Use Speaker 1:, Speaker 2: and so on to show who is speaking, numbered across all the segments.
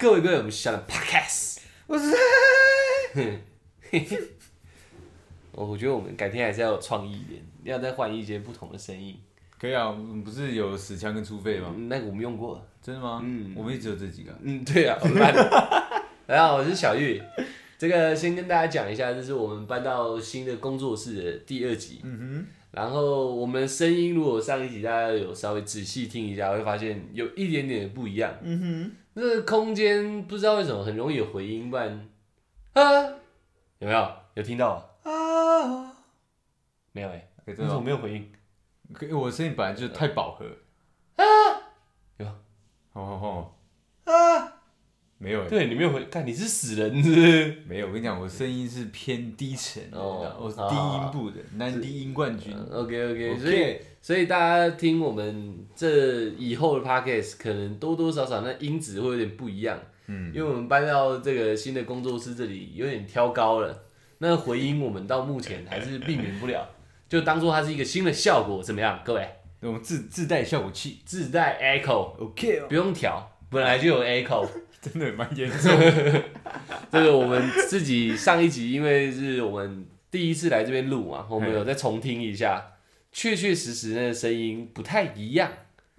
Speaker 1: 各位各位，我们下了 podcast。
Speaker 2: 我是
Speaker 1: 我我觉得我们改天还是要有创意一点，要再换一些不同的声音。
Speaker 2: 可以啊，我们不是有死枪跟出肺吗？
Speaker 1: 嗯那个我们用过了。
Speaker 2: 真的吗？嗯，我们也只有这几个。
Speaker 1: 嗯，对啊，我 烂了。大家好，啊我是小玉。这个先跟大家讲一下，这是我们搬到新的工作室的第二集。
Speaker 2: 嗯
Speaker 1: 然后我们的声音，如果上一集大家有稍微仔细听一下，会发现有一点点的不一样。
Speaker 2: 哼，嗯哼，
Speaker 1: 那个空间不知道为什么很容易有回音，不然啊，有没有？有听到吗？
Speaker 2: 啊，
Speaker 1: 没有哎、欸，
Speaker 2: 可以
Speaker 1: 为
Speaker 2: 真
Speaker 1: 什
Speaker 2: 的
Speaker 1: 么
Speaker 2: 吗，
Speaker 1: 没有回音？
Speaker 2: 可以我的声音本来就太饱和。
Speaker 1: 有
Speaker 2: 啊，好好好，啊，没有欸
Speaker 1: 对，你没有回，看你是死人是不 是？
Speaker 2: 没有，我跟你讲，我声音是偏低沉的，
Speaker 1: 哦
Speaker 2: 你知道我是低音部的，男低音冠军。
Speaker 1: OK OK，
Speaker 2: OK
Speaker 1: 嗯所以所以大家听我们这以后的 podcast，可能多多少少那音质会有点不一样，
Speaker 2: 嗯，
Speaker 1: 因为我们搬到这个新的工作室这里有点挑高了，那回音我们到目前还是避免不了，就当做它是一个新的效果，怎么样？各位
Speaker 2: 我们自自带效果器
Speaker 1: 自带 echo，
Speaker 2: ，OK 哦，
Speaker 1: 不用调，本来就有 echo。
Speaker 2: 真的蛮严重。
Speaker 1: 这个我们自己上一集，因为是我们第一次来这边录嘛，我们有再重听一下，确确实实那个声音不太一样。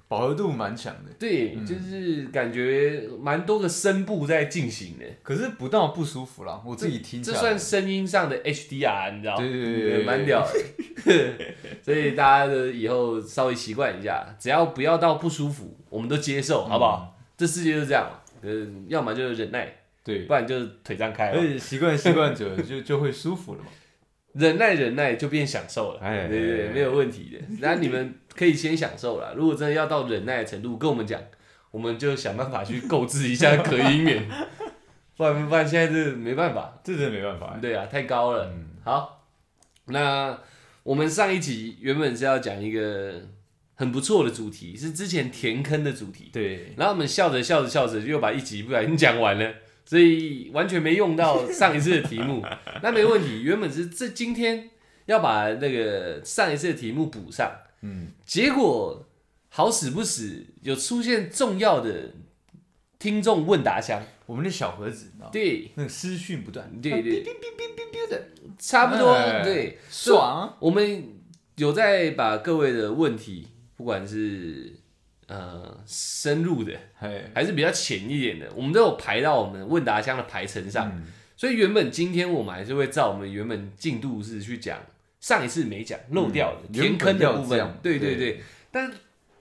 Speaker 2: 饱和度蛮强 的，
Speaker 1: 对，就是感觉蛮多个声部在进行的。
Speaker 2: 可是不到不舒服啦，我自己听起
Speaker 1: 这
Speaker 2: 来
Speaker 1: 算声音上的 HDR，你知道？
Speaker 2: 对对对对对
Speaker 1: 蛮屌的。 所以大家的以后稍微习惯一下，只要不要到不舒服，我们都接受，好不好？
Speaker 2: 嗯
Speaker 1: 这世界就是这样嘛，呃，要么就忍耐，
Speaker 2: 对，
Speaker 1: 不然就是腿张开
Speaker 2: 而
Speaker 1: 嘛。
Speaker 2: 且习惯习惯久了就就会舒服了嘛。
Speaker 1: 忍耐忍耐就变享受了，
Speaker 2: 哎
Speaker 1: 对对
Speaker 2: 哎
Speaker 1: 对，
Speaker 2: 哎
Speaker 1: 没有问题 的。那你们可以先享受了，如果真的要到忍耐的程度，跟我们讲，我们就想办法去购置一下隔音 棉，不然不然现在这没办法，
Speaker 2: 这真的没办法欸。
Speaker 1: 对啊，太高了。
Speaker 2: 嗯
Speaker 1: 好，那我们上一集原本是要讲一个很不错的主题，是之前填坑的主题，
Speaker 2: 对，
Speaker 1: 然后我们笑着笑着笑着就把一集不小心讲完了，所以完全没用到上一次的题目。 那没问题，原本是这今天要把那个上一次的题目补上，
Speaker 2: 嗯，
Speaker 1: 结果好死不死有出现重要的听众问答箱，
Speaker 2: 我们的小盒子，你知道吗
Speaker 1: 对
Speaker 2: 那个私讯不断，
Speaker 1: 对对，
Speaker 2: 哔哔哔哔哔的，
Speaker 1: 差不多
Speaker 2: 哎
Speaker 1: 对，
Speaker 2: 爽啊。
Speaker 1: 我们有在把各位的问题，不管是呃深入的，
Speaker 2: 嘿，
Speaker 1: 还是比较浅一点的，我们都有排到我们问答箱的排程上。
Speaker 2: 嗯
Speaker 1: 所以原本今天我们还是会照我们原本进度是去讲上一次没讲漏掉的、
Speaker 2: 嗯
Speaker 1: 填坑
Speaker 2: 原本
Speaker 1: 的
Speaker 2: 要
Speaker 1: 部
Speaker 2: 这
Speaker 1: 分
Speaker 2: 样。
Speaker 1: 对对
Speaker 2: 对
Speaker 1: 对，但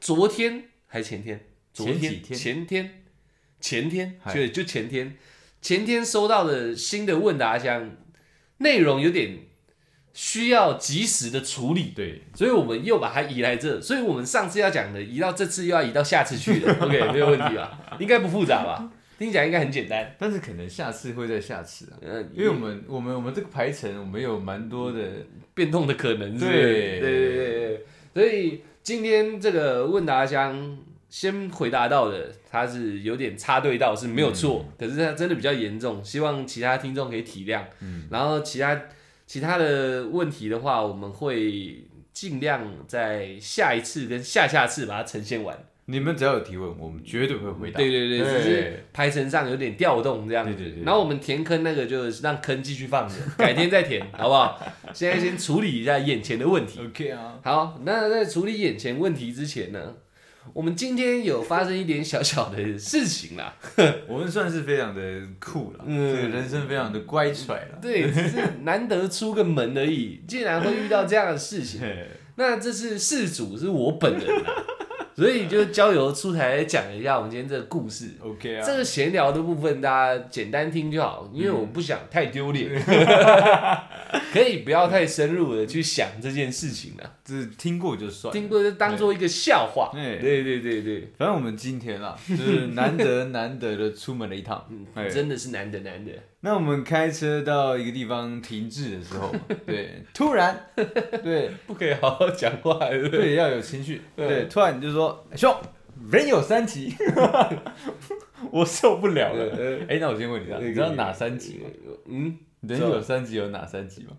Speaker 1: 昨天还前天，昨
Speaker 2: 前几
Speaker 1: 天
Speaker 2: 天
Speaker 1: 前天前天，
Speaker 2: 嗨
Speaker 1: 对，就前天前天收到的新的问答箱内容有点需要及时的处理。
Speaker 2: 对，
Speaker 1: 所以我们又把它移来这，所以我们上次要讲的移到这次又要移到下次去了，OK，没有问题吧？应该不复杂吧？听起来应该很简单。
Speaker 2: 但是可能下次会在下次啊，
Speaker 1: 嗯，
Speaker 2: 因为我们我们我们这个排程，我们有蛮多的，
Speaker 1: 变动的可能是不是对
Speaker 2: 对
Speaker 1: 对对对，所以今天这个问答箱先回答到的，它是有点插队到是没有错，可是它真的比较严重，希望其他听众可以体谅。
Speaker 2: 嗯
Speaker 1: 然后其他其他的问题的话，我们会尽量在下一次跟下下次把它呈现完。
Speaker 2: 你们只要有提问，我们绝对会回答。
Speaker 1: 对对对，只
Speaker 2: 对
Speaker 1: 是排程上有点调动这样子。
Speaker 2: 对对对
Speaker 1: 然后我们填坑那个就让坑继续放着，改天再填，好不好？现在先处理一下眼前的问题。
Speaker 2: ，OK 啊，
Speaker 1: 好，那在处理眼前问题之前呢，我们今天有发生一点小小的事情啦。
Speaker 2: 我们算是非常的酷了，
Speaker 1: 嗯
Speaker 2: 这个人生非常的乖舛了。
Speaker 1: 对，只是难得出个门而已，竟然会遇到这样的事情。
Speaker 2: 嘿
Speaker 1: 那这次事主是我本人啦， 所以就交由出台讲一下我们今天这个故事。
Speaker 2: ，OK 啊，
Speaker 1: 这个闲聊的部分，大家简单听就好，因为我不想太丢脸，
Speaker 2: 嗯
Speaker 1: 可以不要太深入的去想这件事情了，
Speaker 2: 这听过就算了。
Speaker 1: 听过就当做一个笑话。
Speaker 2: 对
Speaker 1: 对对对对，
Speaker 2: 反正我们今天啦，就是难得难得的出门了一趟。哎
Speaker 1: 真的是难得难得。
Speaker 2: 那我们开车到一个地方停滞的时候， 对，突然，对
Speaker 1: 不可以好好讲话，对不对？
Speaker 2: 对，要有情绪，
Speaker 1: 对
Speaker 2: 对，突然你就说兄，人有三急， 我受不了了。
Speaker 1: 对
Speaker 2: 哎，那我先问你啊，你知道哪三急吗？
Speaker 1: 嗯，
Speaker 2: 人有三急有哪三急吗？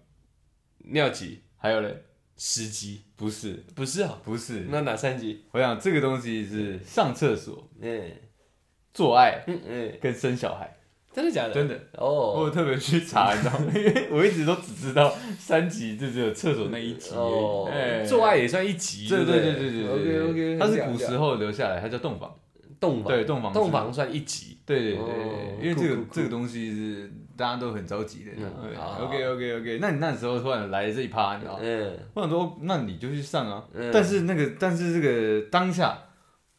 Speaker 1: 尿急、
Speaker 2: 还有嘞，
Speaker 1: 十级，
Speaker 2: 不是，
Speaker 1: 不是啊？
Speaker 2: 不是，
Speaker 1: 那哪三级？
Speaker 2: 我想这个东西是上厕所、
Speaker 1: 嗯，
Speaker 2: 做爱
Speaker 1: 嗯嗯，
Speaker 2: 跟生小孩，
Speaker 1: 真的假的？
Speaker 2: 真的。我有
Speaker 1: 哦
Speaker 2: 特别去查，你知道吗？因为我一直都只知道三集，就只有厕所那一集而已。哎
Speaker 1: 哦，做爱也算一级，
Speaker 2: 对
Speaker 1: 对
Speaker 2: 对对对对对
Speaker 1: OK OK，
Speaker 2: 它是古时候留下来，它叫洞房。
Speaker 1: 洞房，
Speaker 2: 对，洞房。
Speaker 1: 洞。房算一级，
Speaker 2: 对对对
Speaker 1: 哦
Speaker 2: 对，因为这
Speaker 1: 酷
Speaker 2: 个
Speaker 1: 酷酷
Speaker 2: 这个东西是大家都很着急的。
Speaker 1: 嗯
Speaker 2: 对
Speaker 1: 好
Speaker 2: OK OK OK，那你那时候突然来这一趴，你知道吗？
Speaker 1: 嗯，
Speaker 2: 我想说，那你就去上啊
Speaker 1: 嗯。
Speaker 2: 但是那个，但是这个当下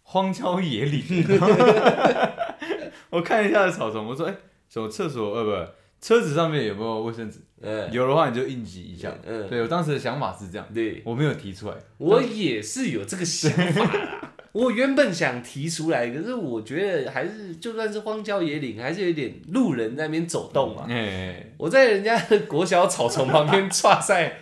Speaker 2: 荒郊 野岭， 我看一下草丛，我说，哎，什么厕所？呃，不，车子上面有没有卫生纸？
Speaker 1: 嗯
Speaker 2: 有的话你就应急一下。
Speaker 1: 嗯
Speaker 2: 对我当时的想法是这样，
Speaker 1: 对，
Speaker 2: 我没有提出来。
Speaker 1: 我也是有这个想法啦。我原本想提出来，可是我觉得还是就算是荒郊野岭，还是有点路人在那边走动啊嘛。
Speaker 2: 哎、
Speaker 1: 我在人家的国小草丛旁边 跨赛，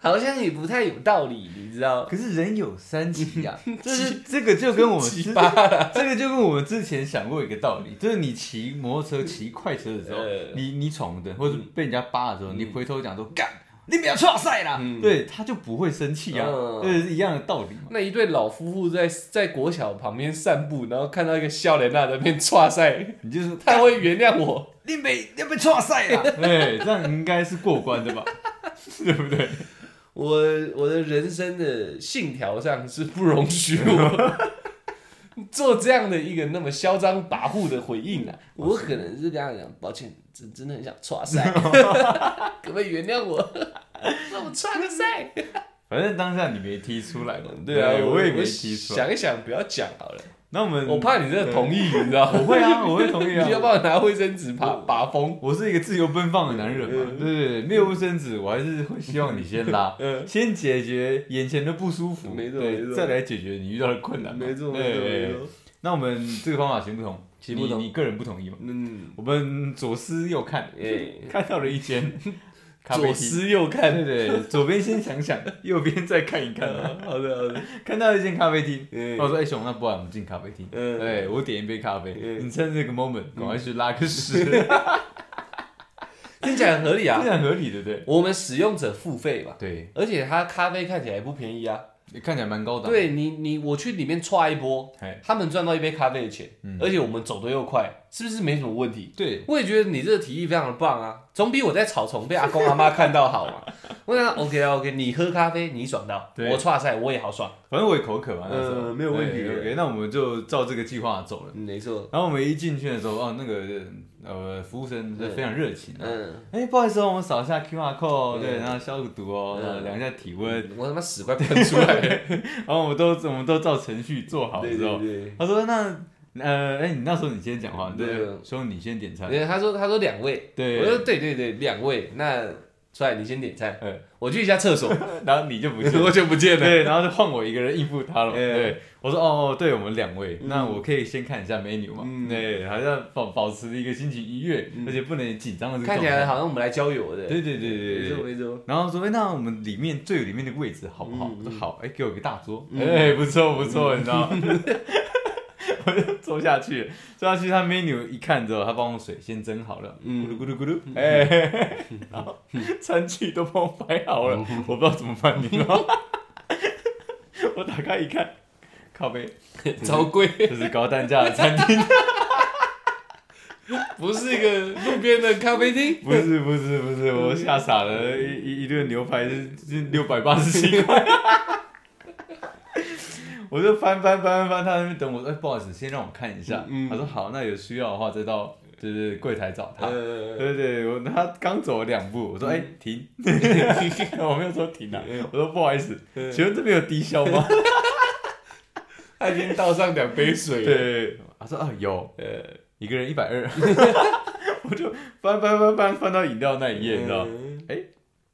Speaker 1: 好像也不太有道理，你知道？
Speaker 2: 可是人有三急 呀、啊，就是这个就跟我们
Speaker 1: 鸡
Speaker 2: 之
Speaker 1: 巴
Speaker 2: 这个就跟我们之前想过一个道理，就是你骑摩托车、骑快车的时候，
Speaker 1: 呃
Speaker 2: 你你闯红灯或者被人家扒的时候，你回头讲说干。你不要错赛啦，
Speaker 1: 嗯
Speaker 2: 对，他就不会生气啊，
Speaker 1: 嗯
Speaker 2: 这、是一样的道理嘛。
Speaker 1: 那一对老夫妇在在国小旁边散步，然后看到一个笑脸那在那边跨赛，
Speaker 2: 你就说
Speaker 1: 他会原谅我？
Speaker 2: 你被你被错赛 啦，对，这样应该是过关的吧， 对不对？
Speaker 1: 我我的人生的信条上是不容许我 做这样的一个那么嚣张跋扈的回应啊！ 我可能是跟他讲，抱歉，真真的很想跨赛， 可不可以原谅我？ 让我跨个赛。
Speaker 2: 反正当下你没提出来嘛，
Speaker 1: 对啊，
Speaker 2: 我也
Speaker 1: 我
Speaker 2: 没提出来。
Speaker 1: 想一想，不要讲好 了，
Speaker 2: 那我们
Speaker 1: 我怕你真的同意，你知道
Speaker 2: 我
Speaker 1: 吗？
Speaker 2: 会啊，我会同
Speaker 1: 你
Speaker 2: 意啊。
Speaker 1: 要帮我拿卫生纸把把风，
Speaker 2: 我是一个自由奔放的男人嘛，对对对，没有卫生纸，我还是会希望你 先拉，
Speaker 1: 嗯
Speaker 2: 先解决眼前的不舒服，
Speaker 1: 没错
Speaker 2: 对
Speaker 1: 没错
Speaker 2: 再来解决你遇到的困难嘛。对对对。那我们这个方法行不通？
Speaker 1: 行不通
Speaker 2: 你你个人不同意吗？
Speaker 1: 嗯，
Speaker 2: 我们左思 右看
Speaker 1: 哎，
Speaker 2: 看到了 一间咖啡
Speaker 1: 左
Speaker 2: 厅，
Speaker 1: 思右看，
Speaker 2: 对对，对左边先想想，右边再看一看 啊。
Speaker 1: 好的好的，
Speaker 2: 看到一间咖啡厅，
Speaker 1: 嗯
Speaker 2: 我说：“哎，熊，那不然我们进咖啡厅？”
Speaker 1: 嗯
Speaker 2: 哎，我点一杯咖啡，
Speaker 1: 嗯
Speaker 2: 你趁这个 moment 赶快去拉 个屎，
Speaker 1: 听起来很合理啊
Speaker 2: 这。很合理，对不对？
Speaker 1: 我们使用者付费嘛，
Speaker 2: 对，
Speaker 1: 而且它咖啡看起来也不便宜啊。
Speaker 2: 看起来蛮高档。，
Speaker 1: 对你你我去里面踹一波
Speaker 2: 哎，
Speaker 1: 他们赚到一杯咖啡的钱，
Speaker 2: 嗯
Speaker 1: 而且我们走得又快，是不是没什么问题？
Speaker 2: 对，
Speaker 1: 我也觉得你这个提议非常的棒啊，总比我在草丛被阿公阿妈看到好嘛。我想 OK 啊 OK，你喝咖啡你爽到，
Speaker 2: 对
Speaker 1: 我跨赛我也好爽。
Speaker 2: 反正我也口渴嘛，那时候
Speaker 1: 嗯没有问题
Speaker 2: 对 OK，那我们就照这个计划走了。
Speaker 1: 嗯没错，
Speaker 2: 然后我们一进去的时候，哦，那个呃服务生是非常热情的。
Speaker 1: 嗯，
Speaker 2: 哎，不好意思哦，我们扫一下 QR code，哦
Speaker 1: 嗯
Speaker 2: 对，然后消个毒哦，
Speaker 1: 嗯
Speaker 2: 然后量一下体温，
Speaker 1: 我他妈屎快喷出来了。
Speaker 2: 然后我们都我们都照程序做好之后，
Speaker 1: 对。
Speaker 2: 他说那呃，哎，你那时候你先讲话，
Speaker 1: 对
Speaker 2: 对，说你先点菜，
Speaker 1: 对，他说他说两位，我
Speaker 2: 对，
Speaker 1: 说对对对，两位，那出来你先点菜，
Speaker 2: 嗯
Speaker 1: 我去一下厕所，
Speaker 2: 然后你就不
Speaker 1: 我
Speaker 2: 见。
Speaker 1: 就不见了。
Speaker 2: 对，然后就换我一个人应付他了嘛。
Speaker 1: 哎
Speaker 2: 对，我说哦哦，对我们两位，
Speaker 1: 嗯
Speaker 2: 那我可以先看一下 menu 嘛。
Speaker 1: 嗯
Speaker 2: 对，好像保保持一个心情愉悦，
Speaker 1: 嗯
Speaker 2: 而且不能紧张的这个
Speaker 1: 看起
Speaker 2: 状态。
Speaker 1: 来好像我们来郊游的。
Speaker 2: 对对对对
Speaker 1: 没错
Speaker 2: 对。
Speaker 1: 没错。
Speaker 2: 然后说，哎，那我们里面最里面的位置好不好？
Speaker 1: 嗯
Speaker 2: 我说好，哎，给我一个大桌，
Speaker 1: 嗯
Speaker 2: 哎，不错不错，你知道吗？我就坐下去，坐下去，他 menu 一看之后，他帮我水先蒸好了，咕
Speaker 1: 嗯
Speaker 2: 噜咕噜咕噜，哎，然后餐具都帮我摆好了，
Speaker 1: 嗯
Speaker 2: 我不知道怎么办，你知道 吗？我打开一看，靠背，
Speaker 1: 超贵，
Speaker 2: 这是高单价的餐厅，
Speaker 1: 不是一个路边的咖啡厅。
Speaker 2: 不是不是不是，我吓傻了，
Speaker 1: 嗯
Speaker 2: 一一一顿牛排是是六百八十七块。 我就翻翻翻翻翻，他在那边等我，哎，不好意思，先让我看一下。
Speaker 1: 嗯
Speaker 2: 他说好，那有需要的话再到就是柜台找他。
Speaker 1: 呃，嗯
Speaker 2: 对对，我他刚走了两步，我说哎、停， 我没有说停啊，我说不好意思，
Speaker 1: 嗯
Speaker 2: 请问这边有低消吗？
Speaker 1: 他已经倒上两杯水了。
Speaker 2: 对，他说啊有，
Speaker 1: 呃，
Speaker 2: 一个人一百二， 我就翻翻翻翻翻到饮料那一页，你知道吗，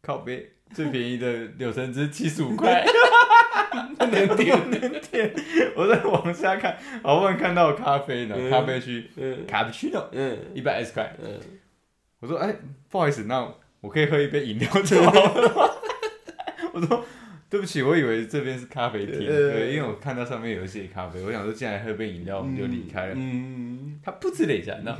Speaker 2: 靠背最便宜的柳橙汁七十五块，
Speaker 1: 能点，
Speaker 2: 我再往下看，好不容易看到咖啡呢，
Speaker 1: 嗯
Speaker 2: 咖啡区
Speaker 1: 嗯
Speaker 2: 卡布奇诺
Speaker 1: 嗯
Speaker 2: 一百二十块，
Speaker 1: 嗯，
Speaker 2: 我说哎、不好意思，那我可以喝一杯饮料就好了 吗。我说对不起，我以为这边是咖啡厅，
Speaker 1: 呃
Speaker 2: 对，因为我看到上面有一些咖啡，我想说进来喝杯饮料，我们就离开了。
Speaker 1: 嗯，
Speaker 2: 他噗嗤了一下，那、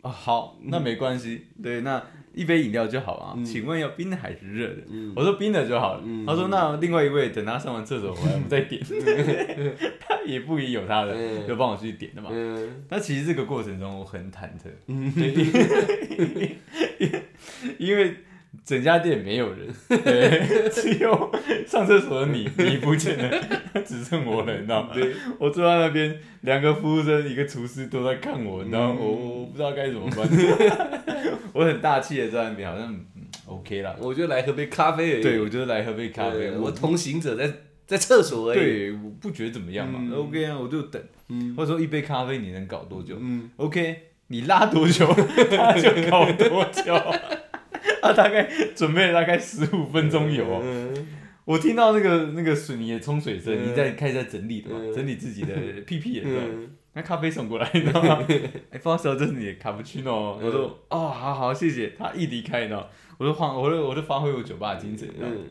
Speaker 2: 哦好，那没关系，对，那一杯饮料就好啊。
Speaker 1: 嗯
Speaker 2: 请问要冰的还是热的？
Speaker 1: 嗯
Speaker 2: 我说冰的就好了。
Speaker 1: 嗯
Speaker 2: 他说那另外一位等他上完厕所回来我们再点。他也不宜有他的，
Speaker 1: 嗯
Speaker 2: 就帮我去点的嘛。
Speaker 1: 嗯，
Speaker 2: 那其实这个过程中我很忐忑，对因为因为整家店没有人，对， 只有上厕所的 你，你不见了，只剩我了，你知道吗？
Speaker 1: 对，
Speaker 2: 我坐在那边，两个服务生、一个厨师都在看我，然
Speaker 1: 嗯
Speaker 2: 后我我我不知道该怎么 办，我很大气的在那边，好像嗯 OK 啦。
Speaker 1: 我就来喝杯咖啡而已。
Speaker 2: 对，我就是来喝杯咖啡，
Speaker 1: 对我
Speaker 2: 我
Speaker 1: 同行者在在厕所而已。，
Speaker 2: 对我不觉得怎么样嘛、
Speaker 1: 嗯
Speaker 2: o k 啊，我就等，
Speaker 1: 嗯
Speaker 2: 或者说一杯咖啡你能搞多久？
Speaker 1: 嗯，
Speaker 2: OK，你拉 多久，他就搞多久。他大概准备了大概十五分钟有哦。
Speaker 1: 嗯
Speaker 2: 我听到那个那个水泥的冲水声，
Speaker 1: 嗯
Speaker 2: 你在开始在整理的嘛，
Speaker 1: 嗯
Speaker 2: 整理自己 的屁屁也在。
Speaker 1: 嗯
Speaker 2: 那咖啡送过来，你知 道吗？哎，不好意思哦，这是你的卡布奇
Speaker 1: 嗯
Speaker 2: 诺。我说哦，好好，谢谢。他一离开呢，我就放，我就我就发挥我酒吧的精神，你知道吗
Speaker 1: 嗯，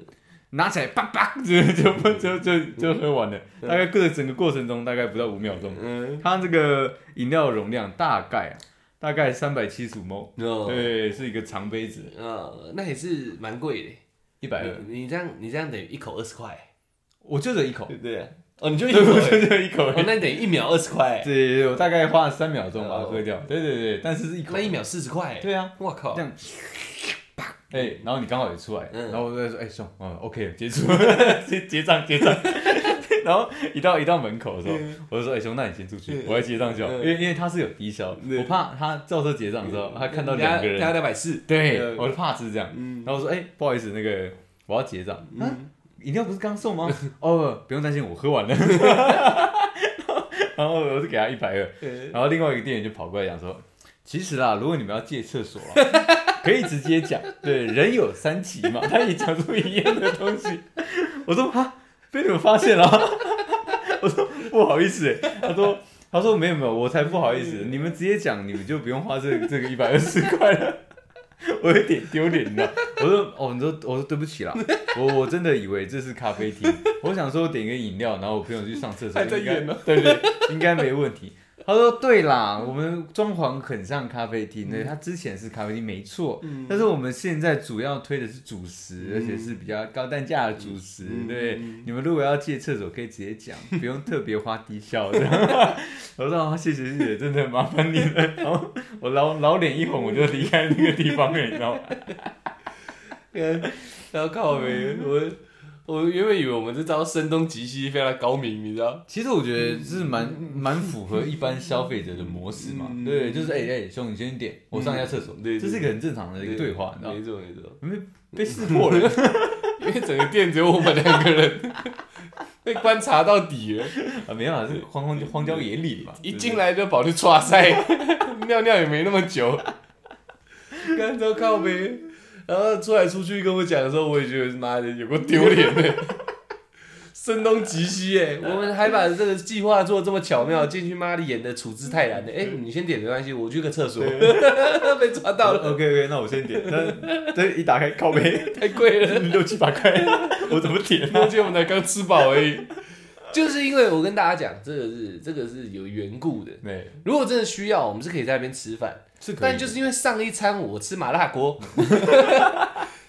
Speaker 2: 拿起来叭叭就就就就就喝完了。大概各整个过程中大概不到五秒钟。
Speaker 1: 嗯，
Speaker 2: 它这个饮料容量大概啊，大概三百七十五 ml，
Speaker 1: 哦，
Speaker 2: 对，是一个长杯子，
Speaker 1: 呃，那也是蛮贵的。
Speaker 2: 一百二，
Speaker 1: 你你这样，你这样等于一口二十块，
Speaker 2: 我就这一口，
Speaker 1: 对不对？哦，你就一
Speaker 2: 对，
Speaker 1: 口
Speaker 2: 我
Speaker 1: 而已，
Speaker 2: 就这一口而
Speaker 1: 哦，
Speaker 2: 已，
Speaker 1: 那你等于一秒二十块，
Speaker 2: 对，我大概花了三秒钟把它
Speaker 1: 哦
Speaker 2: 喝掉，对对对，但是是一口
Speaker 1: 那，一秒四十块，
Speaker 2: 对啊，
Speaker 1: 我靠
Speaker 2: 这，样，哎，然后你刚好也出来，
Speaker 1: 嗯
Speaker 2: 然后我就在说，哎，送，嗯，OK，结束， 结结账结账。 然后一到一到门口的时候，我就说：“哎、兄，那你先出去，
Speaker 1: 嗯
Speaker 2: 我来结账就好。”因
Speaker 1: 嗯
Speaker 2: 为因为他是有低消，
Speaker 1: 对
Speaker 2: 我怕他照这结账的时哦候，他看到
Speaker 1: 等下
Speaker 2: 两个嗯人
Speaker 1: 等，下两百四，
Speaker 2: 对，
Speaker 1: 嗯
Speaker 2: 我的怕是这样。
Speaker 1: 嗯
Speaker 2: 然后我说，哎、不好意思，那个我要结账。啊，
Speaker 1: 嗯，
Speaker 2: 饮料不是刚 送吗？哦，不用担心，我喝完了。 然后我就给他一百二，
Speaker 1: 呃
Speaker 2: 然后另外一个店员就跑过来讲说，其实啦，如果你们要借厕所啊， 可以直接讲，对，人有三急嘛，他也讲出一样的东西。我说啊，被你们发现了。 我说不好意思欸，他说。他说没有没有，我才不好意思，
Speaker 1: 嗯
Speaker 2: 你们直接讲，你们就不用花这这个一百二十块了。我有点丢脸，你知道？我说哦，你说我说对不起啦，我我真的以为这是咖啡厅，我想说点个饮料，然后我朋友去上厕所，
Speaker 1: 还在
Speaker 2: 应该
Speaker 1: 演呢
Speaker 2: 对对，应该没问题。他说对啦，我们装潢很像咖啡厅，对，它之前是咖啡厅没错，
Speaker 1: 嗯
Speaker 2: 但是我们现在主要推的是主食，
Speaker 1: 嗯
Speaker 2: 而且是比较高单价的主食，
Speaker 1: 嗯
Speaker 2: 对。
Speaker 1: 嗯
Speaker 2: 你们如果要借厕所，可以直接 讲，不用特别花低消的。 我说、哦、谢谢谢谢，真的麻烦你了。 然后我老老脸一红，我就离开那个地方了，你知道吗？
Speaker 1: 然后靠没
Speaker 2: 嗯
Speaker 1: 我。我原本以为我们这招声东击西非常高明，你知道？
Speaker 2: 其实我觉得是蛮蛮符合一般消费者的模式嘛，
Speaker 1: 嗯
Speaker 2: 对，就是哎哎、兄，你先点，我上一下厕所，
Speaker 1: 嗯对对
Speaker 2: 这是一个很正常的一个对话，你知道吗
Speaker 1: 没错没错，
Speaker 2: 没被识破了，
Speaker 1: 因为整个店只有我们两个人， 被观察到底了。
Speaker 2: 啊，没办法，这个荒荒荒郊野岭嘛，
Speaker 1: 一进来就跑去刷塞， 尿尿也没那么久，干都靠呗。然后出来出去跟我讲的时候，我也觉得妈的有够丢脸的， 声东击西哎、我们还把这个计划做得这么巧妙，进去妈的演的处之泰然的、哎、你先点没关系，我去个厕所， 被抓到了，
Speaker 2: OK OK，那我哦先点，但这一打开靠背
Speaker 1: 太贵 了。
Speaker 2: 六七百块，我怎么点
Speaker 1: 而且我们才刚吃饱而已，就是因为我跟大家讲，这个是这个是有缘故的。
Speaker 2: 对，
Speaker 1: 如果真的需要，我们是可以在那边吃饭，
Speaker 2: 是可以的
Speaker 1: 但就是因为上一餐我吃麻辣锅，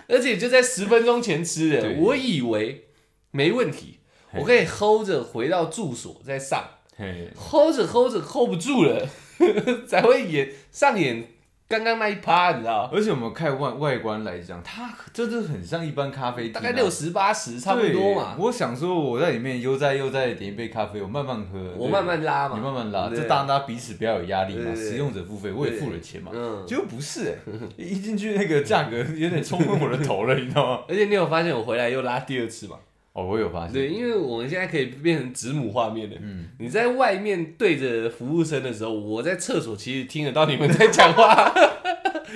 Speaker 1: 而且就在十分钟前吃的
Speaker 2: 对，
Speaker 1: 我以为没问题，
Speaker 2: 嘿
Speaker 1: 我可以 hold 着回到住所再上
Speaker 2: 嘿，
Speaker 1: ，hold 着 hold 着 hold 不住了， 才会演上演刚刚那一趴，你知道？
Speaker 2: 而且我们看外外观来讲，它真的很像一般咖啡厅啊、
Speaker 1: 大概六十八十差不多嘛
Speaker 2: 对，我想说我在里面悠哉悠哉的点一杯咖啡，我慢慢喝，
Speaker 1: 我
Speaker 2: 对
Speaker 1: 慢慢拉
Speaker 2: 你
Speaker 1: 嘛，
Speaker 2: 慢慢拉，
Speaker 1: 对
Speaker 2: 这大家彼此不要有压力嘛，
Speaker 1: 对对对
Speaker 2: 使用者付费，我也付了钱嘛。
Speaker 1: 嗯。
Speaker 2: 结果不是、欸，一进去那个价格有点冲昏我的头了，你知道吗？
Speaker 1: 而且你有发现我回来又拉第二次嘛？
Speaker 2: 哦，我有发现，
Speaker 1: 对，因为我们现在可以变成子母画面的。
Speaker 2: 嗯
Speaker 1: 你在外面对着服务生的时候，我在厕所其实听得到你们在讲话。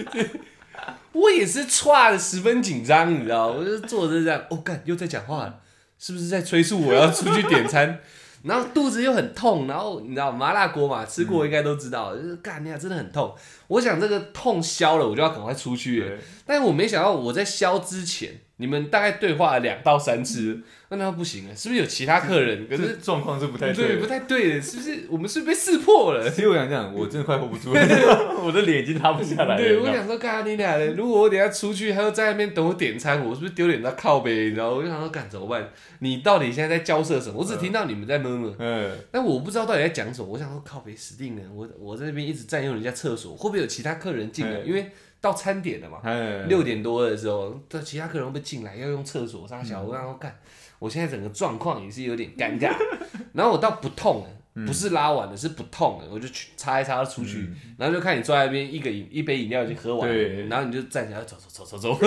Speaker 1: 我也是歘的十分紧张，你知道，我就坐着这样，哦，干又在讲话了，是不是在催促我要出去点餐？ 然后肚子又很痛，然后你知道麻辣锅嘛，吃过应该都知道，就是干你俩真的很痛。我想这个痛消了，我就要赶快出去了。
Speaker 2: 对，
Speaker 1: 但是我没想到我在消之前，你们大概对话了两到三次，那那不行了，啊是不是有其他客人？可
Speaker 2: 可是
Speaker 1: 是
Speaker 2: 状况是不太
Speaker 1: 对，
Speaker 2: 对
Speaker 1: 不
Speaker 2: 的。
Speaker 1: 太对了，是不是？我们是不是被识破了。
Speaker 2: 其实我想讲，我真的快 hold 不 住了，我的脸已经拉不下来了。
Speaker 1: 对，
Speaker 2: 你
Speaker 1: 我
Speaker 2: 知道吗
Speaker 1: 想说，干你俩嘞！如果我等一下出去，他又在那边等我点餐，我是不是丢脸到靠背？你知道吗，我就想说，干怎么办？你到底现在在交涉什么？我只听到你们在闷闷，
Speaker 2: 嗯，
Speaker 1: 但我不知道到底在讲什么。我想说，靠北死定了！我我在那边一直占用人家厕所，会不会有其他客人进来？
Speaker 2: 嗯
Speaker 1: 因为到餐点了嘛，
Speaker 2: 哎，
Speaker 1: 六点多的时候，这其他客人会不会进来要用厕所，啥小我然后干，我现在整个状况也是有点尴尬。然后我到不痛了，不是拉完了，是不痛了，我就去擦一擦出去，然后就看你坐在那边，一个饮一杯饮料已经喝完了，
Speaker 2: 对
Speaker 1: 然后你就站起来走走走走走。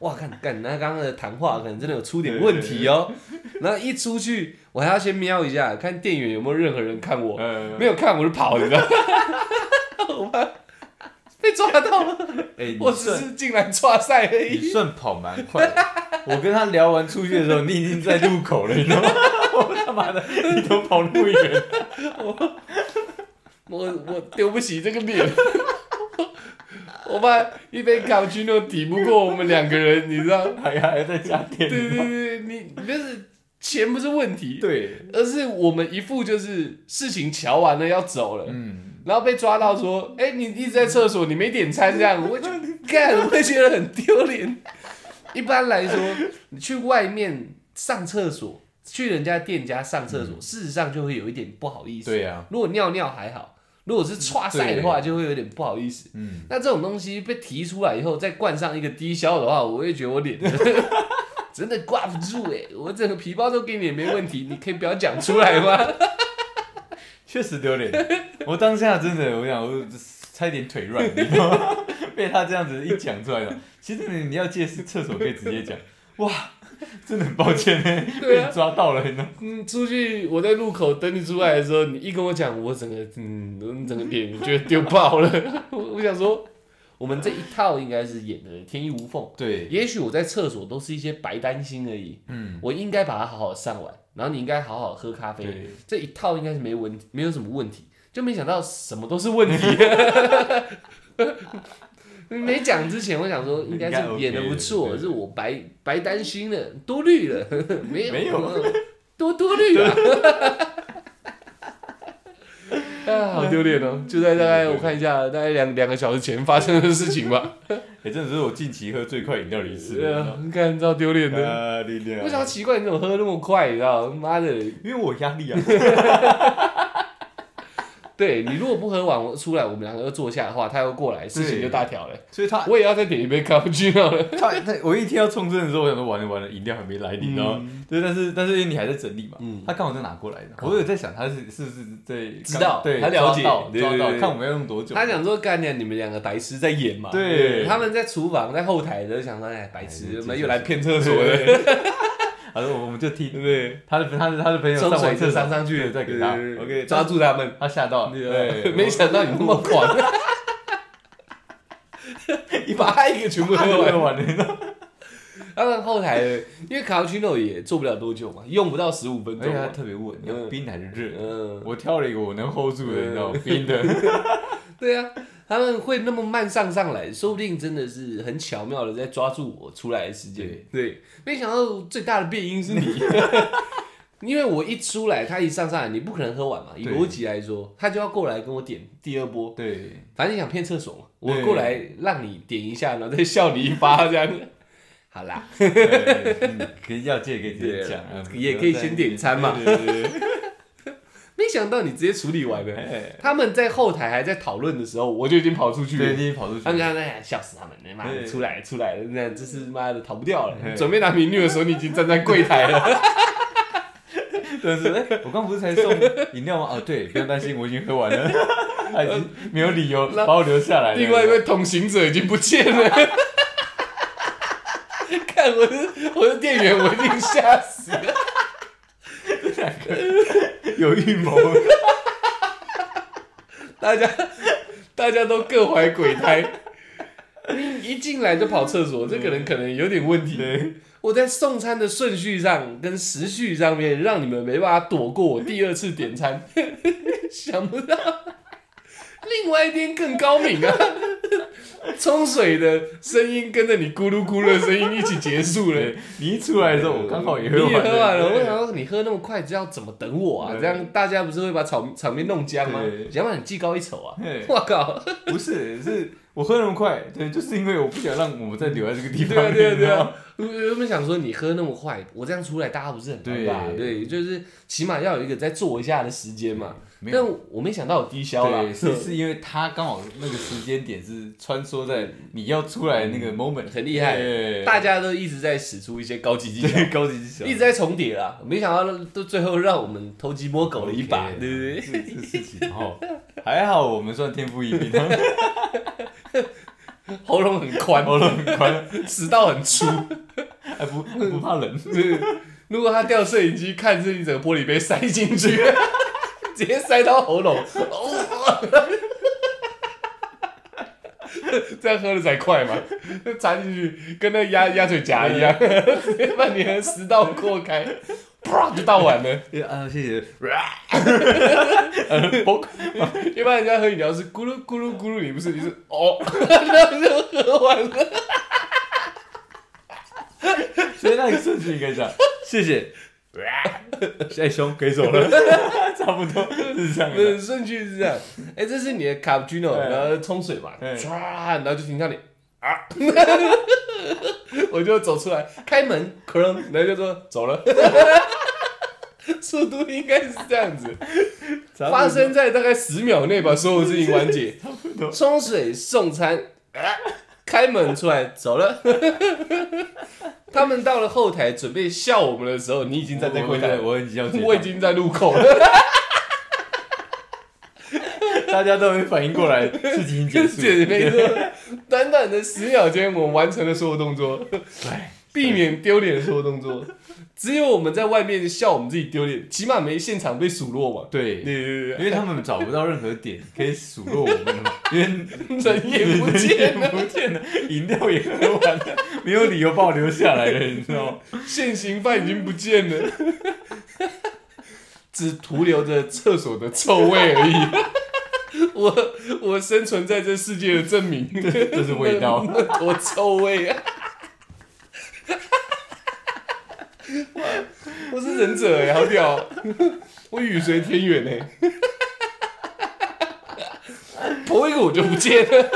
Speaker 1: 哇，看干，那刚刚的谈话可能真的有出点问题哦。然后一出去，我还要先瞄一下，看店员有没有任何人看我，
Speaker 2: 呃，
Speaker 1: 没有看我就跑了，你知道吗？ 我怕被抓到了。
Speaker 2: 哎，你
Speaker 1: 我只
Speaker 2: 算
Speaker 1: 是进来抓赛而
Speaker 2: 你
Speaker 1: 已。
Speaker 2: 算跑蛮 快的。我跟他聊完出去的时候，你已经在路口了，你知道吗？ 我他妈的，你都跑那么远，
Speaker 1: 我我丢不起这个脸， 我怕一杯卡布奇诺抵不过我们两个人，你知道？
Speaker 2: 还还在加
Speaker 1: 对对
Speaker 2: 点。
Speaker 1: 对对，你你就是钱不是问题，，
Speaker 2: 对，
Speaker 1: 而是我们一副就是事情瞧完了要走了。
Speaker 2: 嗯，
Speaker 1: 然后被抓到说，哎、你一直在厕所，你没点餐这样，我就干，我会觉得很丢脸。一般来说，你去外面上厕所，去人家店家上厕所，事实上就会有一点不好意思。
Speaker 2: 对啊呀，
Speaker 1: 如果尿尿还好，如果是刷塞的话，就会有点不好意思。
Speaker 2: 嗯，
Speaker 1: 那这种东西被提出来以后，再灌上一个低消的话，我会觉得我脸 真的挂不住哎、我整个皮包都给你也没问题，你可以不要讲出来吗？
Speaker 2: 确实丢脸。 我当下真的，我想我差一点腿软，你知道吗？被他这样子一讲出来了。其实你你要借厕所可以直接讲，哇，真的很抱歉呢，
Speaker 1: 对啊
Speaker 2: 被你抓到了，你知道吗？
Speaker 1: 嗯，出去我在路口等你出来的时候，你一跟我讲，我整个嗯，我整个脸觉得丢爆了。 我我想说，我们这一套应该是演的天衣无缝。
Speaker 2: 对，
Speaker 1: 也许我在厕所都是一些白担心而已，
Speaker 2: 嗯，
Speaker 1: 我应该把它好好上完，然后你应该好好喝咖啡，
Speaker 2: 对，
Speaker 1: 这一套应该是没问没有什么问题，就没想到什么都是问题。 没讲之前，我想说应该
Speaker 2: 应该
Speaker 1: 是
Speaker 2: OK
Speaker 1: 演的不错，
Speaker 2: 的对
Speaker 1: 是我白白担心了，多虑了， 没有
Speaker 2: 没有
Speaker 1: 多多虑了。 啊，好丢脸哦！就在大概我看一下，大概两两个小时前发生的事情吧。
Speaker 2: 也哎真的是我近期喝最快饮料的一次
Speaker 1: 对
Speaker 2: 了。
Speaker 1: 啊， 看超丢脸
Speaker 2: 你知
Speaker 1: 的
Speaker 2: 道。吗啊，力量
Speaker 1: 为啥奇怪？你怎么喝那么快？你知道吗？妈的！
Speaker 2: 因为我压力啊。
Speaker 1: 对你如果不喝完我出来，我们两个又坐下的话，他又过来，事情就大条了。
Speaker 2: 所以他
Speaker 1: 我也要再点一杯咖啡去了。
Speaker 2: 他他，我一听到冲阵的时候，我想说完了完了，饮料还没来，你知道吗？对，但是但是因为你还在整理嘛，
Speaker 1: 嗯
Speaker 2: 他刚好就拿过来的，我有在想他是是不是在
Speaker 1: 知道
Speaker 2: 对，
Speaker 1: 他了解
Speaker 2: 抓到
Speaker 1: 对
Speaker 2: 抓
Speaker 1: 对
Speaker 2: 到
Speaker 1: 对，
Speaker 2: 看我们要用多久。
Speaker 1: 他讲说：“干你，你们两个白痴在演嘛？”
Speaker 2: 对
Speaker 1: 他们在厨房、在后台的想说：“哎，白痴，
Speaker 2: 哎
Speaker 1: 他妈又来骗厕
Speaker 2: 厕
Speaker 1: 所
Speaker 2: 所
Speaker 1: 的，
Speaker 2: 的， 反正我我们就听
Speaker 1: 对
Speaker 2: 他的他的他的朋
Speaker 1: 不对？
Speaker 2: 友
Speaker 1: 冲
Speaker 2: 上
Speaker 1: 水
Speaker 2: 完
Speaker 1: 就
Speaker 2: 厕
Speaker 1: 上
Speaker 2: 所，
Speaker 1: 上去，
Speaker 2: 对再给他
Speaker 1: 对对对
Speaker 2: OK，
Speaker 1: 抓住他们。
Speaker 2: 他吓到，
Speaker 1: 对，啊
Speaker 2: 对，
Speaker 1: 没想到你那么狂， 一把他一个全部
Speaker 2: 我
Speaker 1: 喝
Speaker 2: 喝
Speaker 1: 完。
Speaker 2: 完了，
Speaker 1: 当然后台的，因为卡布奇诺也做不了多久嘛，用不到十五分
Speaker 2: 而且
Speaker 1: 钟
Speaker 2: 他
Speaker 1: 嘛。
Speaker 2: 哎特别问你要冰的还是热的，
Speaker 1: 嗯，
Speaker 2: 我挑了一个我能 hold 住的，
Speaker 1: 嗯
Speaker 2: 你知道吗？冰的，
Speaker 1: 对啊，他们会那么慢上上来，说不定真的是很巧妙的在抓住我出来的时间。对，没想到最大的变因是你， 因为我一出来，他一上上来，你不可能喝完嘛。以
Speaker 2: 对
Speaker 1: 逻辑来说，他就要过来跟我点第二波，
Speaker 2: 对。
Speaker 1: 反正你想骗厕所嘛，我
Speaker 2: 对
Speaker 1: 过来让你点一下，然后再笑你一巴这样。 好啦，
Speaker 2: 对嗯可以要借可以直接讲啊，
Speaker 1: 对也可以先点餐嘛
Speaker 2: 对对对
Speaker 1: 没想到你直接处理完了。
Speaker 2: 对，
Speaker 1: 他们在后台还在讨论的时候，我就已经跑出去了
Speaker 2: 对，。你跑出去
Speaker 1: 他，们刚才哎笑死他们，你妈的
Speaker 2: 对
Speaker 1: 出来出来了，那这是妈的逃不掉了。
Speaker 2: 对啊
Speaker 1: 准备拿名女的时候，你已经站在柜台 了。
Speaker 2: 但是哎，我刚不是才送饮料吗？哦，对，不用担心，我已经喝完了， 他已经没有理由把我留下来了。
Speaker 1: 另外一位同行者已经不见了。 看我的我的店员，我一定吓死了。
Speaker 2: 有预谋，
Speaker 1: 大家 大家都各怀鬼胎。你一进来就跑厕所，这个人可能有点问题。
Speaker 2: 对，
Speaker 1: 我在送餐的顺序上跟时序上面，让你们没办法躲过 我第二次点餐， 想不到。另外一边更高明啊！ 冲水的声音跟着你咕噜咕噜的声音一起结束了。
Speaker 2: 对，你一出来的时候，我刚好也
Speaker 1: 你
Speaker 2: 会
Speaker 1: 也喝完了，我
Speaker 2: 对
Speaker 1: 想说你喝那么快，这要怎么等我啊？
Speaker 2: 对
Speaker 1: 这样大家不是会把场场面弄僵吗
Speaker 2: 对？
Speaker 1: 想把你技高一筹啊！
Speaker 2: 嘿
Speaker 1: 我靠，
Speaker 2: 不是，是我喝那么快，对，就是因为我不想让我们再留在这个地方。哦
Speaker 1: 对啊对啊
Speaker 2: 你知
Speaker 1: 对
Speaker 2: 道
Speaker 1: 啊
Speaker 2: 吗！
Speaker 1: 我原本想说你喝那么快，我这样出来大家不是很尴尬？
Speaker 2: 对
Speaker 1: 对，就是起码要有一个再坐一下的时间嘛。
Speaker 2: 没
Speaker 1: 但
Speaker 2: 有，
Speaker 1: 我没想到我低消了，
Speaker 2: 对，是是因为他刚好那个时间点是穿梭在你要出来的那个 moment，
Speaker 1: 很厉害
Speaker 2: 对
Speaker 1: 大家都一直在使出一些高级技巧。
Speaker 2: 对高级技巧
Speaker 1: 一直在重叠啦，没想到都最后让我们偷鸡摸狗了一把
Speaker 2: OK
Speaker 1: 对不对？
Speaker 2: 这这事情哦，还 好我们算天赋异禀，
Speaker 1: 喉咙很宽，
Speaker 2: 喉咙很宽，
Speaker 1: 食道很粗，
Speaker 2: 还哎不还不怕冷。
Speaker 1: 对，如果他掉摄影机，看是你整个玻璃杯塞进去，直接塞到喉咙，哦这样喝的才快嘛，插进去跟那鸭鸭嘴夹一样，直接把你的食道扩开，啪就倒完了。
Speaker 2: 啊，谢谢。
Speaker 1: 一般人家喝饮料是咕噜咕噜咕噜，你不是你是哦， 然后就喝完了。
Speaker 2: 所以那个顺序应该这样，谢谢。哎，兄，可以走了， 差不 多是这样
Speaker 1: 不
Speaker 2: 的。
Speaker 1: 是顺序是这样，哎、这是你的 cappuccino，
Speaker 2: 哎
Speaker 1: 然后冲水嘛，
Speaker 2: 哎
Speaker 1: 唰，然后就听到你啊， 我就走出来开门，可能然后就说走了， 速度应该是这样子，
Speaker 2: 差不多
Speaker 1: 发生在大概十秒内把所有事情完结，
Speaker 2: 差不多。
Speaker 1: 冲水送餐，啊开门出来走了。 他们到了后台准备笑我们的时候，你已经站在柜台，
Speaker 2: 我很想解
Speaker 1: 我已经在路口了，
Speaker 2: 大家都没反应过来，事情已经 结束。
Speaker 1: 姐妹说，短短的十秒间，我们完成了所有动作，
Speaker 2: 哎
Speaker 1: 避免丢脸的所有动作。只有我们在外面笑我们自己丢脸，起码没现场被数落嘛。对
Speaker 2: 对，
Speaker 1: 对
Speaker 2: 因为他们找不到任何点可以数落我们嘛，因 为
Speaker 1: 对，人也不见
Speaker 2: 人也
Speaker 1: 了，
Speaker 2: 不见了，饮料也喝完了，没有理由把我留下来了，你知道吗？
Speaker 1: 现行犯已经不见了， 只徒留着厕所的臭味而已。我我生存在这世界的证明，。
Speaker 2: 这是味道
Speaker 1: 那多臭味啊！我我是忍者哎、好屌哦、我雨随天远哎、 头一个我就不见了。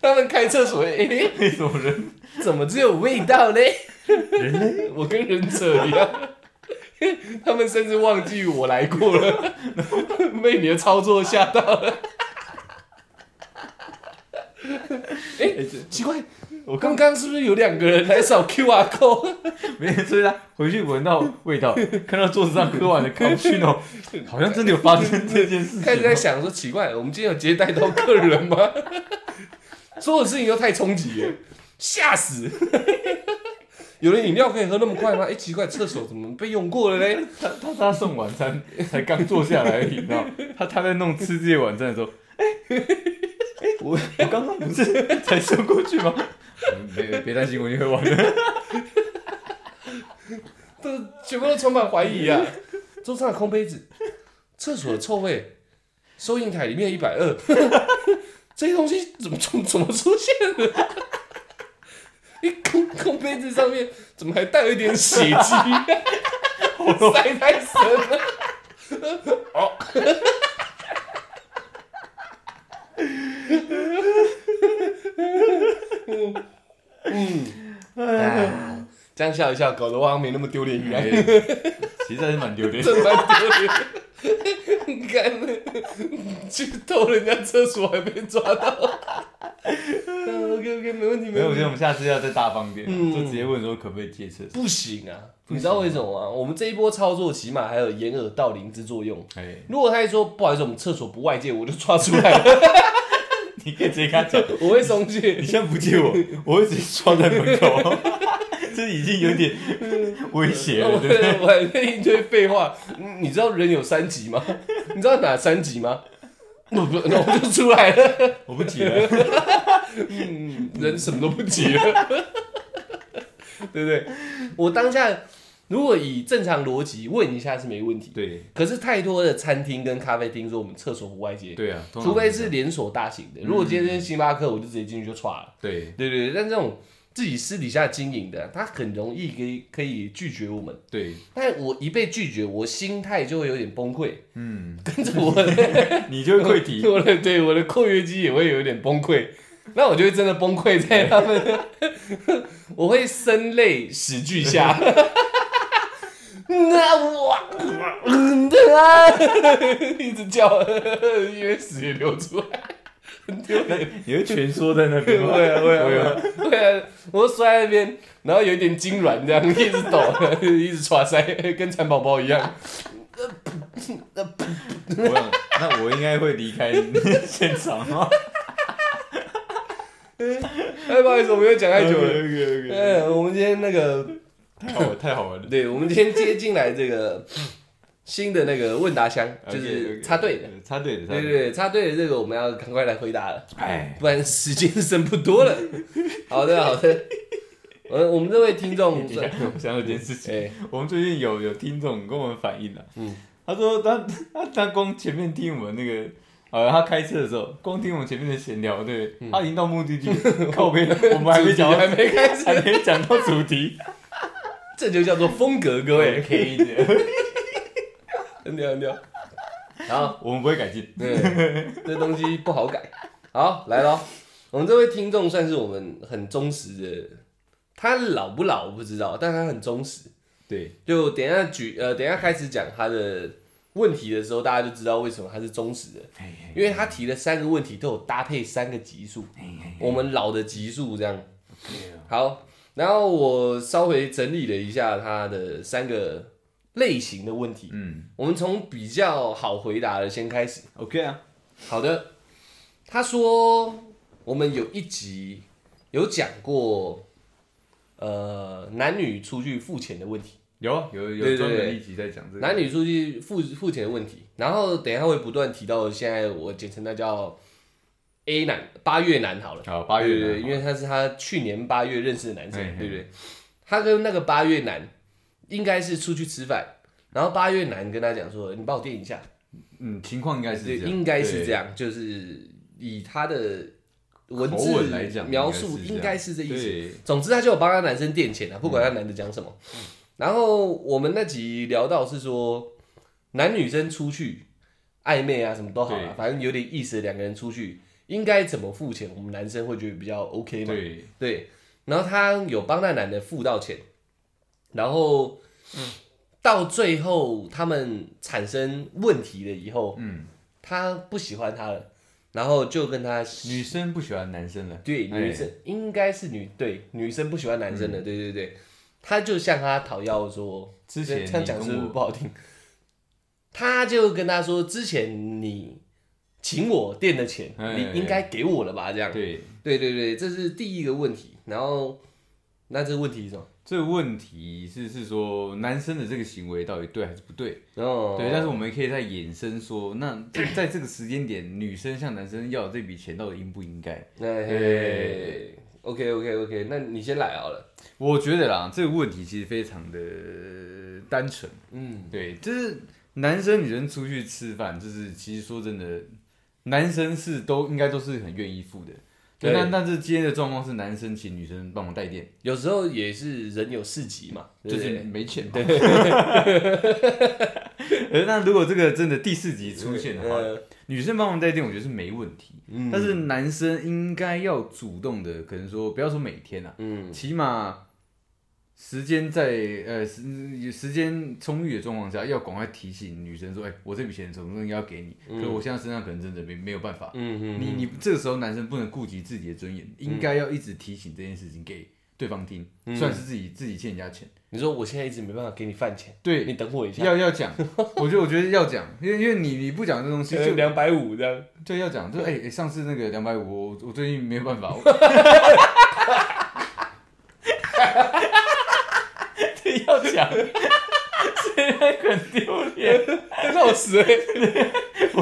Speaker 1: 他们开厕所哎、欸
Speaker 2: 那种 人，
Speaker 1: 怎么只有味道嘞？
Speaker 2: 人类
Speaker 1: 我跟忍者一样， 他们甚至忘记我来过了， 被你的操作吓到了。哎、
Speaker 2: 哎这
Speaker 1: 奇怪，我刚刚是不是有两个人来扫 QR code？
Speaker 2: 没人追他，回去闻到味道，看到桌子上喝完的 cappuccino，好像真的有发生这件事情
Speaker 1: 开始在
Speaker 2: 哦。
Speaker 1: 想说，奇怪，我们今天有接待到客人吗？ 所有事情都太冲击了，吓死！ 有人饮料可以喝那么快吗？哎、奇怪，厕所怎么被用过了嘞？
Speaker 2: 他他他送晚餐才刚坐下来而已，你知道吗？他他在弄吃这些晚餐的时候，哎、哎、我我刚刚不是才送过去吗？别别担心，我已经喝完了。
Speaker 1: 都全部都充满怀疑啊！桌上的空杯子， 厕所的臭味，收银台里面一百二， 这些东西怎么怎么怎么出现的？ 一空空杯子上面怎么还带有一点血 迹？塞太深了。 哦，嗯，啊这样笑一笑，搞得我好像没那么丢脸一样。
Speaker 2: 其实还是蛮丢脸的，
Speaker 1: 这蛮丢脸。 你看，去偷人家厕所还被抓到。OK OK，没问题，
Speaker 2: 没
Speaker 1: 没
Speaker 2: 有，我
Speaker 1: 问
Speaker 2: 觉得我
Speaker 1: 题。
Speaker 2: 们下次要再大方点，
Speaker 1: 嗯
Speaker 2: 就直接问说可不可以借厕所。
Speaker 1: 不行啊，你知道为什么吗？啊我们这一波操作起码还有掩耳盗铃之作用。
Speaker 2: 哎、
Speaker 1: 如果他一说不好意思，我们厕所不外借，我就抓出来 了，
Speaker 2: 你可以直接跟他讲，
Speaker 1: 我会松
Speaker 2: 你
Speaker 1: 懈。
Speaker 2: 先不借我，我会直接装在门口。这已经有点威胁
Speaker 1: 我
Speaker 2: 了，对不对？
Speaker 1: 我还被一堆废话，嗯你知道人有三级吗？你知道哪三级吗？ 我不，那我就出来了。
Speaker 2: 我不急了。
Speaker 1: 人什么都不急了，对不对？我当下如果以正常逻辑问一下是没问题，
Speaker 2: 对
Speaker 1: 可是太多的餐厅跟咖啡厅说我们厕所不外接，
Speaker 2: 对啊，通常
Speaker 1: 除非是连锁大型的。如果今天是星巴克，我就直接进去就歘了。
Speaker 2: 对
Speaker 1: 对对对，但这种自己私底下经营的，他很容易可以可以拒绝我们。
Speaker 2: 对，
Speaker 1: 但我一被拒绝，我心态就会有点崩溃，
Speaker 2: 嗯，
Speaker 1: 跟着我的
Speaker 2: 你就会溃堤，
Speaker 1: 我的 对我的括约肌也会有点崩溃。那我就会真的崩溃在他们 的，我会声泪始俱下。那我，嗯对啊， 一直叫，因为屎也流出来，很丢脸。
Speaker 2: 你会蜷缩在那
Speaker 1: 会
Speaker 2: 边
Speaker 1: 啊
Speaker 2: 吗？
Speaker 1: 会啊会啊
Speaker 2: 会
Speaker 1: 会
Speaker 2: 啊
Speaker 1: 啊会啊！我就摔在那边，然后有一点痉挛，这样一直抖， 一直刷塞，跟蚕宝宝一样。
Speaker 2: 我想那我应该会离开现场啊。
Speaker 1: 哎，不好意思，我没有讲 太久了。
Speaker 2: OK
Speaker 1: 哎，我们今天那个，
Speaker 2: OK，太好玩太好玩了。
Speaker 1: 对，我们今天接进来这个新的那个问答 箱，就是插队的。
Speaker 2: 的，呃插队的，插
Speaker 1: 对对
Speaker 2: 队的。
Speaker 1: 对，插队的这个我们要赶快来回答了，
Speaker 2: 哎，
Speaker 1: 不然时间剩不多 了。好的好的，呃，我们这位听众
Speaker 2: 等一，下 我想有件事情，
Speaker 1: 哎，
Speaker 2: 我们最近有有听众跟我们反映了、啊
Speaker 1: 嗯
Speaker 2: 他说他他他光前面听我们那个，呃，他开车的时候光听我们前面的闲聊，对，
Speaker 1: 嗯
Speaker 2: 他已经到目的地 了，靠边，我们还没讲到，
Speaker 1: 还没开始，
Speaker 2: 还没讲到主 题，
Speaker 1: 这就叫做风格，各位。
Speaker 2: OK 的，
Speaker 1: 很屌很屌。好，
Speaker 2: 我们不会改进，
Speaker 1: 对，这东西不好改。好，来咯。我们这位听众算是我们很忠实的，他老不老我不知道，但他很忠实。
Speaker 2: 对，
Speaker 1: 就等一下举呃，等一下开始讲他的问题的时候，大家就知道为什么他是忠实的，因为他提了三个问题都有搭配三个级数，
Speaker 2: 哎
Speaker 1: 我们老的级数这样。好，然后我稍微整理了一下他的三个类型的问题，
Speaker 2: 嗯
Speaker 1: 我们从比较好回答的先开始。
Speaker 2: ，OK 啊，
Speaker 1: 好的，他说我们有一集有讲过，呃，男女出去付钱的问题，
Speaker 2: 有啊有
Speaker 1: 对对
Speaker 2: 有专
Speaker 1: 对
Speaker 2: 门一集在讲这个，
Speaker 1: 男女出去付付钱的问题。然后等一下会不断提到，现在我简称他叫 A 男，八月男好了。
Speaker 2: 好八
Speaker 1: 对对
Speaker 2: 月
Speaker 1: 对，因
Speaker 2: 男哦
Speaker 1: 为他是他去年八月认识的男生
Speaker 2: 嘿，嘿
Speaker 1: 对不对？他跟那个八月男应该是出去吃饭，然后八月男跟他讲说：“你帮我垫一下。”
Speaker 2: 嗯，情况应该是
Speaker 1: 对，
Speaker 2: 这样，
Speaker 1: 应该是这
Speaker 2: 样，
Speaker 1: 样，就是以他的文
Speaker 2: 口吻来
Speaker 1: 字
Speaker 2: 讲
Speaker 1: 描述应
Speaker 2: 应
Speaker 1: 该
Speaker 2: 该
Speaker 1: 是这意思。
Speaker 2: 对，
Speaker 1: 总之，他就有帮他男生垫钱啊，不管他男的讲什么。然后我们那集聊到是说，男女生出去暧昧啊，什么都好了、
Speaker 2: 对
Speaker 1: 反正有点意思，两个人出去应该怎么付钱，我们男生会觉得比较 OK 嘛？
Speaker 2: 对，
Speaker 1: 对，然后他有帮那男的付到钱，然后、到最后他们产生问题了以后，
Speaker 2: 嗯，
Speaker 1: 他不喜欢他了，然后就跟他
Speaker 2: 女生不喜欢男生了，
Speaker 1: 对
Speaker 2: 哎
Speaker 1: 女生、应该是女对女生不喜欢男生的，对对对，他就向他讨要说，
Speaker 2: 嗯之前
Speaker 1: 这样
Speaker 2: 你
Speaker 1: 讲是
Speaker 2: 跟
Speaker 1: 不是
Speaker 2: 我
Speaker 1: 不好听？他就跟他说，之前你请我垫的钱，
Speaker 2: 哎
Speaker 1: 你应该给我了吧？这样，
Speaker 2: 对
Speaker 1: 对对对，这是第一个问题。然后，那这个问题是什么？
Speaker 2: 这个问题是是说男生的这个行为到底对还是不对？
Speaker 1: 然后
Speaker 2: 对，但是我们也可以再衍生说，那在在这个时间点，女生向男生要这笔钱到底应不应该？
Speaker 1: 哎，OK OK OK，那你先来好了。
Speaker 2: 我觉得啦，这个问题其实非常的单纯。
Speaker 1: 嗯，
Speaker 2: 对，就是男生女生出去吃饭，就是其实说真的，男生是都应该都是很愿意付的。对，
Speaker 1: 对
Speaker 2: 那但是今天的状况是男生请女生帮忙带电，
Speaker 1: 有时候也是人有四级嘛，对
Speaker 2: 就
Speaker 1: 不
Speaker 2: 是
Speaker 1: 对？
Speaker 2: 没钱嘛。 呃那如果这个真的第四集出现的 话，
Speaker 1: 呃
Speaker 2: 女生帮忙带电，我觉得是没问题。
Speaker 1: 嗯
Speaker 2: 但是男生应该要主动的，可能说不要说每天啊，
Speaker 1: 嗯，
Speaker 2: 起码时间在呃时时间充裕的状况下，要赶快提醒女生说，哎、我这笔钱什么东西要给你，可是我现在身上可能真的没没有办法。
Speaker 1: 嗯嗯嗯，
Speaker 2: 你你这个时候男生不能顾及自己的尊严，应该要一直提醒这件事情给对方听，
Speaker 1: 嗯
Speaker 2: 算是自己自己欠人家钱。
Speaker 1: 你说我现在一直没办法给你饭钱，
Speaker 2: 对，
Speaker 1: 你等我一下，
Speaker 2: 要要讲，我觉得我觉得要讲，因为因为你你不讲这 东西就
Speaker 1: 两百五这样，
Speaker 2: 对要讲，就哎、哎上次那个两百五，我我最近没有办法，我
Speaker 1: 这要讲，
Speaker 2: 现在很丢脸。
Speaker 1: 闹死欸！ 我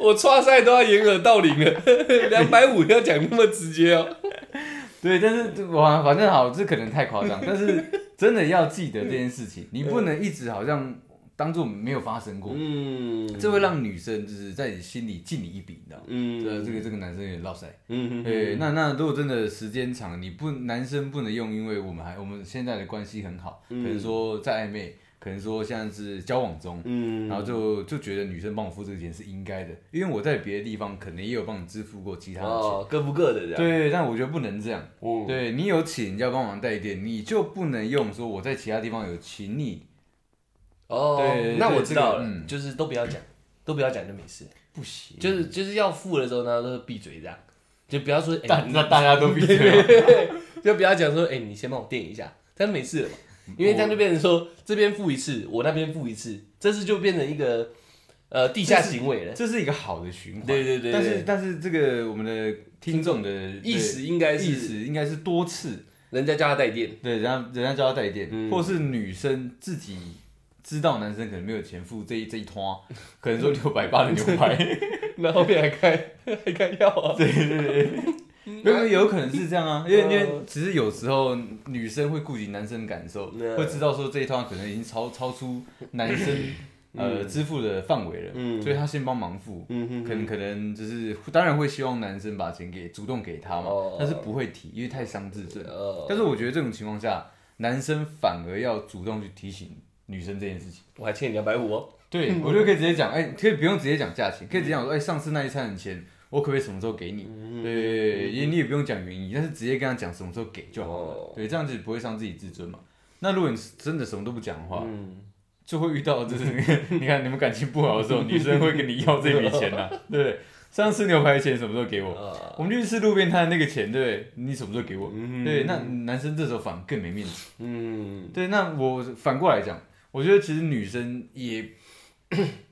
Speaker 1: 我我刷赛都要掩耳盗铃了，两百五要讲那么直接哦。
Speaker 2: 对，但是哇，反正好，这可能太夸张，但是真的要记得这件事情，你不能一直好像当做没有发生过，
Speaker 1: 嗯，
Speaker 2: 这会让女生就是在你心里敬你一笔，你知道吗？
Speaker 1: 嗯
Speaker 2: 对，这个这个男生有点落塞。
Speaker 1: 嗯
Speaker 2: 对，那那如果真的时间长，你不男生不能用，因为我们还我们现在的关系很好，
Speaker 1: 嗯
Speaker 2: 可能说在暧昧，可能说现在是交往中，
Speaker 1: 嗯
Speaker 2: 然后就就觉得女生帮我付这个钱是应该的，因为我在别的地方可能也有帮你支付过其他的钱。
Speaker 1: 哦，各不各的这样，
Speaker 2: 对，但我觉得不能这样。
Speaker 1: 嗯，
Speaker 2: 对你有请人家帮忙带电，你就不能用说我在其他地方有请你，
Speaker 1: 哦
Speaker 2: 对，
Speaker 1: 那
Speaker 2: 对
Speaker 1: 我
Speaker 2: 这
Speaker 1: 知
Speaker 2: 个
Speaker 1: 道了，
Speaker 2: 嗯
Speaker 1: 就是都不要讲，都不要讲就没事，
Speaker 2: 不行。
Speaker 1: 就是就是要付的时候呢，都是闭嘴这样，就不要说，哎
Speaker 2: 大那大家都闭
Speaker 1: 对
Speaker 2: 嘴
Speaker 1: 对
Speaker 2: 了。
Speaker 1: 对对，就不要讲说，哎、你先帮我垫一下，但没事了嘛，因为这样就变成说这边付一次，我那边付一次，这次就变成一个呃地下行为了。
Speaker 2: 这是一个好的循环。
Speaker 1: 对对对对
Speaker 2: 但是但是这个我们的听众的
Speaker 1: 意思
Speaker 2: 对
Speaker 1: 应该
Speaker 2: 意
Speaker 1: 是
Speaker 2: 思应该是多次，
Speaker 1: 人家叫他带电，
Speaker 2: 对，人家人家叫他带电，
Speaker 1: 嗯
Speaker 2: 或是女生自己知道男生可能没有钱付这一这一摊，可能说六百八 的牛排，
Speaker 1: 那后面还开还开药啊？
Speaker 2: 对对对对。没有，有可能是这 样啊，因为因
Speaker 1: 呃
Speaker 2: 为其实有时候女生会顾及男生感受，
Speaker 1: 嗯
Speaker 2: 会知道说这一趟可能已经超超出 男生呃支付的范围了，
Speaker 1: 嗯
Speaker 2: 所以他先帮忙付，
Speaker 1: 嗯哼
Speaker 2: 可能可能就是当然会希望男生把钱给主动给他嘛，
Speaker 1: 哦
Speaker 2: 但是不会提，因为太伤自尊。
Speaker 1: 呃，
Speaker 2: 但是我觉得这种情况下，男生反而要主动去提醒女生这件事情。
Speaker 1: 我还欠你两百五哦。
Speaker 2: 对，我就可以直接讲，哎、可以不用直接讲价钱，可以直接讲说，哎、上次那一餐的钱，我可不可以什么时候给你？
Speaker 1: 嗯
Speaker 2: 对，也你也不用讲原因，但是直接跟他讲什么时候给就好了。
Speaker 1: 哦
Speaker 2: 对，这样子不会伤自己自尊嘛。那如果你真的什么都不讲的话，
Speaker 1: 嗯，
Speaker 2: 就会遇到就是你看你们感情不好的时候，女生会跟你要这笔钱 呐、对不对？上次牛排的钱什么时候给我？
Speaker 1: 呃，
Speaker 2: 我们去吃路边摊那个钱，对不对？你什么时候给我？
Speaker 1: 嗯
Speaker 2: 对，那男生这时候反而更没面子。
Speaker 1: 嗯，
Speaker 2: 对，那我反过来讲，我觉得其实女生也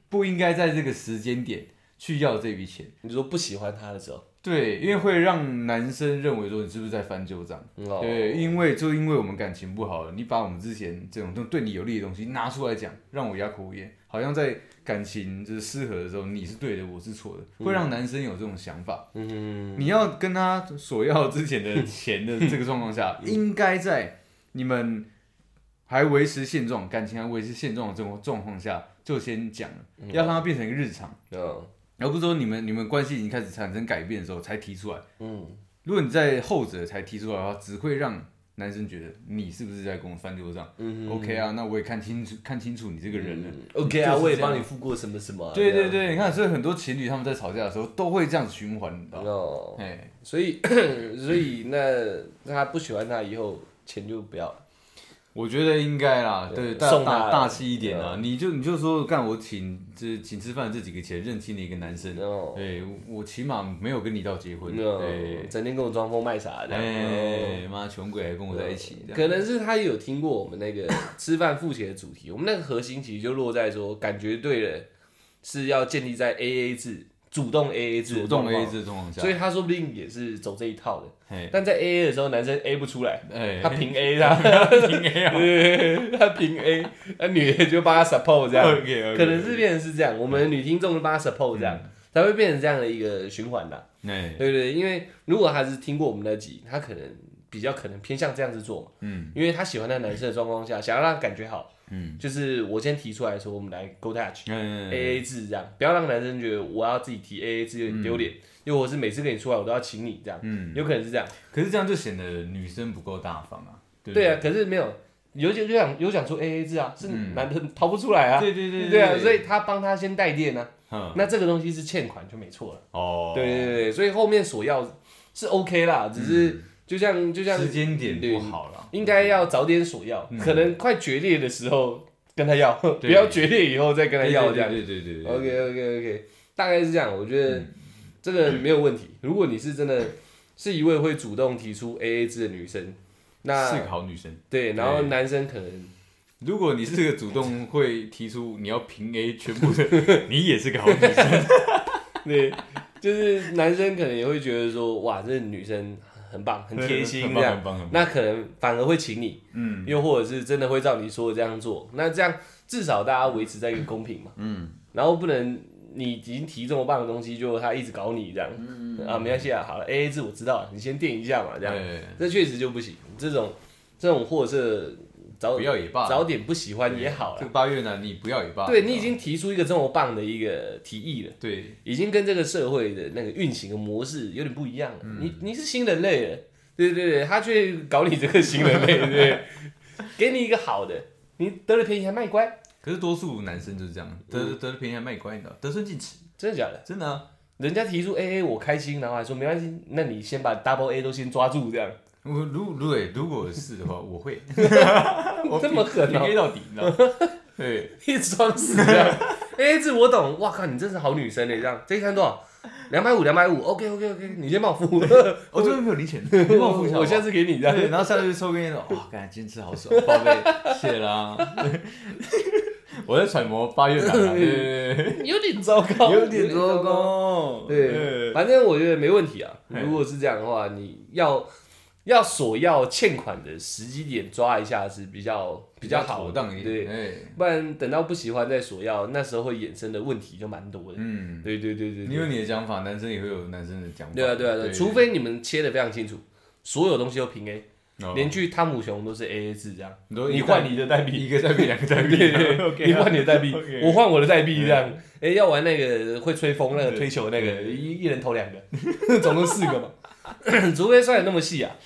Speaker 2: 不应该在这个时间点去要这笔钱，
Speaker 1: 你说不喜欢他的时候，
Speaker 2: 对，因为会让男生认为说你是不是在翻旧账。
Speaker 1: 哦
Speaker 2: 对，，因为就因为我们感情不好了，你把我们之前这种这种对你有利的东西拿出来讲，让我哑口无言，好像在感情就是失和的时候，你是对的，我是错的，会让男生有这种想法。
Speaker 1: 嗯，
Speaker 2: 你要跟他索要之前的钱的这个状 况下，
Speaker 1: 嗯
Speaker 2: 应该在你们还维持现状、感情还维持现状的这种状况下，就先讲了，要让它变成一个日常，
Speaker 1: 嗯
Speaker 2: 而不是说你们你们关系已经开始产生改变的时候才提出来。
Speaker 1: 嗯，
Speaker 2: 如果你在后者才提出来的话，只会让男生觉得你是不是在跟我翻旧账。
Speaker 1: 嗯
Speaker 2: OK 啊，那我也看清楚看清楚你这个人了。
Speaker 1: 嗯，OK 啊，
Speaker 2: 就是这样
Speaker 1: 我也帮你付过什么什么啊，
Speaker 2: 对
Speaker 1: 这
Speaker 2: 对
Speaker 1: 样，
Speaker 2: 对，你看，所以很多情侣他们在吵架的时候都会这样子循环，你知道吗？
Speaker 1: 哦，
Speaker 2: 哎，
Speaker 1: 所以 所以那那他不喜欢他以后钱就不要，
Speaker 2: 我觉得应该啦，对，大
Speaker 1: 送他
Speaker 2: 大
Speaker 1: 啦
Speaker 2: 大气一点啊！你就你就说，干我请这请吃饭这几个钱认清了一个男生，
Speaker 1: 哦，
Speaker 2: 对我我起码没有跟你到结婚，
Speaker 1: 那
Speaker 2: 对，
Speaker 1: 整天跟我装疯卖傻的，
Speaker 2: 哎妈穷鬼还跟我
Speaker 1: 哦
Speaker 2: 在一起，这样
Speaker 1: 可能是他有听过我们那个吃饭付钱的主题，我们那个核心其实就落在说，感觉对了是要建立在 AA 制，主动 AA 制，
Speaker 2: 主动 A A，制的状况下
Speaker 1: 所，以他说不定也是走这一套的，
Speaker 2: 哎
Speaker 1: 但在 AA 的时候，男生 A 不出来，
Speaker 2: 哎，
Speaker 1: 他 平 A 啦。
Speaker 2: 平 A
Speaker 1: 哎
Speaker 2: 啊
Speaker 1: 对，他平 A，那女的就帮他 support 这样，
Speaker 2: ，OK，
Speaker 1: 可能是变成是这样，我们女听众就帮他 support 这样，
Speaker 2: 嗯
Speaker 1: 才会变成这样的一个循环啦。
Speaker 2: 哎，
Speaker 1: 对不对？因为如果他是听过我们那集，他可能比较可能偏向这样子做嘛，
Speaker 2: 嗯，
Speaker 1: 因为他喜欢那男生的状况下，想要让他感觉好，
Speaker 2: 嗯，
Speaker 1: 就是我先提出来说，我们来 go touch。
Speaker 2: 哎，
Speaker 1: A A 制这样，不要让男生觉得我要自己提 A A 制有点丢脸，又或是每次跟你出来我都要请你这样，
Speaker 2: 嗯，
Speaker 1: 有可能是这样。
Speaker 2: 可是这样就显得女生不够大方啊，不
Speaker 1: 对啊，，可是没有，有就就想有想说 A A 制啊，是
Speaker 2: 嗯
Speaker 1: 男的逃不出来啊。
Speaker 2: 对对对
Speaker 1: 对啊，所以他帮他先带电呢、
Speaker 2: 嗯
Speaker 1: 那这个东西是欠款就没错了。
Speaker 2: 哦，
Speaker 1: 对对对，所以后面索要是 OK 啦，只是就像就像
Speaker 2: 嗯时间嗯点不好了，
Speaker 1: 应该要早点索要，可能快决裂的时候跟他要，不要决裂以后再跟他要这样。
Speaker 2: 对对对对对嗯
Speaker 1: OK OK OK，大概是这样，我觉得这个没有问题。如果你是真的是一位会主动提出 AA 制的女生，
Speaker 2: 是
Speaker 1: 那
Speaker 2: 个好女生。
Speaker 1: 对，然后
Speaker 2: 对
Speaker 1: 男生可能
Speaker 2: 如果你是个主动会提出你要平 A 全部的，你也是个好女生。
Speaker 1: 对，就是男生可能也会觉得说，哇，这女生很棒， 很贴心
Speaker 2: 很
Speaker 1: 这
Speaker 2: 棒
Speaker 1: 样
Speaker 2: 很棒很，棒
Speaker 1: 那可能反而会请你，
Speaker 2: 嗯，
Speaker 1: 又或者是真的会照你说的这样做，那这样至少大家维持在一个公平嘛，嗯，然后不能你已经提这么棒的东西，就他一直搞你这样，
Speaker 2: 嗯
Speaker 1: 啊，没关系啊，好了，A A 制我知道，你先垫一下嘛，这样，
Speaker 2: 对
Speaker 1: 这确实就不行。这种这种货色早
Speaker 2: 不要也罢
Speaker 1: 早点不喜欢也好
Speaker 2: 这个
Speaker 1: 了。
Speaker 2: 八月呢，你不要也罢。
Speaker 1: 对你已经提出一个这么棒的一个提议了，
Speaker 2: 对
Speaker 1: 已经跟这个社会的那个运行的模式有点不一样了。
Speaker 2: 嗯
Speaker 1: 你你是新人类了，对对对，他却搞你这个新人类，对不对？给你一个好的，你得了便宜还卖乖，
Speaker 2: 可是多数男生就是这样，
Speaker 1: 嗯
Speaker 2: 得得了便宜还卖乖，你知道，得寸进尺，
Speaker 1: 真的假的？
Speaker 2: 真的啊。
Speaker 1: 人家提出 A A 我开心，然后还说没关系，那你先把 Double A 都先抓住，这样
Speaker 2: 我如如对，如果 是的话，我会 我
Speaker 1: 这么狠哦
Speaker 2: ，A 到底，你知道？对，
Speaker 1: 一直装死哎这样。A A 制我懂，哇靠，你真是好女生呢，欸这样这一餐多少？两百五，两百五，OK OK OK，你先帮我付，
Speaker 2: 我哦这边没有 零钱， 你帮我付一下好不好。
Speaker 1: 我下次给你这样。
Speaker 2: 对，然后下来就抽根烟，哇，感觉今天吃好爽，宝贝，谢 啦。我在揣摩八月男啊，对对对
Speaker 1: 有点糟糕，
Speaker 2: 有点糟。糕。
Speaker 1: 对，，反正我觉得没问题啊。
Speaker 2: 嘿
Speaker 1: 如果是这样的话，你要要索要欠款的时机点抓一下是比较比较好的
Speaker 2: 妥当一
Speaker 1: 对，
Speaker 2: 点。对，
Speaker 1: 不然等到不喜欢再索要，那时候会衍生的问题就蛮多的。
Speaker 2: 嗯，
Speaker 1: 对对对对
Speaker 2: 你
Speaker 1: 对，
Speaker 2: 有你的讲法，男生也会有男生的讲法。
Speaker 1: 对啊对啊对啊，除非你们切的非常清楚，所有东西都平 A，
Speaker 2: 哦
Speaker 1: 连去汤姆熊都是 A A 制这样，
Speaker 2: 你都
Speaker 1: 你
Speaker 2: 一代
Speaker 1: 换你的代币。
Speaker 2: 一个代币，两 个代币，
Speaker 1: 对 对
Speaker 2: OK
Speaker 1: 对，
Speaker 2: 啊
Speaker 1: 你换你的代币哦
Speaker 2: OK，
Speaker 1: 我换我的代币，这样。哎，要玩那个会吹风、那个
Speaker 2: 对
Speaker 1: 推球那个，
Speaker 2: 对
Speaker 1: 一一人投两个， 总共四个嘛。 除非算的那么细啊，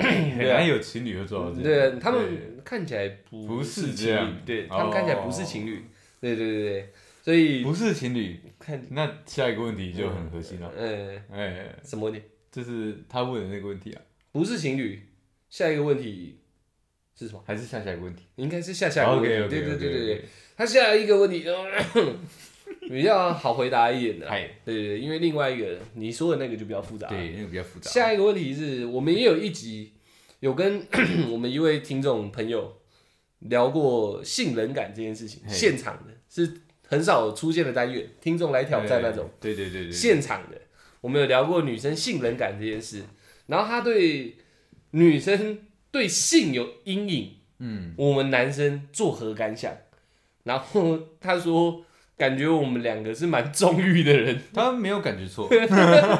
Speaker 2: 很难哎有情侣会做到这样。
Speaker 1: 对啊他
Speaker 2: 对
Speaker 1: 们看起来
Speaker 2: 不
Speaker 1: 不
Speaker 2: 是
Speaker 1: 情
Speaker 2: 这样
Speaker 1: 侣，对他们看起来不是
Speaker 2: 哦
Speaker 1: 情侣，对对对对，所以
Speaker 2: 不是情侣，
Speaker 1: 看
Speaker 2: 那下一个问题就很核心了。
Speaker 1: 呃
Speaker 2: 哎，
Speaker 1: 什么呢？
Speaker 2: 这是他问的那个问题啊，
Speaker 1: 不是情侣，下一个问题是什么？
Speaker 2: 还是下下一个问题？
Speaker 1: 应该是下下一个问题，
Speaker 2: OK，OK，OK，OK
Speaker 1: 对对对对对，他下一个问题呃 比较好回答一点的啦，
Speaker 2: 哎，
Speaker 1: 对对，对因为另外一个你说的那个就比较复杂。，
Speaker 2: 对，那个比较复杂。
Speaker 1: 下一个问题是我们也有一集有跟 我们一位听众朋友聊过性冷感这件事情，
Speaker 2: 嘿
Speaker 1: 现场的是很少出现的单元，听众来挑战那种
Speaker 2: 对。对对对对，
Speaker 1: 现场的，我们有聊过女生性冷感这件事，然后他对女生对性有阴影，
Speaker 2: 嗯，
Speaker 1: 我们男生作何感想？然后他说，感觉我们两个是蛮 中欲的人，
Speaker 2: 他没有感觉 错，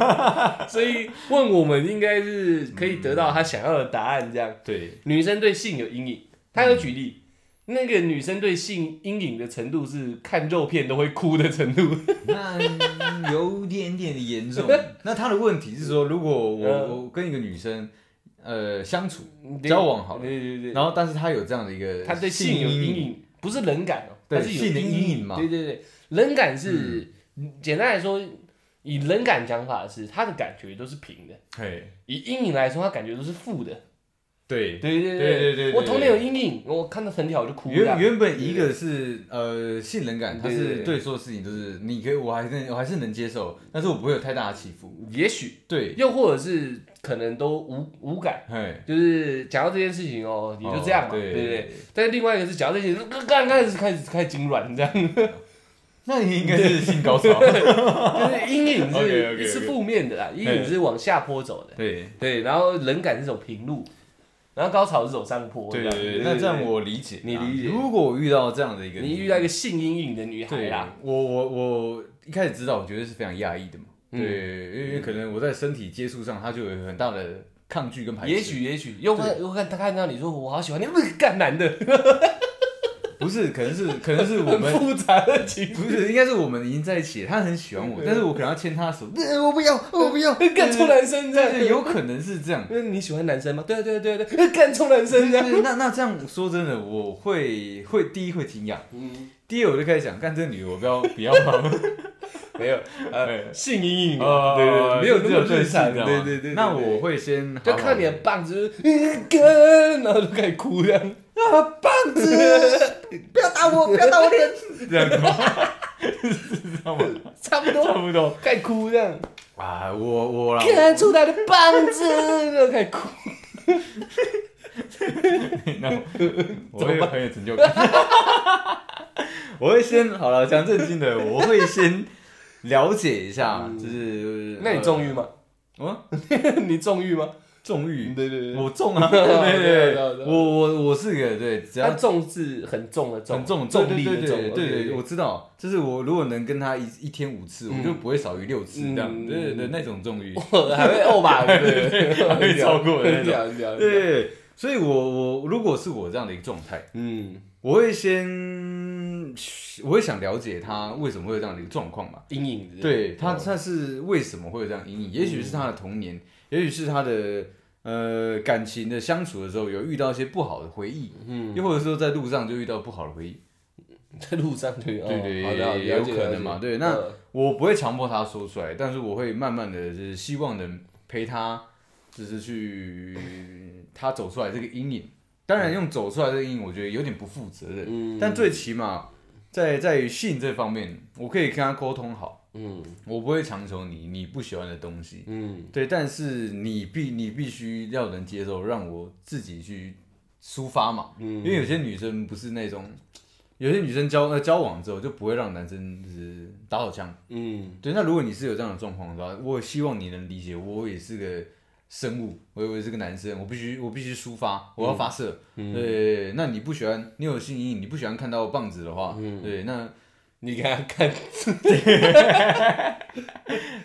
Speaker 1: 所以问我们应该是可以得到他想要的答案。这样，
Speaker 2: 对，
Speaker 1: 女生对性有阴影，他有举例。那个女生对性阴影的程度是看肉片都会哭的程度，
Speaker 2: 那有点点的严 重。那他的问题是说，如果我
Speaker 1: 嗯
Speaker 2: 我跟一个女生呃相处 交往好了，
Speaker 1: 对对对对，
Speaker 2: 然后但是她有这样的一个
Speaker 1: 她对性
Speaker 2: 性
Speaker 1: 有阴
Speaker 2: 影，
Speaker 1: 影，不是冷感哦、
Speaker 2: 对
Speaker 1: 它是有
Speaker 2: 性的
Speaker 1: 阴
Speaker 2: 阴影嗯嘛
Speaker 1: 对对对，冷感是、简单来说，以冷感讲法是，她的感觉都是平的。
Speaker 2: 嘿，
Speaker 1: 以阴影来说，他感觉都是负的。
Speaker 2: 对。
Speaker 1: 对对
Speaker 2: 对对对对
Speaker 1: 我童年有阴影，我看到藤条我就哭了。
Speaker 2: 原原本一个是呃性能感，他
Speaker 1: 对对
Speaker 2: 是
Speaker 1: 对
Speaker 2: 对所有事情都是你可以，我还是我还是能接受，但是我不会有太大的起伏。
Speaker 1: 也许，
Speaker 2: 对，
Speaker 1: 又或者是可能都无无感，
Speaker 2: 嘿，
Speaker 1: 就是讲到这件事情哦，你就这样嘛，
Speaker 2: 哦
Speaker 1: 对
Speaker 2: 对
Speaker 1: 不对？但是另外一个是讲到这件事，刚刚开始开始开始痉挛这样，
Speaker 2: 那你应该是性高潮。
Speaker 1: 就是阴影
Speaker 2: OK，OK，OK
Speaker 1: 是是负面的啦，阴影是往下坡走的，
Speaker 2: 对，
Speaker 1: 对，然后冷感是走平路，然后高潮是走上坡，
Speaker 2: 对
Speaker 1: 这
Speaker 2: 对
Speaker 1: 样
Speaker 2: 对，那这样我理解啊，
Speaker 1: 你理解
Speaker 2: 如果我遇到这样的一个女生，
Speaker 1: 你遇到一个性阴影的女孩
Speaker 2: 对啊
Speaker 1: 啦，，
Speaker 2: 我我我一开始知道，我觉得是非常讶异的嘛。
Speaker 1: 嗯
Speaker 2: 对，因为可能我在身体接触上，他就有很大的抗拒跟排斥。
Speaker 1: 也许也许又看又看他看到你说我好喜欢你，不是干男的。
Speaker 2: 不是，可能是可能是我们
Speaker 1: 复杂的情
Speaker 2: 不是，应该是我们已经在一起了，他很喜欢我，但是我可能要牵他的手，呃我不要，我不要，
Speaker 1: 干臭男生这
Speaker 2: 对，
Speaker 1: 样。
Speaker 2: 有可能是 这样。
Speaker 1: 那你喜欢男生吗？对啊对啊对啊对啊， 干臭男
Speaker 2: 对
Speaker 1: 生这样。
Speaker 2: 对，那那这样说真的，我会会第一会惊讶，
Speaker 1: 嗯，
Speaker 2: 第二我就开始想，干这女的我不要不要 吧。
Speaker 1: 没有，呃，性阴影啊，对对，对
Speaker 2: 呃
Speaker 1: 没有那么
Speaker 2: 这
Speaker 1: 正常，啊
Speaker 2: 的
Speaker 1: 对
Speaker 2: 嘛
Speaker 1: 对对。
Speaker 2: 那
Speaker 1: 对
Speaker 2: 我
Speaker 1: 对
Speaker 2: 会先
Speaker 1: 就
Speaker 2: 好好
Speaker 1: 看你的棒子，嗯干，然后就开始哭这样。啊，棒 子，
Speaker 2: 不要打我，不要打我脸，这样子吗？ 知道吗？
Speaker 1: 差不
Speaker 2: 差
Speaker 1: 多，
Speaker 2: 不多
Speaker 1: 开始哭这样。
Speaker 2: 啊，我 我啦，
Speaker 1: 干出来的棒子，然后开始哭。
Speaker 2: 那 我我会很有成就 感。我会先好了，讲正经的，我会先了解一下，就是
Speaker 1: 那你中，欲吗？
Speaker 2: 呃呃我
Speaker 1: 你中欲吗？
Speaker 2: 纵欲，
Speaker 1: 对对对，
Speaker 2: 我重啊，
Speaker 1: 对
Speaker 2: 对对
Speaker 1: 对
Speaker 2: 对，
Speaker 1: 对
Speaker 2: 我我我是个对，只
Speaker 1: 他
Speaker 2: 要
Speaker 1: 重是很重的重，
Speaker 2: 很重
Speaker 1: 重力
Speaker 2: 对
Speaker 1: 的
Speaker 2: 对
Speaker 1: 重，
Speaker 2: 对
Speaker 1: OK，
Speaker 2: 对
Speaker 1: OK
Speaker 2: 对，我知道，就是我如果能跟他一一天五次，我就不会少于六次这
Speaker 1: 嗯
Speaker 2: 样，对对对，那种纵欲，
Speaker 1: 还会欧吧，对对对，
Speaker 2: 还 会超过的
Speaker 1: 很
Speaker 2: 那种
Speaker 1: 屌很屌，很屌
Speaker 2: 对，对，对所以我我如果是我这样的一个状态。
Speaker 1: 嗯，
Speaker 2: 我会先，我会想了解他为什么会有这样的一个状况嘛？
Speaker 1: 阴影的，
Speaker 2: 对他，
Speaker 1: 哦
Speaker 2: 他是为什么会有这样的阴影？也许是他的童年，也许是他的呃感情的相处的时候有遇到一些不好的回忆，
Speaker 1: 嗯，
Speaker 2: 又或者说在路上就遇到不好的回忆。
Speaker 1: 在路上对，哦
Speaker 2: 对对
Speaker 1: 好的，好的
Speaker 2: 也有
Speaker 1: 了解
Speaker 2: 可能嘛
Speaker 1: 了解
Speaker 2: 对那
Speaker 1: 嗯
Speaker 2: 我不会强迫他说出来，但是我会慢慢的，就是希望能陪他，就是去他走出来这个阴影。当然，用走出来这个阴影，我觉得有点不负责任。
Speaker 1: 嗯
Speaker 2: 但最起码在在于性这方面，我可以跟他沟通好，
Speaker 1: 嗯
Speaker 2: 我不会强求你你不喜欢的东西，
Speaker 1: 嗯
Speaker 2: 对，但是你必你必须要能接受，让我自己去抒发嘛，
Speaker 1: 嗯，
Speaker 2: 因为有些女生不是那种，有些女生交呃交往之后就不会让男生就是打手枪，
Speaker 1: 嗯
Speaker 2: 对，那如果你是有这样的状况的话，我希望你能理解，我也是个生物，我我也是个男生，我必须我必须抒发，我要发射。
Speaker 1: 嗯
Speaker 2: 对，那你不喜欢，你有性阴影，你不喜欢看到棒子的话，
Speaker 1: 嗯
Speaker 2: 对，那
Speaker 1: 你给他看，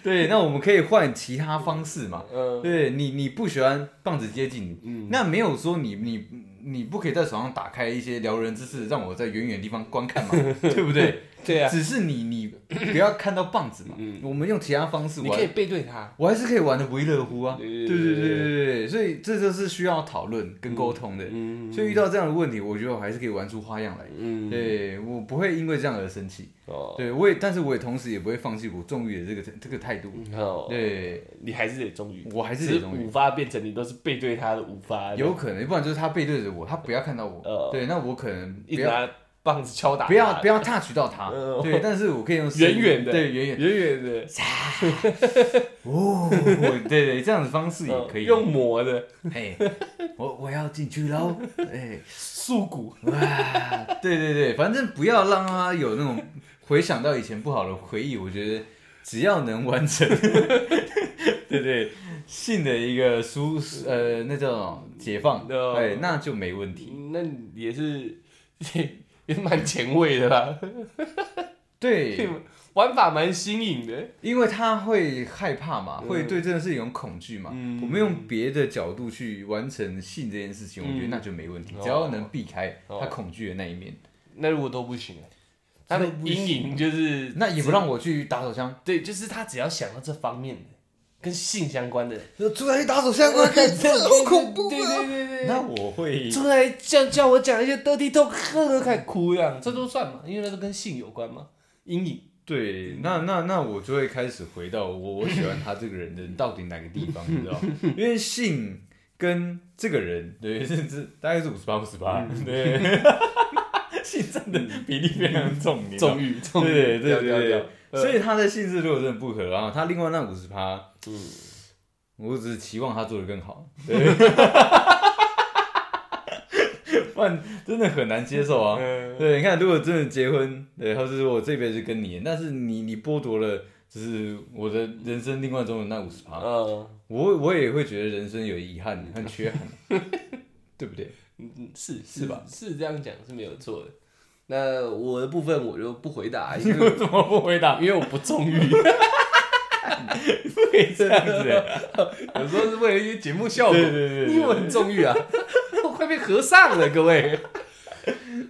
Speaker 2: 对，那我们可以换其他方式嘛。
Speaker 1: 嗯
Speaker 2: 对你，你不喜欢棒子接近你，那没有说你你你不可以在手上打开一些撩人之事，让我在远远的地方观看嘛，对不对？
Speaker 1: 对啊，嗯
Speaker 2: 只是你你不要看到棒子嘛，我们用其他方式
Speaker 1: 你
Speaker 2: 玩
Speaker 1: 可以。背对他，
Speaker 2: 我还是可以玩的不亦乐乎啊！
Speaker 1: 对对
Speaker 2: 对对
Speaker 1: 对
Speaker 2: 对对对对，所以这就是需要讨论跟沟通的。
Speaker 1: 嗯
Speaker 2: 所以遇到这样的问题，我觉得我还是可以玩出花样来。
Speaker 1: 嗯，
Speaker 2: 对我不会因为这样而生气，
Speaker 1: 哦，
Speaker 2: 对我也，但是我也同时也不会放弃我纵欲的这个这个态度。
Speaker 1: 好，
Speaker 2: 对
Speaker 1: 你还是得忠于，
Speaker 2: 我还是
Speaker 1: 哦只
Speaker 2: 得
Speaker 1: 是
Speaker 2: 忠于，
Speaker 1: 五发变成你都是背对他的五发，
Speaker 2: 有可能，不然就是他背对着我，他不要看到
Speaker 1: 呃
Speaker 2: 我，对，那我可能不
Speaker 1: 一直
Speaker 2: 要
Speaker 1: 拿棒子敲打他，
Speaker 2: 不要不要 touch 到他
Speaker 1: 嗯，
Speaker 2: 对，但是我可以用声音
Speaker 1: 远远的
Speaker 2: 对远远
Speaker 1: 远远的，
Speaker 2: 哦， 对对，这样的方式也
Speaker 1: 嗯
Speaker 2: 可以
Speaker 1: 用磨的
Speaker 2: 哎，我我要进去 喽，哎。
Speaker 1: 素骨，
Speaker 2: 哇，对对对，反正不要让他有那种回想到以前不好的回忆。我觉得只要能完成， 对对，性的一个舒呃，那叫什么解放，
Speaker 1: 哦
Speaker 2: 对，那就没问题。
Speaker 1: 那也是 也蛮前卫的啦，
Speaker 2: 对，
Speaker 1: 玩法蛮新颖的。
Speaker 2: 因为他会害怕嘛，
Speaker 1: 嗯
Speaker 2: 会对这件事情有恐惧嘛。
Speaker 1: 嗯
Speaker 2: 我们用别的角度去完成性这件事情，我觉得
Speaker 1: 嗯
Speaker 2: 那就没问题，
Speaker 1: 哦
Speaker 2: 只要能避开
Speaker 1: 哦
Speaker 2: 他恐惧的那一面，
Speaker 1: 那如果都不行呢，他的阴影就是
Speaker 2: 那也不让我去打手枪。
Speaker 1: 对，就是他只要想到这方面的跟性相关的，
Speaker 2: 出来打手 枪，我感觉好恐怖啊
Speaker 1: 对对对 对，
Speaker 2: 那我会
Speaker 1: 出来叫叫我讲一些 dirty talk，呵呵开始哭这样，这都算嘛，因为那都跟性有关嘛，阴影。
Speaker 2: 对，那那那我就会开始回到我我喜欢他这个人的到底哪个地方，你知道？因为性跟这个人，对，是是大概是五十八五十八，对，性占的比例非常重，你知道
Speaker 1: 纵欲，纵欲，
Speaker 2: 对对
Speaker 1: 掉
Speaker 2: 对
Speaker 1: 掉
Speaker 2: 对
Speaker 1: 掉，
Speaker 2: 对，所以他的性质如果真的不合啊，他另外那五十趴，
Speaker 1: 嗯
Speaker 2: 我只是期望他做的更好，对， 不然真的很难接受啊。
Speaker 1: 嗯
Speaker 2: 对，你看，如果真的结婚，对，或者是我这辈子跟你，但是你你剥夺了，就是我的人生另外中的那五十趴，
Speaker 1: 嗯
Speaker 2: 我我也会觉得人生有遗憾和缺憾， 对不对？
Speaker 1: 嗯，是
Speaker 2: 是吧？
Speaker 1: 是这样讲是没有错的。那我的部分我就不回答，因
Speaker 2: 你
Speaker 1: 为
Speaker 2: 怎么不回答？
Speaker 1: 因为我不纵欲，
Speaker 2: 不可以这样子欸，
Speaker 1: 有时候是为了一些节目效果。
Speaker 2: 对对对对
Speaker 1: 因为我很纵欲啊， 我快变和尚了，各位。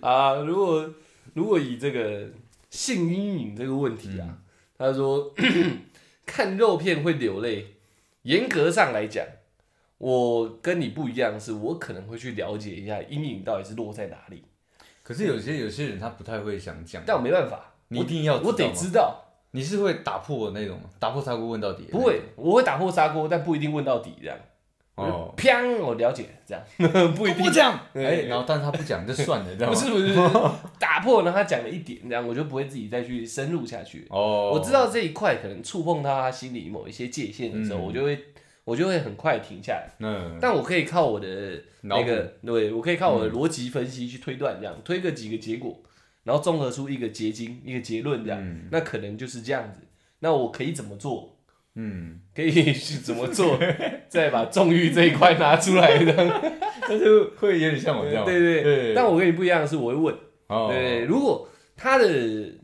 Speaker 1: 啊，如果如果以这个性阴影这个问题啊，
Speaker 2: 嗯
Speaker 1: 他说 看肉片会流泪，严格上来讲，我跟你不一样，是我可能会去了解一下阴影到底是落在哪里，
Speaker 2: 可是有些有些人他不太会想讲，
Speaker 1: 但我没办法，
Speaker 2: 你一
Speaker 1: 我
Speaker 2: 定要
Speaker 1: 我得
Speaker 2: 吗
Speaker 1: 知道，
Speaker 2: 你是会打破的那种吗？打破砂锅问到底？
Speaker 1: 不会，，我会打破砂锅，但不一定问到底这样。
Speaker 2: 哦，
Speaker 1: 砰，我了解这样，不一定
Speaker 2: 不讲，
Speaker 1: 对
Speaker 2: 哎，然后但是他不讲就算 了，知道
Speaker 1: 不
Speaker 2: 吗？
Speaker 1: 是不是，打破了他讲了一点，这样我就不会自己再去深入下去。
Speaker 2: 哦，
Speaker 1: 我知道这一块可能触碰到他心里某一些界限的时候，
Speaker 2: 嗯
Speaker 1: 我就会我就会很快停下来。
Speaker 2: 嗯，
Speaker 1: 但我可以靠我的
Speaker 2: 脑
Speaker 1: 那
Speaker 2: 补嗯
Speaker 1: 个，对我可以靠我的逻辑分析去推断，这样推个几个结果，然后综合出一个结晶、一个结论，这样
Speaker 2: 嗯
Speaker 1: 那可能就是这样子。那我可以怎么做？
Speaker 2: 嗯，
Speaker 1: 可以去怎么做， 再把纵欲这一块拿出来的。
Speaker 2: 但是会有点像我这
Speaker 1: 对
Speaker 2: 样，
Speaker 1: 对对，但
Speaker 2: 我
Speaker 1: 我跟你不一样的是，我会问。
Speaker 2: 哦，
Speaker 1: 对，如果他的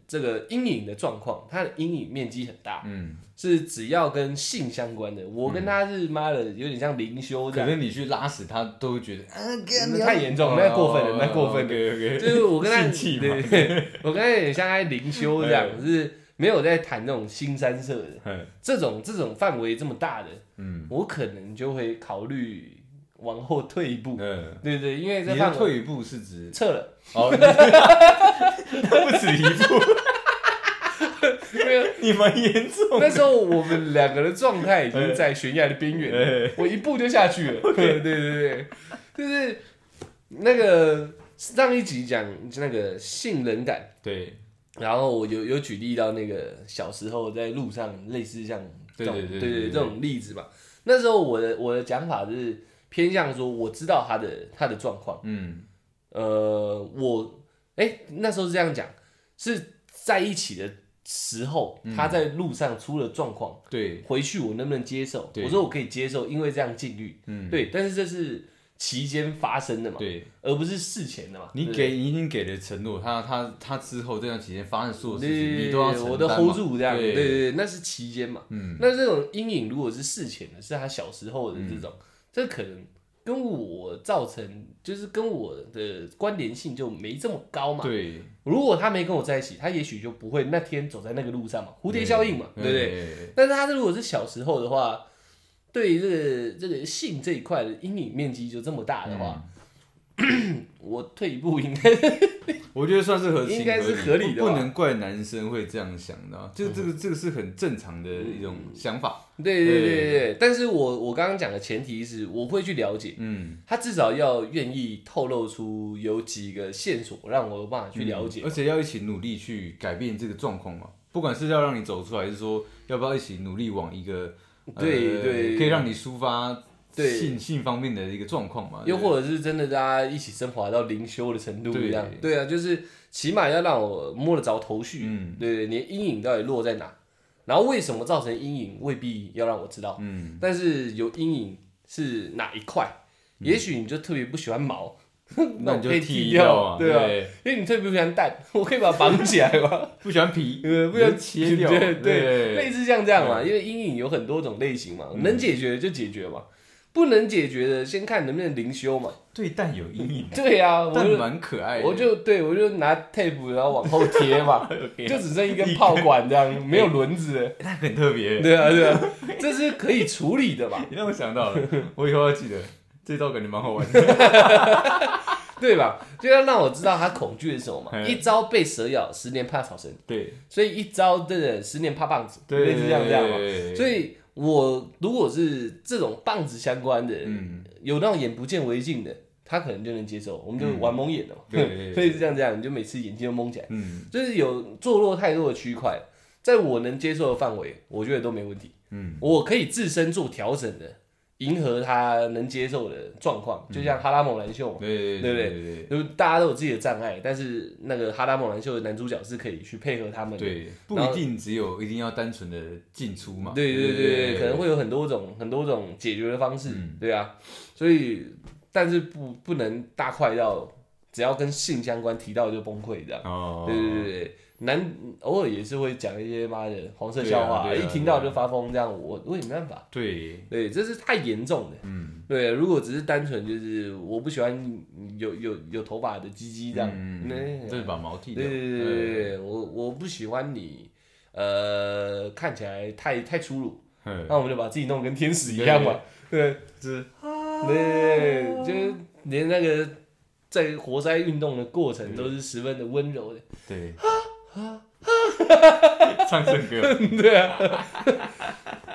Speaker 1: 这个阴影的状况，他的阴影面积很大，
Speaker 2: 嗯，
Speaker 1: 是只要跟性相关的，我跟他是妈的有点像灵修这
Speaker 2: 可
Speaker 1: 样，
Speaker 2: 是你去拉屎，他都会觉得啊，干哦
Speaker 1: 那嗯太严重，那过分了，那过分了。
Speaker 2: 了
Speaker 1: 哦就是我跟他
Speaker 2: 性器嘛
Speaker 1: 对， 对我跟他有点像在灵修这样，是没有在谈那种新三色的
Speaker 2: 嗯
Speaker 1: 这种这种范围这么大的，
Speaker 2: 嗯
Speaker 1: 我可能就会考虑往后退一步。
Speaker 2: 嗯，
Speaker 1: 对对，因为这
Speaker 2: 你的
Speaker 1: 范围
Speaker 2: 退一步是指
Speaker 1: 撤了，
Speaker 2: 哦， 那不止一步，
Speaker 1: 因为
Speaker 2: 你蛮严重
Speaker 1: 那时候我们两个的状态已经在悬崖的边缘了
Speaker 2: 哎，
Speaker 1: 我一步就下去了。对对对对，就是那个上一集讲那个性冷感，
Speaker 2: 对
Speaker 1: 然后我有有举例到那个小时候在路上类似像这种
Speaker 2: 对对对
Speaker 1: 对
Speaker 2: 对对
Speaker 1: 这种例子嘛。那时候我的我的讲法是偏向说我知道他的他的状况，
Speaker 2: 嗯
Speaker 1: 呃，我哎、那时候是这样讲，是在一起的时候
Speaker 2: 嗯
Speaker 1: 他在路上出了状况，
Speaker 2: 对
Speaker 1: 回去我能不能接受？
Speaker 2: 对
Speaker 1: 我说我可以接受，因为这样禁律，
Speaker 2: 嗯
Speaker 1: 对，但是这是期间发生的嘛，
Speaker 2: 对，
Speaker 1: 而不是事前的嘛。
Speaker 2: 你
Speaker 1: 对
Speaker 2: 给你已经给了承诺，他他他之后这段期间发生所有事情，
Speaker 1: 对
Speaker 2: 你都要承担嘛
Speaker 1: 我都 hold 住这样，对
Speaker 2: 对
Speaker 1: 对对，那是期间嘛。
Speaker 2: 嗯
Speaker 1: 那这种阴影如果是事前的，是他小时候的这种，
Speaker 2: 嗯
Speaker 1: 这可能跟我造成就是跟我的呃关联性就没这么高嘛。
Speaker 2: 对，
Speaker 1: 如果他没跟我在一起，他也许就不会那天走在那个路上嘛，蝴蝶效应嘛，对不对？
Speaker 2: 嗯对？
Speaker 1: 但是他如果是小时候的话，对于这个这个性这一块的阴影面积就这么大的话， 我退一步应该
Speaker 2: 我觉得算是合情
Speaker 1: 应该是合理的吧嗯
Speaker 2: 不不能怪男生会这样想的啊，就这个这个是很正常的一种想法。
Speaker 1: 对对对对对。但是我我刚刚讲的前提是，我会去了解。
Speaker 2: 嗯，
Speaker 1: 他至少要愿意透露出有几个线索，让我有办法去了解。
Speaker 2: 嗯而且要一起努力去改变这个状况嘛，不管是要让你走出来，还是说要不要一起努力往一个呃
Speaker 1: 对对
Speaker 2: 可以让你抒发
Speaker 1: 对
Speaker 2: 性性方面的一个状况嘛，
Speaker 1: 又
Speaker 2: 对
Speaker 1: 或者是真的大家一起升华到灵修的程度
Speaker 2: 对
Speaker 1: 一样，对啊，就是起码要让我摸得着头绪，
Speaker 2: 嗯
Speaker 1: 对对，你的阴影到底落在哪，然后为什么造成阴影，未必要让我知道，
Speaker 2: 嗯，
Speaker 1: 但是有阴影是哪一块，也许你就特别不喜欢毛，
Speaker 2: 嗯 那
Speaker 1: 我
Speaker 2: 你就
Speaker 1: 可以
Speaker 2: 剃
Speaker 1: 掉
Speaker 2: 啊，
Speaker 1: 对啊，
Speaker 2: 对，
Speaker 1: 因为你特别不喜欢蛋，我可以把它绑起来嘛，
Speaker 2: 不喜欢皮，
Speaker 1: 呃，不
Speaker 2: 你
Speaker 1: 要
Speaker 2: 就切掉，
Speaker 1: 对对，类
Speaker 2: 对，嗯
Speaker 1: 似像这样嘛，因为阴影有很多种类型嘛，能解决的就解决嘛，不能解决的先看能不能灵修嘛。
Speaker 2: 对蛋有阴影，
Speaker 1: 对啊， 我
Speaker 2: 蛋
Speaker 1: 就
Speaker 2: 蛮可爱的，
Speaker 1: 我就对我就拿 tape 然后往后贴 嘛，就只剩一根炮管这样，没有轮子了。
Speaker 2: 那很特别，
Speaker 1: 对啊对啊，这是可以处理的嘛，
Speaker 2: 你让我想到了，我以后要记得，这招感觉蛮好玩的。
Speaker 1: 对吧？就要让我知道他恐惧是什么嘛。
Speaker 2: 嗯
Speaker 1: 一招被蛇咬，十年怕草绳，
Speaker 2: 对，
Speaker 1: 所以一招真的十年怕棒子，
Speaker 2: 对，
Speaker 1: 类似像这样嘛。
Speaker 2: 嘛
Speaker 1: 所
Speaker 2: 以，
Speaker 1: 以我如果是这种棒子相关的，
Speaker 2: 嗯，
Speaker 1: 有那种眼不见为净的，他可能就能接受，我们就
Speaker 2: 嗯
Speaker 1: 玩蒙眼了嘛。
Speaker 2: 对对对
Speaker 1: 所以是这样这样，你就每次眼睛都蒙起来，
Speaker 2: 嗯
Speaker 1: 就是有坐落太多的区块，在我能接受的范围，我觉得都没问题。
Speaker 2: 嗯，
Speaker 1: 我可以自身做调整的，迎合他能接受的状况，就像哈拉猛男秀嘛。
Speaker 2: 对
Speaker 1: 对
Speaker 2: 对
Speaker 1: 不对
Speaker 2: 对
Speaker 1: 就是大家都有自己的障碍，但是那个哈拉猛男秀的男主角是可以去配合他们的
Speaker 2: 对，对，不
Speaker 1: 然
Speaker 2: 一
Speaker 1: 后
Speaker 2: 定只有一定要单纯的进出嘛。
Speaker 1: 对对对对，可能会有很多种很多种解决的方式，
Speaker 2: 嗯
Speaker 1: 对啊，所以但是不不能大快到只要跟性相关提到就崩溃这样，
Speaker 2: 哦，
Speaker 1: 对对对对，男偶尔也是会讲一些妈的黄色
Speaker 2: 对啊
Speaker 1: 笑话，
Speaker 2: 对啊
Speaker 1: 一听到就发疯这样，我我也没办法，
Speaker 2: 对，
Speaker 1: 对，这是太严重的，
Speaker 2: 嗯
Speaker 1: 对，如果只是单纯就是我不喜欢有有有头发的鸡鸡这样，那、
Speaker 2: 嗯，就是把毛剃掉。
Speaker 1: 对对对对对，我我不喜欢你，呃，看起来太太粗鲁。
Speaker 2: 嗯，
Speaker 1: 那我们就把自己弄得跟天使一样嘛，对，
Speaker 2: 就是
Speaker 1: 对，就是连那个在活塞运动的过程都是十分的温柔的，
Speaker 2: 对， 唱圣 歌，
Speaker 1: 对啊，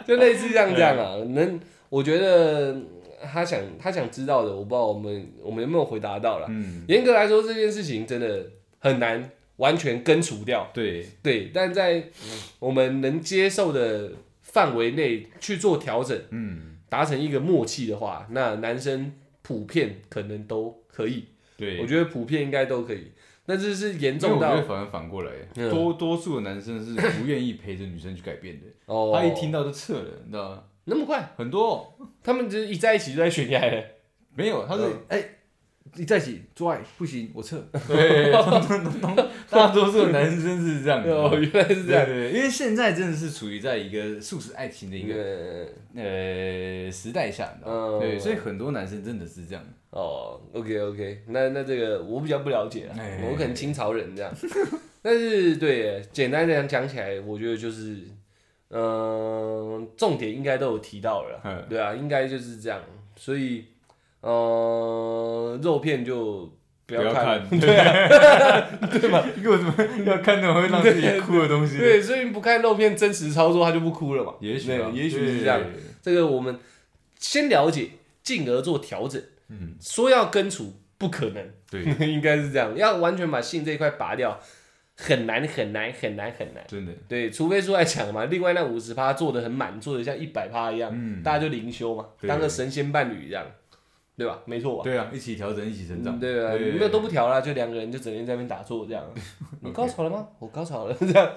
Speaker 1: 就类似像这样啊，能，我觉得他想他想知道的，我不知道我们我们有没有回答到啦。
Speaker 2: 嗯，
Speaker 1: 严格来说，这件事情真的很难完全根除掉，
Speaker 2: 对，
Speaker 1: 对，但在我们能接受的范围内去做调整，
Speaker 2: 嗯，
Speaker 1: 达成一个默契的话，那男生普遍可能都可以，
Speaker 2: 对，
Speaker 1: 我觉得普遍应该都可以。但是是严
Speaker 2: 因为
Speaker 1: 重
Speaker 2: 我觉
Speaker 1: 到
Speaker 2: 得反而反过来，
Speaker 1: 嗯
Speaker 2: 多多数的男生是不愿意陪着女生去改变的，
Speaker 1: 哦，
Speaker 2: 他一听到就撤了，你知道吗？
Speaker 1: 那么快，
Speaker 2: 很多哦
Speaker 1: 他们就是一在一起就在悬崖 了。
Speaker 2: 没有，他是
Speaker 1: 嗯
Speaker 2: 哎、你在一起做爱不行，我撤。 对，咚咚咚咚咚大多数的男生是这样的。
Speaker 1: 哦，原来是这
Speaker 2: 对
Speaker 1: 样。
Speaker 2: 对，对因为现在真的是处于在一个素食爱情的一个
Speaker 1: 个
Speaker 2: 呃时代下，你知道吗？
Speaker 1: 嗯
Speaker 2: 对，所以很多男生真的是这样。
Speaker 1: 哦，OK OK，那那这个我比较不了解啦，
Speaker 2: 哎
Speaker 1: 我可能清朝人这样， 但是对，简单的讲起来，我觉得就是，嗯、重点应该都有提到了啦
Speaker 2: 嗯，
Speaker 1: 对啊，应该就是这样，所以，呃，肉片就不要看，
Speaker 2: 看，对啊， 对嘛？你为什么要看那种会让自己哭的东西？
Speaker 1: 对，所以不看肉片真实操作，他就不哭了嘛，
Speaker 2: 也许
Speaker 1: 对
Speaker 2: 啊，
Speaker 1: 也许是这样，
Speaker 2: 对。
Speaker 1: 这个我们先了解，进而做调整，
Speaker 2: 嗯，
Speaker 1: 说要根除不可能。
Speaker 2: 对，
Speaker 1: 应该是这样，要完全把性这一块拔掉，很难很难很难很难。
Speaker 2: 真的，
Speaker 1: 对，除非出来讲嘛，另外那五十趴做的很满，做的像一百趴一样，
Speaker 2: 嗯
Speaker 1: 大家就灵修嘛，
Speaker 2: 对
Speaker 1: 当个神仙伴侣一样，对吧？没错吧？
Speaker 2: 对啊，一起调整，一起
Speaker 1: 嗯
Speaker 2: 成长，
Speaker 1: 对啊，
Speaker 2: 对
Speaker 1: 没有都不调啦，就两个人就整天在那边打坐 这样。你高潮了吗？我高潮了， 这样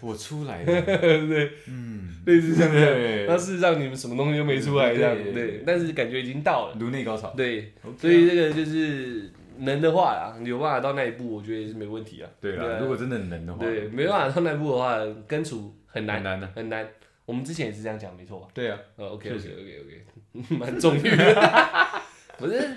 Speaker 2: 我出来了，
Speaker 1: 对，
Speaker 2: 嗯，
Speaker 1: 类似这样。
Speaker 2: 对
Speaker 1: 那事实上你们什么东西都没出来这样，
Speaker 2: 对
Speaker 1: 对，但是感觉已经到了，
Speaker 2: 颅内高潮，
Speaker 1: 对，
Speaker 2: OK 啊
Speaker 1: 所以这个就是能的话啦，有办法到那一步，我觉得也是没问题啊。
Speaker 2: 对
Speaker 1: 啊
Speaker 2: 了，如果真的能的话，
Speaker 1: 对，没办法到那步的话，根除很难啊
Speaker 2: 很难的，啊
Speaker 1: 很难。我们之前也是这样讲，没错吧？
Speaker 2: 对啊，
Speaker 1: 呃，OK
Speaker 2: 确
Speaker 1: OK
Speaker 2: 实
Speaker 1: OK OK，蛮中意的。 不是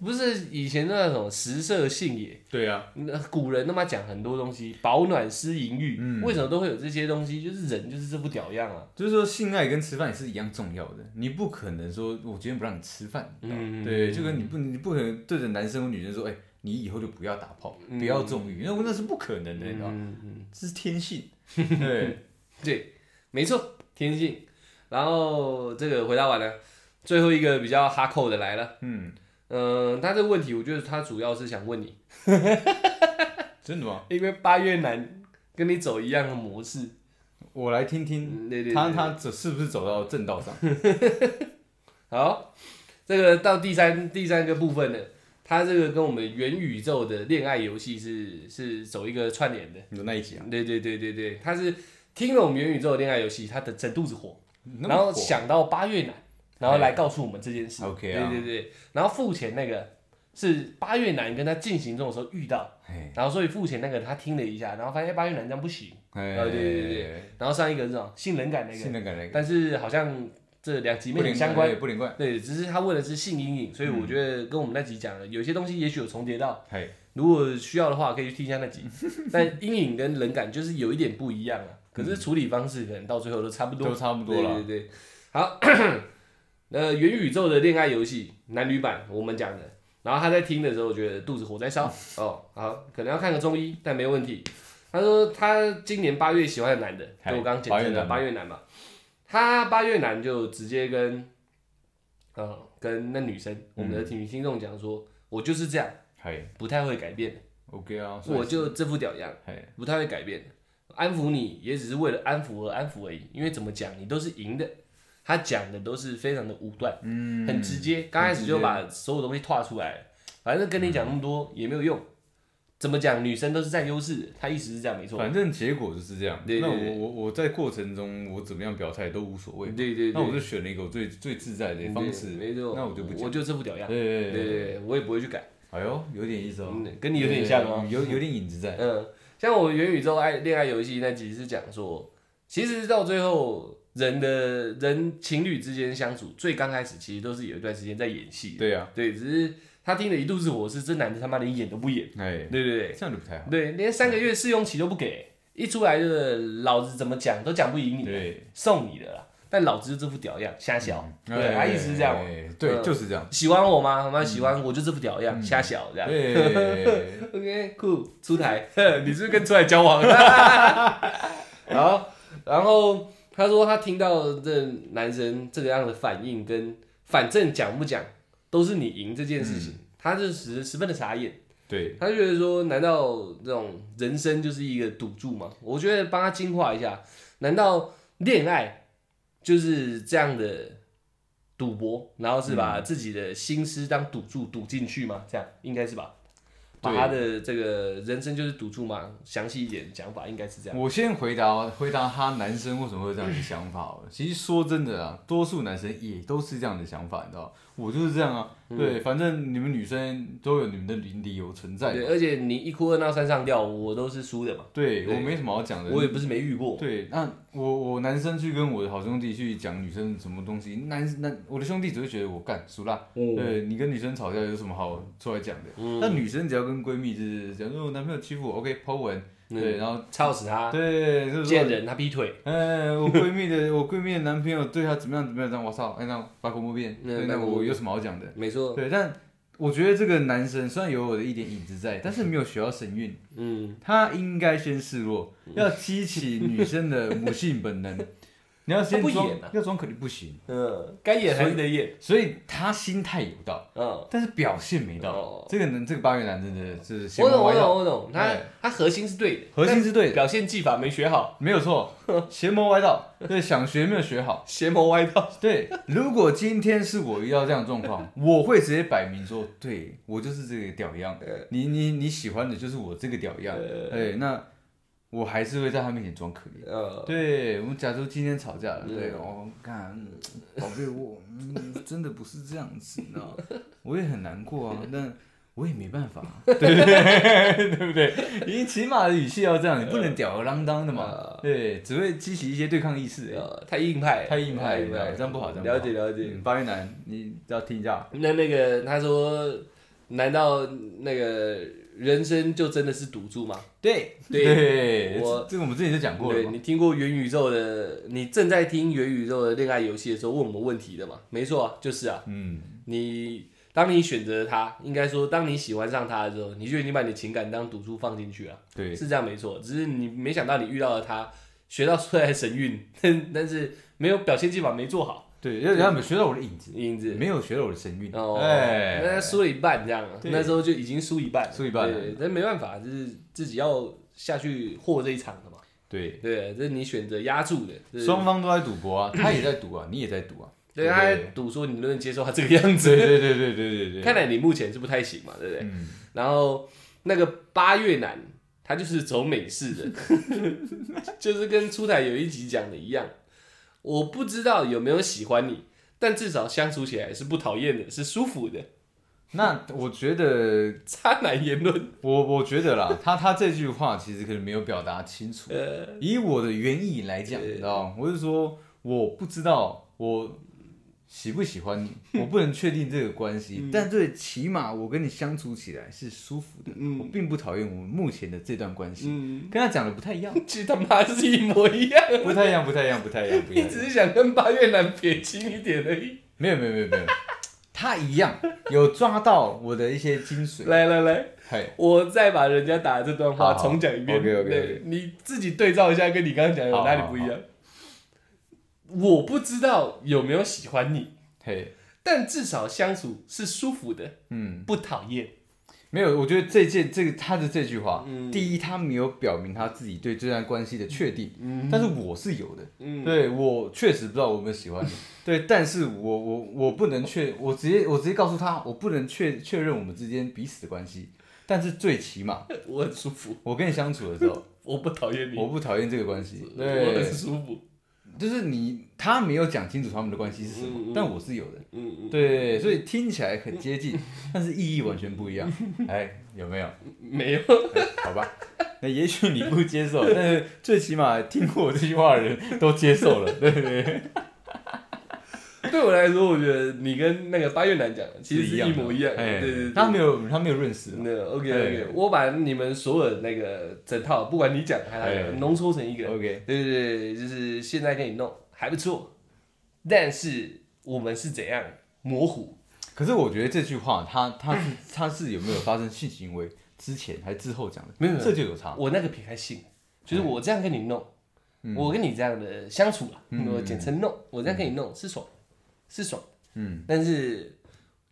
Speaker 1: 不是以前那种食色性也，
Speaker 2: 对啊，
Speaker 1: 那古人他妈讲很多东西，保暖思淫欲，
Speaker 2: 嗯
Speaker 1: 为什么都会有这些东西？就是人就是这副屌样啊。
Speaker 2: 就是说性爱跟吃饭也是一样重要的，你不可能说我今天不让你吃饭，你知道吗
Speaker 1: 嗯
Speaker 2: 对，就跟你不你不可能对着男生或女生说，哎，你以后就不要打炮，不要纵欲，那那是不可能的，你知道吗？
Speaker 1: 嗯嗯，
Speaker 2: 这是 天性，对，
Speaker 1: 对，没错，天性。然后这个回答完了，最后一个比较哈扣的来了。
Speaker 2: 嗯，
Speaker 1: 嗯、他这个问题，我觉得他主要是想问你。
Speaker 2: 真的吗？
Speaker 1: 因为八月男跟你走一样的模式，
Speaker 2: 我来听听
Speaker 1: 嗯对对对
Speaker 2: 他他走是不是走到正道上？
Speaker 1: 好，这个到第三第三个部分呢，它这个跟我们元宇宙的恋爱游戏是是走一个串联的，
Speaker 2: 你说那一集啊，
Speaker 1: 对对对对对，他是听了我们元宇宙的恋爱游戏，他的整肚子火，
Speaker 2: 那
Speaker 1: 然
Speaker 2: 么
Speaker 1: 后
Speaker 2: 火啊
Speaker 1: 想到八月男，然后来告诉我们这件事
Speaker 2: OK 啊
Speaker 1: 对对对，然后付钱那个是八月男跟他进行中的时候遇到，
Speaker 2: 哎
Speaker 1: 然后所以付钱那个他听了一下，然后发现哎八月男这样不行，
Speaker 2: 哎，
Speaker 1: 哦对对对然后上一个是什么性冷感那个
Speaker 2: 性。能感那个
Speaker 1: 但是好像这两集没
Speaker 2: 不
Speaker 1: 有
Speaker 2: 连
Speaker 1: 相关。
Speaker 2: 不连贯，
Speaker 1: 对，只是他问的是性阴影，所以
Speaker 2: 嗯
Speaker 1: 我觉得跟我们那集讲的有些东西也许有重叠到，
Speaker 2: 嘿，
Speaker 1: 如果需要的话可以去听一下那集。但阴影跟冷感就是有一点不一样啊，可是处理方式可能到最后都差不多
Speaker 2: 都。差不多
Speaker 1: 对
Speaker 2: 了。
Speaker 1: 对对，好， 呃，元宇宙的恋爱游戏男女版我们讲的，然后他在听的时候觉得肚子火在烧，哦，好，可能要看个中医，但没问题。他说他今年八月喜欢的男的，
Speaker 2: 嗨
Speaker 1: 就我刚刚简称的
Speaker 2: 八
Speaker 1: 八月男嘛，他八月男就直接跟，呃，跟那女生，我们的女听众讲说，我就是这样，
Speaker 2: 嘿
Speaker 1: 不太会改变，
Speaker 2: ，OK 啊，所以
Speaker 1: 我就这副屌样。
Speaker 2: 嘿，
Speaker 1: 不太会改变的。安抚你也只是为了安抚而安抚而已，因为怎么讲你都是赢的。他讲的都是非常的武断，
Speaker 2: 嗯，
Speaker 1: 很直接，刚开始就把所有东西拓出来了。反正跟你讲那么多也没有用。怎么讲，女生都是占优势的，他意思是这样没错。
Speaker 2: 反正结果就是这样。
Speaker 1: 对
Speaker 2: 那
Speaker 1: 对
Speaker 2: 我我我在过程中我怎么样表态都无所谓
Speaker 1: 对，对对，嗯
Speaker 2: 那我就选了一个我最最自在的
Speaker 1: 对
Speaker 2: 方式，
Speaker 1: 没错，
Speaker 2: 那我就不
Speaker 1: 我
Speaker 2: 讲。
Speaker 1: 就这副屌
Speaker 2: 对
Speaker 1: 样，
Speaker 2: 对
Speaker 1: 对
Speaker 2: 对
Speaker 1: 对
Speaker 2: 对，
Speaker 1: 对，我也不会去改，
Speaker 2: 哎呦，有点意思哦，
Speaker 1: 嗯，跟你有点像哦。
Speaker 2: 对，有有点影子在。
Speaker 1: 嗯，像我元宇宙爱恋爱游戏那集是讲说，其实到最后人的人情侣之间相处，最刚开始其实都是有一段时间在演戏的，
Speaker 2: 对啊，
Speaker 1: 对，只是他听的一肚子火是这男的他妈连演都不演，
Speaker 2: 哎，
Speaker 1: 对对对
Speaker 2: 这样就不太好。
Speaker 1: 对，连三个月试用期都不给，一出来就是老子怎么讲都讲不赢你，
Speaker 2: 对，
Speaker 1: 送你的啦，但老子就这副屌样，瞎小，对，
Speaker 2: 哎
Speaker 1: 他意思是这样。
Speaker 2: 哎嗯对，
Speaker 1: 嗯
Speaker 2: 就是这样。
Speaker 1: 喜欢我吗？我妈喜欢，我就这副屌
Speaker 2: 嗯
Speaker 1: 样，瞎小这样。
Speaker 2: 对，
Speaker 1: OK，酷，出台， 你是不是跟出来交往？ 然后，然后他说他听到这男生这个样的反应跟反正讲不讲都是你赢这件事情，他就十十分的傻眼，
Speaker 2: 对，
Speaker 1: 他就觉得说，难道这种人生就是一个赌注吗？我觉得帮他精化一下，难道恋爱就是这样的
Speaker 2: 嗯
Speaker 1: 赌博，然后是把自己的心思当赌注赌进去吗？这样应该是吧？把他的这个人生就是赌注嘛，详细一点讲法应该是这样。
Speaker 2: 我先回答回答他男生为什么会有这样的想
Speaker 1: 嗯
Speaker 2: 法好了。其实说真的啊，多数男生也都是这样的想法，你知道吗？我就是这样啊。
Speaker 1: 嗯
Speaker 2: 对，反正你们女生都有你们的理理由存在
Speaker 1: 对，
Speaker 2: 嘛。
Speaker 1: 而且你一哭二闹三上吊，我都是输的嘛，
Speaker 2: 对
Speaker 1: 对
Speaker 2: 我没什么好讲的。
Speaker 1: 我也不是没遇过。
Speaker 2: 对，那我我男生去跟我的好兄弟去讲女生什么东西，男男我的兄弟只会觉得我干输啦。
Speaker 1: 嗯
Speaker 2: 对你跟女生吵架有什么好出来讲的？那、女生只要跟闺蜜就是讲，说我男朋友欺负我，OK，抛文，
Speaker 1: 嗯
Speaker 2: 对，然后
Speaker 1: 操死他，
Speaker 2: 对，就是说
Speaker 1: 贱人他劈腿，
Speaker 2: 哎，我闺蜜的 我闺蜜的男朋友对她怎么样怎么样，这样我操，哎，那百口莫辩，
Speaker 1: 嗯
Speaker 2: 对，
Speaker 1: 百
Speaker 2: 那
Speaker 1: 口莫
Speaker 2: 我
Speaker 1: 辩
Speaker 2: 有什么好讲的？
Speaker 1: 没错，
Speaker 2: 对，但我觉得这个男生虽然有我的一点影子在，但是没有学到神韵，
Speaker 1: 嗯，
Speaker 2: 他应该先示弱，要激起女生的母性本 能。你要先
Speaker 1: 他不
Speaker 2: 装
Speaker 1: 演啊，
Speaker 2: 要装肯定不行，
Speaker 1: 嗯，该演还是得演，
Speaker 2: 所以他心态有到，
Speaker 1: 嗯，
Speaker 2: 但是表现没到
Speaker 1: 哦。
Speaker 2: 这个男，这个八月男真的是
Speaker 1: 我
Speaker 2: 先
Speaker 1: 懂，我
Speaker 2: 歪
Speaker 1: 懂，
Speaker 2: 道，
Speaker 1: 我懂，他
Speaker 2: 哎
Speaker 1: 他核心是对的，
Speaker 2: 核心是对
Speaker 1: 但
Speaker 2: 的，
Speaker 1: 表现技法没学好，
Speaker 2: 没 有错，邪魔歪道，对，想学没有学好。
Speaker 1: 邪魔歪道，
Speaker 2: 对，如果今天是我遇到这样的状 况，我会直接摆明说，对我就是这个屌样，
Speaker 1: 呃
Speaker 2: 你你你喜欢的就是我这个屌样，对，那我还是会在他面前装可怜。
Speaker 1: 呃，
Speaker 2: 对我们假如今天吵架了，对，
Speaker 1: 嗯
Speaker 2: 哦，看，嗯宝贝，我、嗯、真的不是这样 子，你知道吗，我也很难过啊，但我也没办法、啊对不对？对不对？你起码语气要这样，你不
Speaker 1: 呃
Speaker 2: 能吊儿郎当的嘛，对，只会激起一些对抗意识。
Speaker 1: 呃太硬派，哎
Speaker 2: 太硬派了，这样不好，这样不好
Speaker 1: 了解了解。
Speaker 2: 嗯八月男，你要听一下。
Speaker 1: 那那个他说，难道那个人生就真的是赌注吗？
Speaker 2: 对
Speaker 1: 对，
Speaker 2: 对，
Speaker 1: 我
Speaker 2: 这这个我们之前就讲过了
Speaker 1: 对
Speaker 2: 嘛。
Speaker 1: 你听过元宇宙的，你正在听元宇宙的恋爱游戏的时候问我们问题的嘛？没错啊，就是啊，
Speaker 2: 嗯，
Speaker 1: 你当你选择他，应该说当你喜欢上他的时候，你就已经把你的情感当赌注放进去了，啊
Speaker 2: 对，
Speaker 1: 是这样没错。只是你没想到你遇到了他，学到出来的神韵， 但但是没有表现技法没做好，
Speaker 2: 对，要让你们学到我的影子，
Speaker 1: 影子
Speaker 2: 没有学到我的神韵。
Speaker 1: 哦，
Speaker 2: 哎
Speaker 1: 那，输了一半这样啊，
Speaker 2: 对
Speaker 1: 那时候就已经输一半了，
Speaker 2: 输一半了
Speaker 1: 对，但没办法，就是自己要下去和这一场的嘛。
Speaker 2: 对，
Speaker 1: 对，这是你选择压住的，这是
Speaker 2: 双方都在赌博啊， 他也在赌啊，你也在赌啊。
Speaker 1: 对，
Speaker 2: 对
Speaker 1: 他还赌说你能不能接受他这个样
Speaker 2: 对
Speaker 1: 子。
Speaker 2: 对对对对对
Speaker 1: 看
Speaker 2: 对。
Speaker 1: 来你目前是不太行嘛，对不对？
Speaker 2: 嗯，
Speaker 1: 然后那个八越南，他就是走美式的， 就是跟出台有一集讲的一样。我不知道有没有喜欢你，但至少相处起来是不讨厌的，是舒服的。
Speaker 2: 那我觉得，
Speaker 1: 渣男言论，
Speaker 2: 我我觉得啦，他他这句话其实可能没有表达清楚。
Speaker 1: 呃，
Speaker 2: 以我的原意来讲，你知道吗，我是说我不知道我喜不喜 欢你，我不能确定这个关系，
Speaker 1: 嗯
Speaker 2: 但最起码我跟你相处起来是舒服的，
Speaker 1: 嗯
Speaker 2: 我并不讨厌我们目前的这段关系，
Speaker 1: 嗯，
Speaker 2: 跟他讲的不太一 样，
Speaker 1: 其实他妈是一模一样，
Speaker 2: 不太一样，不太一样，不太一样，不一
Speaker 1: 你
Speaker 2: 样，
Speaker 1: 只是想跟八越南撇清一点而已。
Speaker 2: 没有没有没有没有，他一样有抓到我的一些精 髓，
Speaker 1: 来来来，
Speaker 2: 嘿，
Speaker 1: 我再把人家打的这段话
Speaker 2: 好好
Speaker 1: 重讲一遍
Speaker 2: OK，OK，OK
Speaker 1: 对你自己对照一下，跟你刚刚讲有哪里不一样。
Speaker 2: 好
Speaker 1: 我不知道有没有喜欢你，
Speaker 2: 嘿，
Speaker 1: 但至少相处是舒服的，
Speaker 2: 嗯。
Speaker 1: 不讨厌。
Speaker 2: 没有，我觉得这件这个他的这句话，
Speaker 1: 嗯
Speaker 2: 第一，他没有表明他自己对这段关系的确定，
Speaker 1: 嗯
Speaker 2: 但是我是有的，
Speaker 1: 嗯
Speaker 2: 对我确实不知道我有没有 喜欢你，对，但是我我我不能确，我直接我直接告诉他，我不能确确认我们之间彼此的关系，但是最起码
Speaker 1: 我很舒服，
Speaker 2: 我跟你相处 的时候，
Speaker 1: 我不讨厌你，
Speaker 2: 我不讨厌这个关系，
Speaker 1: 我很
Speaker 2: 对，
Speaker 1: 舒服。
Speaker 2: 就是你他没有讲清楚他们的关系是什么，
Speaker 1: 嗯嗯
Speaker 2: 但我是有的，
Speaker 1: 嗯嗯，
Speaker 2: 对，所以听起来很接近，但是意义完全不一样，哎，有没有？
Speaker 1: 没有，
Speaker 2: 好吧，那也许你不接受，但是最起码听过我这句话的人都接受了，对不对？
Speaker 1: 对我来说，我觉得你跟那个八越南讲的其实是一模一样的。
Speaker 2: 哎
Speaker 1: 对对对，
Speaker 2: 他没有他没有认识啊，
Speaker 1: 那 OK
Speaker 2: 对
Speaker 1: OK，我把你们所有的那个整套，不管你讲还是他
Speaker 2: 哎
Speaker 1: 讲，浓缩成一个。
Speaker 2: OK
Speaker 1: 对对对，就是现在给你弄还不错，但是我们是怎样模糊？
Speaker 2: 可是我觉得这句话，他他是他是有没有发生性行为之前还是之后讲的？
Speaker 1: 没有没有
Speaker 2: 这就有差。
Speaker 1: 我那个撇开性，就是我这样跟你弄，我跟你这样的相处啊，我简称弄，我这样跟你弄是爽，是爽，
Speaker 2: 嗯，
Speaker 1: 但是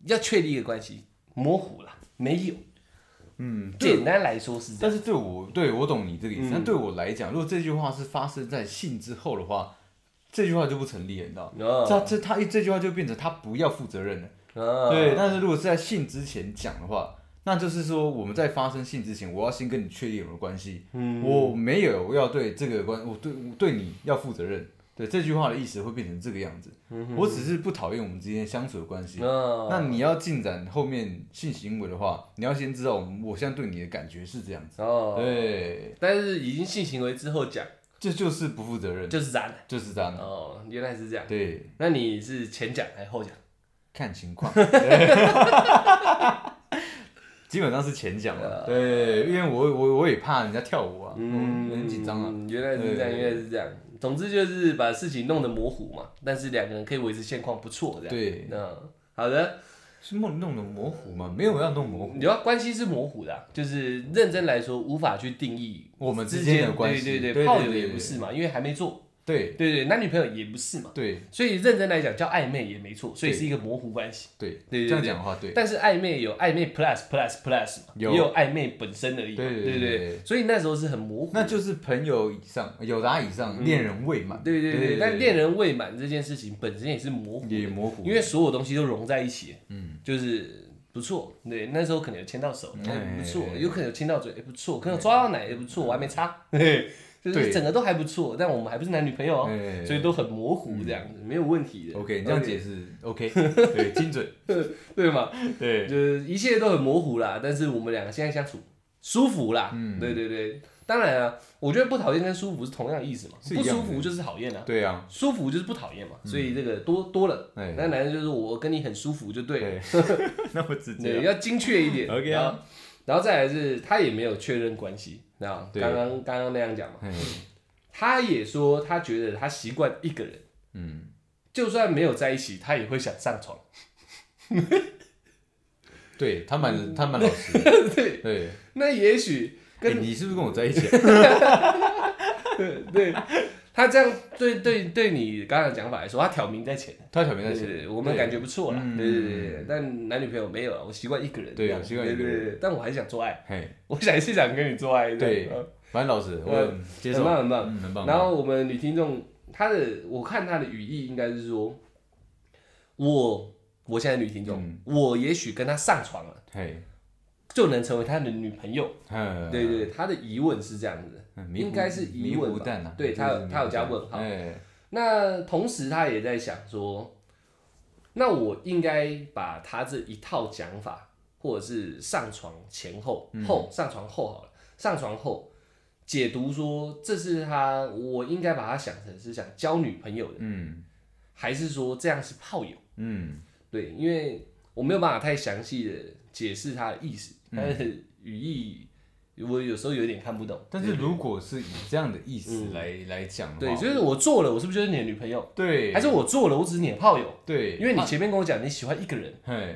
Speaker 1: 要确立一个关系，模糊了没有？
Speaker 2: 嗯，对。
Speaker 1: 简单来说是这样，
Speaker 2: 但是对我对我懂你这个意思，
Speaker 1: 嗯
Speaker 2: 但对我来讲，如果这句话是发生在性之后的话，这句话就不成立了，你知道吗？这
Speaker 1: 哦
Speaker 2: 这他一这句话就变成他不要负责任了。
Speaker 1: 哦
Speaker 2: 对，但是如果是在性之前讲的话，那就是说我们在发生性之前，我要先跟你确定有没有关系，
Speaker 1: 嗯
Speaker 2: 我没有要对这个关，我对我对你要负责任。对这句话的意思会变成这个样子，我只是不讨厌我们之间相处的关系。
Speaker 1: 那
Speaker 2: 那你要进展后面性行为的话，你要先知道我们我现在对你的感觉是这样子。
Speaker 1: 哦，
Speaker 2: 对，
Speaker 1: 但是已经性行为之后讲
Speaker 2: 这就是不负责任，
Speaker 1: 就是渣男
Speaker 2: 就是这样。
Speaker 1: 哦，原来是这样。
Speaker 2: 对，
Speaker 1: 那你是前讲还是后讲？
Speaker 2: 看情况。 基本上是前讲
Speaker 1: 啊
Speaker 2: 了，对，因为我我我也怕人家跳舞啊，嗯，很紧张啊。
Speaker 1: 嗯原来是这样，
Speaker 2: 对
Speaker 1: 原来是这样。总之就是把事情弄得模糊嘛，但是两个人可以维持现况不错这样。
Speaker 2: 对，
Speaker 1: 嗯，好的，
Speaker 2: 是弄弄的模糊嘛，没有要弄模糊，
Speaker 1: 你要关系是模糊的啊、就是认真来说无法去定义
Speaker 2: 我们之
Speaker 1: 之
Speaker 2: 间
Speaker 1: 间
Speaker 2: 的关系，
Speaker 1: 对对
Speaker 2: 对，
Speaker 1: 炮友也不是嘛，因为还没做。
Speaker 2: 对，
Speaker 1: 对对，男女朋友也不是嘛，
Speaker 2: 对
Speaker 1: 所以认真来讲叫暧昧也没错，所以
Speaker 2: 对
Speaker 1: 是一个模糊关系。
Speaker 2: 对
Speaker 1: 对
Speaker 2: 对，
Speaker 1: 对
Speaker 2: 这样讲的话，对，
Speaker 1: 但是暧昧有暧昧 plus plus plus 嘛，
Speaker 2: 有
Speaker 1: 也有暧昧本身而已嘛，
Speaker 2: 对对
Speaker 1: 对
Speaker 2: 对
Speaker 1: 对
Speaker 2: 对，
Speaker 1: 所以那时候是很模糊。
Speaker 2: 那就是朋友以上，友达以上，恋人未满，
Speaker 1: 嗯对对对，但
Speaker 2: 啊对
Speaker 1: 恋人未满这件事情本身也是模糊的，
Speaker 2: 也模糊，
Speaker 1: 因为所有东西都融在一起，嗯，就是不错，对，那时候可能有牵到手，哎
Speaker 2: 哎嗯
Speaker 1: 不错，有可能有亲到嘴，哎不错，可能有抓到奶，哎也不错，我还没 擦，嘿就是
Speaker 2: 对
Speaker 1: 整个都还不错，但我们还不是男女朋友哦，
Speaker 2: 哎
Speaker 1: 所以都哦很模糊这样子，没有问题的。
Speaker 2: OK，你这样解释 OK，对，精准，
Speaker 1: 对嘛？
Speaker 2: 对，
Speaker 1: 就是一切都很模糊啦，但是我们两个现在相处舒服啦，嗯，对对对，当然啊，我觉得不讨厌跟舒服是同样意思嘛，
Speaker 2: 是一
Speaker 1: 不
Speaker 2: 样的嗯
Speaker 1: 舒服就是讨厌啊，
Speaker 2: 对啊，
Speaker 1: 舒服就是不讨厌嘛，所以这个多多了，
Speaker 2: 哎
Speaker 1: 那男人就是我跟你很舒服就对了，
Speaker 2: 对，那么直
Speaker 1: 对，
Speaker 2: 接啊，
Speaker 1: 要精确一点
Speaker 2: OK 啊
Speaker 1: 然后然后再来是他也没有确认关系，然后
Speaker 2: 对
Speaker 1: 刚刚刚刚那样讲嘛，
Speaker 2: 哎
Speaker 1: 他也说他觉得他习惯一个人，
Speaker 2: 嗯，
Speaker 1: 就算没有在一起，他也会想上床，
Speaker 2: 对他蛮他蛮老实的，
Speaker 1: 嗯 对，
Speaker 2: 对，
Speaker 1: 那也许跟
Speaker 2: 哎，你是不是跟我在一起啊？
Speaker 1: 对对，他这样对对对你刚才的讲法来说，他挑明在前，
Speaker 2: 他小明在
Speaker 1: 对
Speaker 2: 一起
Speaker 1: 对，对，我们感觉不错啦，
Speaker 2: 嗯
Speaker 1: 对对对对，但男女朋友没有啊了，我习惯一个人这
Speaker 2: 对
Speaker 1: 样，
Speaker 2: 我习惯一个人
Speaker 1: 对，对对但我还是想做爱，
Speaker 2: 嘿，
Speaker 1: 我想是想跟你做爱，
Speaker 2: 对
Speaker 1: 这样
Speaker 2: 蛮老实的，我
Speaker 1: 嗯
Speaker 2: 接
Speaker 1: 很
Speaker 2: 受，
Speaker 1: 棒很棒。
Speaker 2: 嗯，很棒，
Speaker 1: 然后我们女听众，她的我看她的语义应该是说，我我现在女听众
Speaker 2: 嗯，
Speaker 1: 我也许跟她上床了，
Speaker 2: 嘿，
Speaker 1: 就能成为她的女朋友，
Speaker 2: 嗯
Speaker 1: 对对，对，她的疑问是这样子的。
Speaker 2: 嗯迷糊
Speaker 1: 应该是疑
Speaker 2: 迷
Speaker 1: 问
Speaker 2: 糊
Speaker 1: 吧
Speaker 2: 蛋啊，
Speaker 1: 对
Speaker 2: 就是
Speaker 1: 他有
Speaker 2: 迷
Speaker 1: 他有
Speaker 2: 糊
Speaker 1: 加
Speaker 2: 蛋
Speaker 1: 问号
Speaker 2: 哎，
Speaker 1: 那同时，他也在想说，那我应该把他这一套讲法，或者是上床前后
Speaker 2: 嗯
Speaker 1: 后上床后好了，上床后解读说，这是他，我应该把他想成是想交女朋友的，
Speaker 2: 嗯
Speaker 1: 还是说这样是炮友？
Speaker 2: 嗯，
Speaker 1: 对，因为我没有办法太详细的解释他的意思，
Speaker 2: 嗯
Speaker 1: 但是语义我有时候有点看不懂。
Speaker 2: 但是如果是以这样的意思来来讲的
Speaker 1: 嗯对，
Speaker 2: 话，
Speaker 1: 就是我做了，我是不是就是你的女朋友？
Speaker 2: 对，
Speaker 1: 还是我做了，我只是你的炮友？
Speaker 2: 对，
Speaker 1: 因为你前面跟我讲你喜欢一个人，
Speaker 2: 嘿，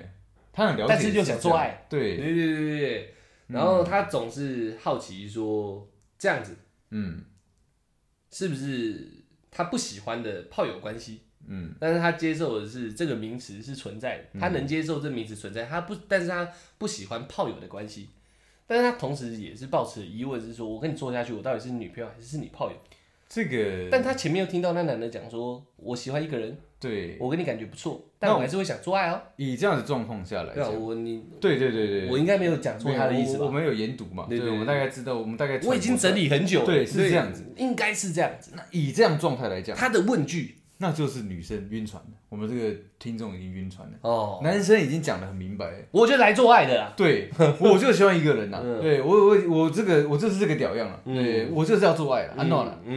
Speaker 2: 他很了解，
Speaker 1: 但是又想做爱，对
Speaker 2: 对，
Speaker 1: 对对对对，然后他总是好奇说这样子
Speaker 2: 嗯
Speaker 1: 是不是他不喜欢的炮友关系，
Speaker 2: 嗯，
Speaker 1: 但是他接受的是这个名词是存在的，他能接受这名词存在，他不，但是他不喜欢炮友的关系，但是他同时也是抱持疑问，是说我跟你做下去，我到底是女朋友还是是你炮友？
Speaker 2: 这个，
Speaker 1: 但他前面又听到那男的讲说，我喜欢一个人，
Speaker 2: 对，
Speaker 1: 我跟你感觉不错，
Speaker 2: 那
Speaker 1: 但我
Speaker 2: 我
Speaker 1: 还是会想做爱哦。
Speaker 2: 以这样的状况下来
Speaker 1: 对啊，
Speaker 2: 讲，
Speaker 1: 我你
Speaker 2: 对对对对，
Speaker 1: 我应该没有讲错
Speaker 2: 没有
Speaker 1: 他的意思吧
Speaker 2: 我我？们有研读嘛，
Speaker 1: 对
Speaker 2: 对，
Speaker 1: 对
Speaker 2: 我们大概知道，我们大概
Speaker 1: 我已经整
Speaker 2: 理。
Speaker 1: 理很久了，
Speaker 2: 对是这样
Speaker 1: 子，应该是这样子。
Speaker 2: 那以这样状态来讲，
Speaker 1: 他的问句
Speaker 2: 那就是女生晕船了，我们这个听众已经晕船了，
Speaker 1: 哦，
Speaker 2: 男生已经讲的很 明白了。
Speaker 1: 我就来做爱的啦。
Speaker 2: 对，我就喜欢一个人呐、
Speaker 1: 嗯
Speaker 2: 对我我我这个我就是这个屌样了、对我就是要做爱了，安诺了，
Speaker 1: 嗯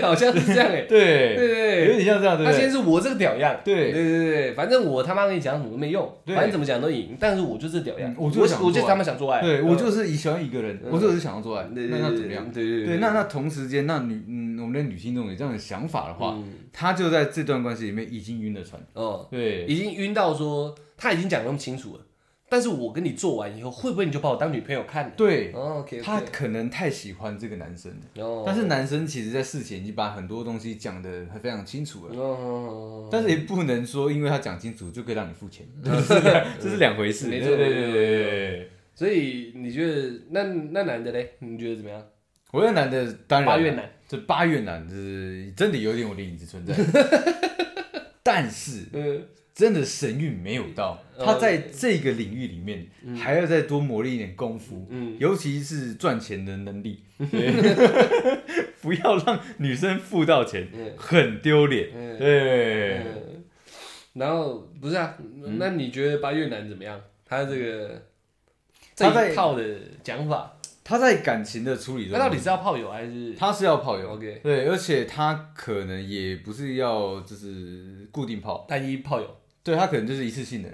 Speaker 1: 好像是这样哎。对
Speaker 2: 对，
Speaker 1: 对
Speaker 2: 有
Speaker 1: 对，
Speaker 2: 点像这样，对
Speaker 1: 他
Speaker 2: 不
Speaker 1: 先
Speaker 2: 对？
Speaker 1: 是我这个屌样，对
Speaker 2: 对，
Speaker 1: 对对对，反正我他妈跟你讲什么都没用，
Speaker 2: 对
Speaker 1: 反正怎么讲都赢，但是我就是屌样
Speaker 2: 嗯，
Speaker 1: 我
Speaker 2: 我就想
Speaker 1: 我
Speaker 2: 做
Speaker 1: 就
Speaker 2: 爱
Speaker 1: 他妈想做爱，
Speaker 2: 对我就是喜欢一个人，我就是想要做爱，
Speaker 1: 嗯对
Speaker 2: 那那怎么样？？
Speaker 1: 对对
Speaker 2: 对，那那同时间，那女嗯，我们的女性中有这样的想法的话，
Speaker 1: 嗯
Speaker 2: 她就在这段关系里面已经晕了船。
Speaker 1: 哦，
Speaker 2: 对，
Speaker 1: 已经晕到说他已经讲得那么清楚了，但是我跟你做完以后，会不会你就把我当女朋友看了？
Speaker 2: 对，
Speaker 1: 哦，OK，
Speaker 2: 她可能太喜欢这个男生了，
Speaker 1: 哦，
Speaker 2: 但是男生其实在事前已经把很多东西讲得非常清楚了。
Speaker 1: 哦，
Speaker 2: 但是也不能说，因为他讲清楚就可以让你 付钱，这是这是两回事。
Speaker 1: 没
Speaker 2: 对
Speaker 1: 错
Speaker 2: 对对
Speaker 1: 没错
Speaker 2: 对对对。
Speaker 1: 所以你觉得那那男的嘞？你觉得怎么样？
Speaker 2: 我越南的当然
Speaker 1: 八越南，
Speaker 2: 这 八越南这是真的有点我的影子存在，但是
Speaker 1: 嗯，
Speaker 2: 真的神韵没有到，
Speaker 1: 哦
Speaker 2: 他在这个领域里面还要再多磨练一点功夫，
Speaker 1: 嗯
Speaker 2: 尤其是赚钱的能力，对 不要让女生付到钱
Speaker 1: 嗯，
Speaker 2: 很丢脸，
Speaker 1: 嗯
Speaker 2: 对，嗯
Speaker 1: 嗯然后不是啊，那你觉得八越南怎么样？他这个这
Speaker 2: 他在
Speaker 1: 一套的讲法，
Speaker 2: 他在感情的处理
Speaker 1: 他
Speaker 2: 中，
Speaker 1: 到底是要炮友还是
Speaker 2: 他是要泡友
Speaker 1: OK
Speaker 2: 对，而且他可能也不是要就是固定泡，
Speaker 1: 单一炮友、
Speaker 2: 对他可能就是一次性 的，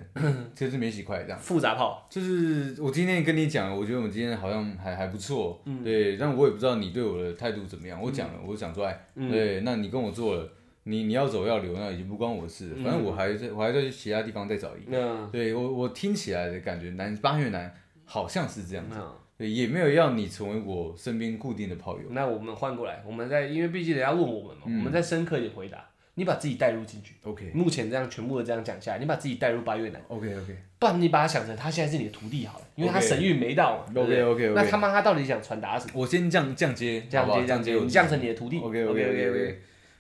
Speaker 2: 就是免洗块这样。
Speaker 1: 复杂炮？
Speaker 2: 就是我今天跟你讲，我觉得我们今天好像还还不错，对，但我也不知道你对我的态度怎么样。我讲了，我讲出来，对，那你跟我做了，你你要走要留，那已经不关我的事了，反正我还在，我还在其他地方再找一个。
Speaker 1: 那
Speaker 2: 对我我听起来的感觉，南八月男好像是这样，
Speaker 1: 那
Speaker 2: 对，也没有要你成为我身边固定的炮友。
Speaker 1: 那我们换过来，我们再因为毕竟人家问我们
Speaker 2: 嗯
Speaker 1: 嘛，我们再深刻一点回答。你把自己带入进去，
Speaker 2: OK
Speaker 1: 目前这样全部的这样讲下来，你把自己带入八越南，
Speaker 2: OK OK，
Speaker 1: 不然你把他想成他现在是你的徒弟好了，因为他
Speaker 2: OK
Speaker 1: 神韵没到嘛，对不对
Speaker 2: OK，OK，OK
Speaker 1: 那他妈他到底想传达什么？
Speaker 2: 我先降降阶，
Speaker 1: 这样
Speaker 2: 好不好
Speaker 1: 接这样接，
Speaker 2: 我
Speaker 1: 你降成你的徒弟。
Speaker 2: OK
Speaker 1: OK
Speaker 2: OK OK
Speaker 1: OK。
Speaker 2: OK，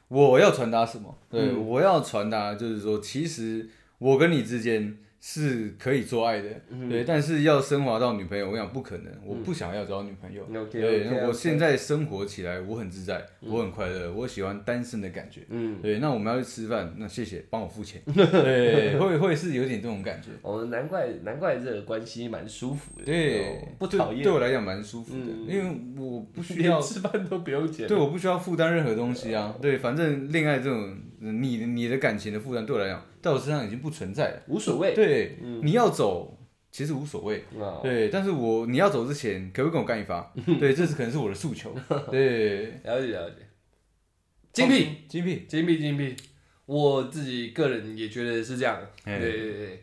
Speaker 2: 我要传达什么？对，
Speaker 1: 嗯
Speaker 2: 我要传达就是说，其实我跟你之间是可以做爱的，
Speaker 1: 嗯
Speaker 2: 对，但是要升华到女朋友，我想不可能，我不想要找女朋友。
Speaker 1: OK，
Speaker 2: 对
Speaker 1: OK，啊
Speaker 2: 我
Speaker 1: OK
Speaker 2: 现在生活起来，我很自在，我很快乐，我喜欢单身的感觉。
Speaker 1: 嗯，
Speaker 2: 对，那我们要去吃饭，那谢谢，帮我 付钱。对，会会是有点这种感觉。
Speaker 1: 哦，难怪难怪这个关系蛮舒服的，
Speaker 2: 对
Speaker 1: 哦，不讨
Speaker 2: 对
Speaker 1: 厌，嗯
Speaker 2: 对我来讲蛮舒服的，因为我不需要
Speaker 1: 连吃饭都不用钱。
Speaker 2: 对，我不需要负担任何东西啊。对，反正恋爱这种，你你的感情的负担对我来讲，在我身上已经不存在了。
Speaker 1: 无所谓。
Speaker 2: 对，你要走其实无所谓。
Speaker 1: 啊，
Speaker 2: 对，但是我你要走之前，可不可以跟我干一发？对，这是可能是我的诉求。对，
Speaker 1: 了解了解。金币，
Speaker 2: 金币，
Speaker 1: 金币，金币，我自己个人也觉得是这样。对
Speaker 2: 哎
Speaker 1: 对对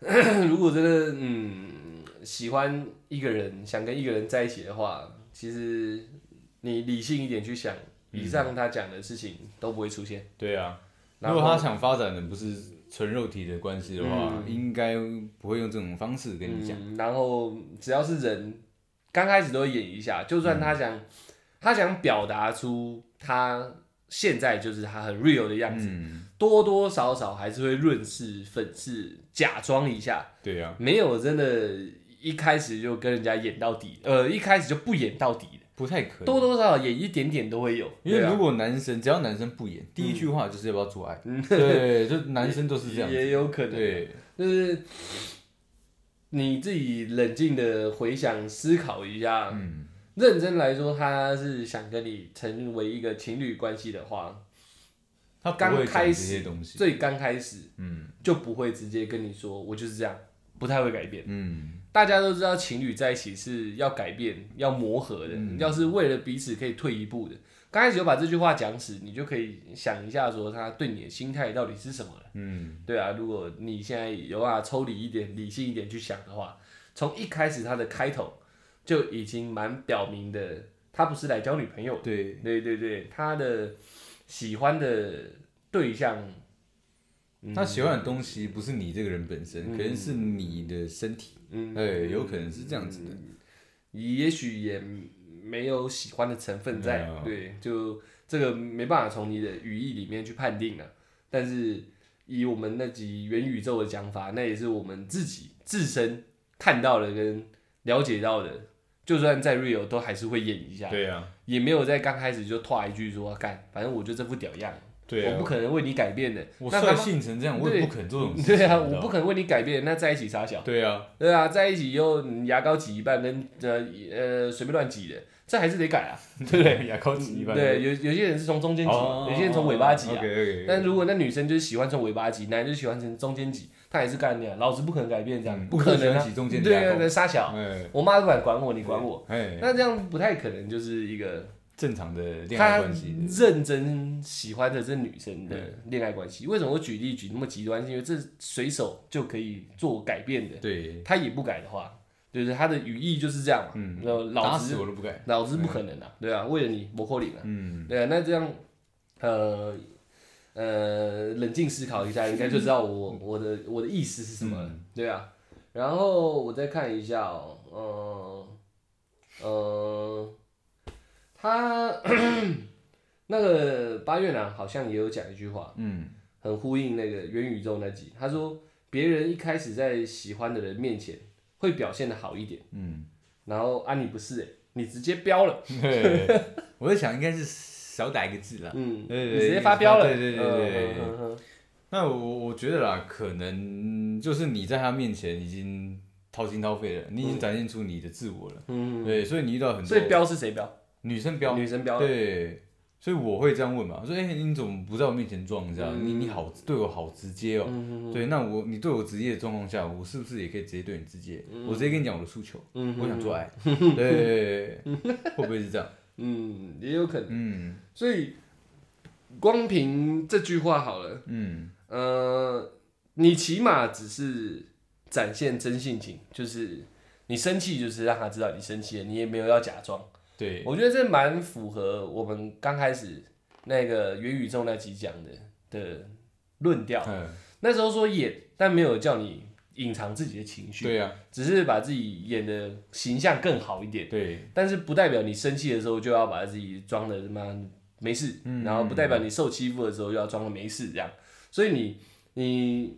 Speaker 1: 对， 如果真的嗯喜欢一个人，想跟一个人在一起的话，其实你理性一点去想，以上他讲的事情都不会出现。
Speaker 2: 对啊。
Speaker 1: 然
Speaker 2: 如
Speaker 1: 后
Speaker 2: 果他想发展的不是纯肉体的关系的话，应该不会用这种方式跟你讲。
Speaker 1: 嗯。然后只要是人，刚开始都会演一下，就算他想、他想表达出他现在就是他很 real 的样子，
Speaker 2: 嗯，
Speaker 1: 多多少少还是会润饰、粉饰、假装一下，
Speaker 2: 对啊，
Speaker 1: 没有真的一开始就跟人家演到底，呃，一开始就不演到底的，
Speaker 2: 不太可能。
Speaker 1: 多多少少演一点点都会有。
Speaker 2: 因为
Speaker 1: 对啊
Speaker 2: 如果男生只要男生不演，第一句话就是要不要做爱。对，就男生都是这样
Speaker 1: 嗯
Speaker 2: 子。
Speaker 1: 也有可能，
Speaker 2: 对，
Speaker 1: 就是你自己冷静的回想、思考一下。
Speaker 2: 嗯
Speaker 1: 认真来说，他是想跟你成为一个情侣关系的话，，
Speaker 2: 他
Speaker 1: 刚
Speaker 2: 不会讲
Speaker 1: 开
Speaker 2: 这
Speaker 1: 始
Speaker 2: 些东西，
Speaker 1: 最刚开始
Speaker 2: 嗯
Speaker 1: 就不会直接跟你说我就是这样，不太会改变。
Speaker 2: 嗯，
Speaker 1: 大家都知道，情侣在一起是要改变、要磨合的，要是为了彼此可以退一步的。刚开始就把这句话讲死，你就可以想一下，说他对你的心态到底是什么了。
Speaker 2: 嗯，
Speaker 1: 对啊，如果你现在有办法抽离一点、理性一点去想的话，从一开始他的开头就已经蛮表明的，他不是来交女朋友的。
Speaker 2: 对，
Speaker 1: 对对对，他的喜欢的对象，嗯
Speaker 2: 他喜欢的东西不是你这个人本身，可能是你的身体，
Speaker 1: 嗯，
Speaker 2: 对，哎有可能是这样子的，
Speaker 1: 也许也没有喜欢的成分在
Speaker 2: 没，有
Speaker 1: 对，就这个没办法从你的语义里面去判定了、但是以我们那集元宇宙的讲法，那也是我们自己自身看到的跟了解到的，就算在 real 都还是会演一下，
Speaker 2: 对啊，
Speaker 1: 也没有在刚开始就tweet 一句说啊干，反正我就这副屌样，我不可能为你改变的。
Speaker 2: 啊我
Speaker 1: 那他
Speaker 2: 率
Speaker 1: 妈
Speaker 2: 性成这样，我也
Speaker 1: 对
Speaker 2: 不可能做这种事情，
Speaker 1: 对 啊，
Speaker 2: 你知
Speaker 1: 我
Speaker 2: 道
Speaker 1: 不
Speaker 2: 吗，
Speaker 1: 可能为你改变，那在一起傻小。
Speaker 2: 对啊，
Speaker 1: 对啊，在一起以后，你牙膏挤一半跟呃呃随便乱挤的，这还是得改啊。
Speaker 2: 对不对？牙膏挤一半，
Speaker 1: 对，有有些人是从中间挤，
Speaker 2: 哦，
Speaker 1: 有些人从尾巴挤啊。
Speaker 2: ，OK，
Speaker 1: 但如果那女生就是喜欢从尾巴挤，男人就喜欢从中间挤，他也是干的，老子不可能改变这样，
Speaker 2: 嗯
Speaker 1: 不可能
Speaker 2: 不可能
Speaker 1: 啊
Speaker 2: 挤中间的
Speaker 1: 对
Speaker 2: 牙
Speaker 1: 啊，
Speaker 2: 膏
Speaker 1: 那傻小，
Speaker 2: 哎
Speaker 1: 我妈都敢管我，你管我，
Speaker 2: 哎，
Speaker 1: 那这样不太可能，就是一个
Speaker 2: 正常的恋爱
Speaker 1: 他
Speaker 2: 关系的，
Speaker 1: 认真喜欢的这女生的恋爱关系。为什么我举例举那么极端？是因为这随手就可以做改变的。
Speaker 2: 对，
Speaker 1: 他也不改的话，就是他的语义就是这样嘛。
Speaker 2: 嗯
Speaker 1: 那老
Speaker 2: 打死
Speaker 1: 子
Speaker 2: 我都不改，
Speaker 1: 老子不可能啊，对啊，为了你磨扣你啊，
Speaker 2: 嗯，
Speaker 1: 对啊，那这样，呃呃，冷静思考一下，应该就知道我
Speaker 2: 嗯
Speaker 1: 我的我的意思是什么了，对啊。然后我再看一下哦，嗯、呃， 他那个八月男好像也有讲一句话，
Speaker 2: 嗯，
Speaker 1: 很呼应那个元宇宙那集，他说别人一开始在喜欢的人面前会表现的好一点，
Speaker 2: 嗯，
Speaker 1: 然后啊你不是哎、你直接飙了，
Speaker 2: 对，我在想应该是少打一个字啦。
Speaker 1: 嗯，
Speaker 2: 对对
Speaker 1: 你直接发飙了，
Speaker 2: 对对对对对
Speaker 1: 嗯嗯嗯嗯
Speaker 2: 那我我觉得啦，可能就是你在他面前已经掏心掏肺了，你已经展现出你的自我了。
Speaker 1: 嗯
Speaker 2: 对，嗯所以你遇到很
Speaker 1: 所
Speaker 2: 多
Speaker 1: 以飙是谁飙？
Speaker 2: 女生标，
Speaker 1: 女生飙，
Speaker 2: 对，所以我会这样问嘛，我说哎、你怎么不在我面前撞一下？
Speaker 1: 嗯
Speaker 2: 你你好对我好直接哦、
Speaker 1: 嗯嗯
Speaker 2: 对，那我你对我直接的状况下，我是不是也可以直接对你直接？我直接跟你讲我的诉求，
Speaker 1: 嗯
Speaker 2: 我想做 爱，对，会不会是这样？
Speaker 1: 嗯，也有可能。
Speaker 2: 嗯
Speaker 1: 所以光凭这句话好了，
Speaker 2: 嗯
Speaker 1: 呃，你起码只是展现真性情，就是你生气，就是让他知道你生气了，你也没有要假装。
Speaker 2: 对，
Speaker 1: 我觉得这蛮符合我们刚开始那个元宇宙那集讲的的论调。
Speaker 2: 嗯，
Speaker 1: 那时候说演，但没有叫你隐藏自己的情绪，
Speaker 2: 对呀，
Speaker 1: 只是把自己演的形象更好一点。
Speaker 2: 对，
Speaker 1: 但是不代表你生气的时候就要把自己装的他妈没事，
Speaker 2: 嗯
Speaker 1: 然后不代表你受欺负的时候就要装的没事这样。所以你你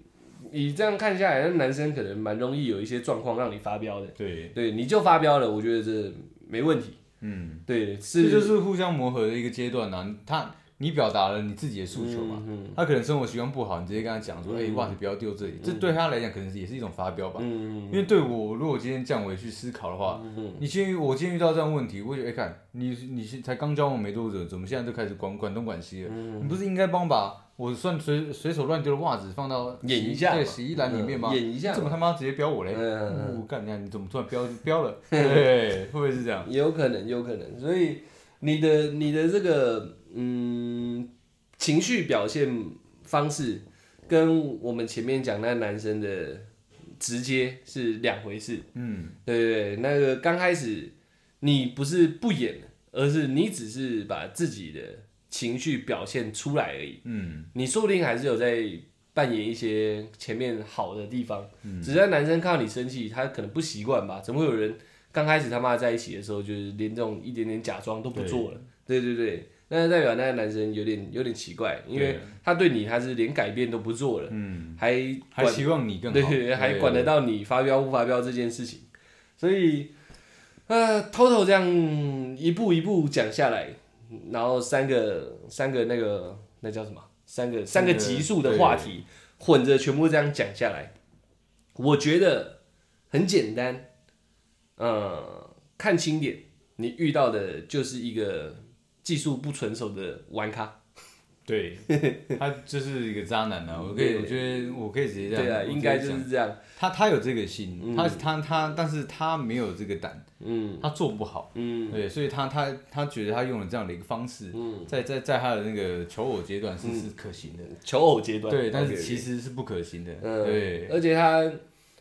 Speaker 1: 你这样看下来，那男生可能蛮容易有一些状况让你发飙的，
Speaker 2: 对，
Speaker 1: 对，你就发飙了，我觉得这没问题，
Speaker 2: 嗯。
Speaker 1: 对，
Speaker 2: 这
Speaker 1: 是
Speaker 2: 就是互相磨合的一个阶段呐、啊他你表达了你自己的诉求嘛，
Speaker 1: 嗯
Speaker 2: 他可能生活习惯不好，你直接跟他讲说，哎、
Speaker 1: 嗯
Speaker 2: 袜子不要丢这里，这对他来讲可能也是一种发飙吧。
Speaker 1: 嗯
Speaker 2: 因为对我，如果今天这样我也去思考的话，你今天我今天遇到这样的问题，我会觉得，哎、看你你是才刚交往没多久，怎么现在就开始管管东管西了？
Speaker 1: 嗯
Speaker 2: 你不是应该帮把我算随随手乱丢的袜子放到洗
Speaker 1: 演一下
Speaker 2: 对
Speaker 1: 嘛
Speaker 2: 洗衣篮里面吗？
Speaker 1: 嗯演一下
Speaker 2: 你怎么他妈直接飙我嘞？
Speaker 1: 嗯
Speaker 2: 我哦干你看你怎么突然飙飙 了？对，会不会是这样？
Speaker 1: 嗯有可能，有可能，所以你的你的这个嗯情绪表现方式，跟我们前面讲那男生的直接是两回事，
Speaker 2: 嗯，
Speaker 1: 对对对，那个刚开始你不是不演，而是你只是把自己的情绪表现出来而已，
Speaker 2: 嗯
Speaker 1: 你说不定还是有在。扮演一些前面好的地方，
Speaker 2: 嗯
Speaker 1: 只是男生看到你生气，他可能不习惯吧？怎么会有人刚开始他妈在一起的时候，就是连这种一点点假装都不做了？对对对，那代表那个男生有点有点奇怪，因为
Speaker 2: 对
Speaker 1: 他对你他是连改变都不做了，
Speaker 2: 嗯。
Speaker 1: 还
Speaker 2: 还
Speaker 1: 管
Speaker 2: 希望你更好，
Speaker 1: 对对对，还管得到你发飙不发飙这件事情，所以呃，偷偷这样一步一步讲下来，然后三个三个那个那叫什么？三个三
Speaker 2: 三
Speaker 1: 个
Speaker 2: 个
Speaker 1: 级数的话题混着全部这样讲下来，我觉得很简单，呃，看清点，你遇到的就是一个技术不纯熟的玩咖，
Speaker 2: 对，他就是一个渣 男啊！我可以，
Speaker 1: 对
Speaker 2: 我觉得我可以直接这样，
Speaker 1: 对啊，
Speaker 2: 我直接
Speaker 1: 应该就是
Speaker 2: 讲
Speaker 1: 这样，
Speaker 2: 他，他有这个心，他他他，但是他没有这个胆，
Speaker 1: 嗯
Speaker 2: 他做不好，
Speaker 1: 嗯
Speaker 2: 对，所以他他他觉得他用了这样的一个方式，在在在他的那个求偶阶段是是可行的，
Speaker 1: 求偶阶段，
Speaker 2: 对，但
Speaker 1: 嗯
Speaker 2: 是
Speaker 1: OK，OK
Speaker 2: 其实是不可行的，
Speaker 1: 嗯，
Speaker 2: 对嗯
Speaker 1: 而且他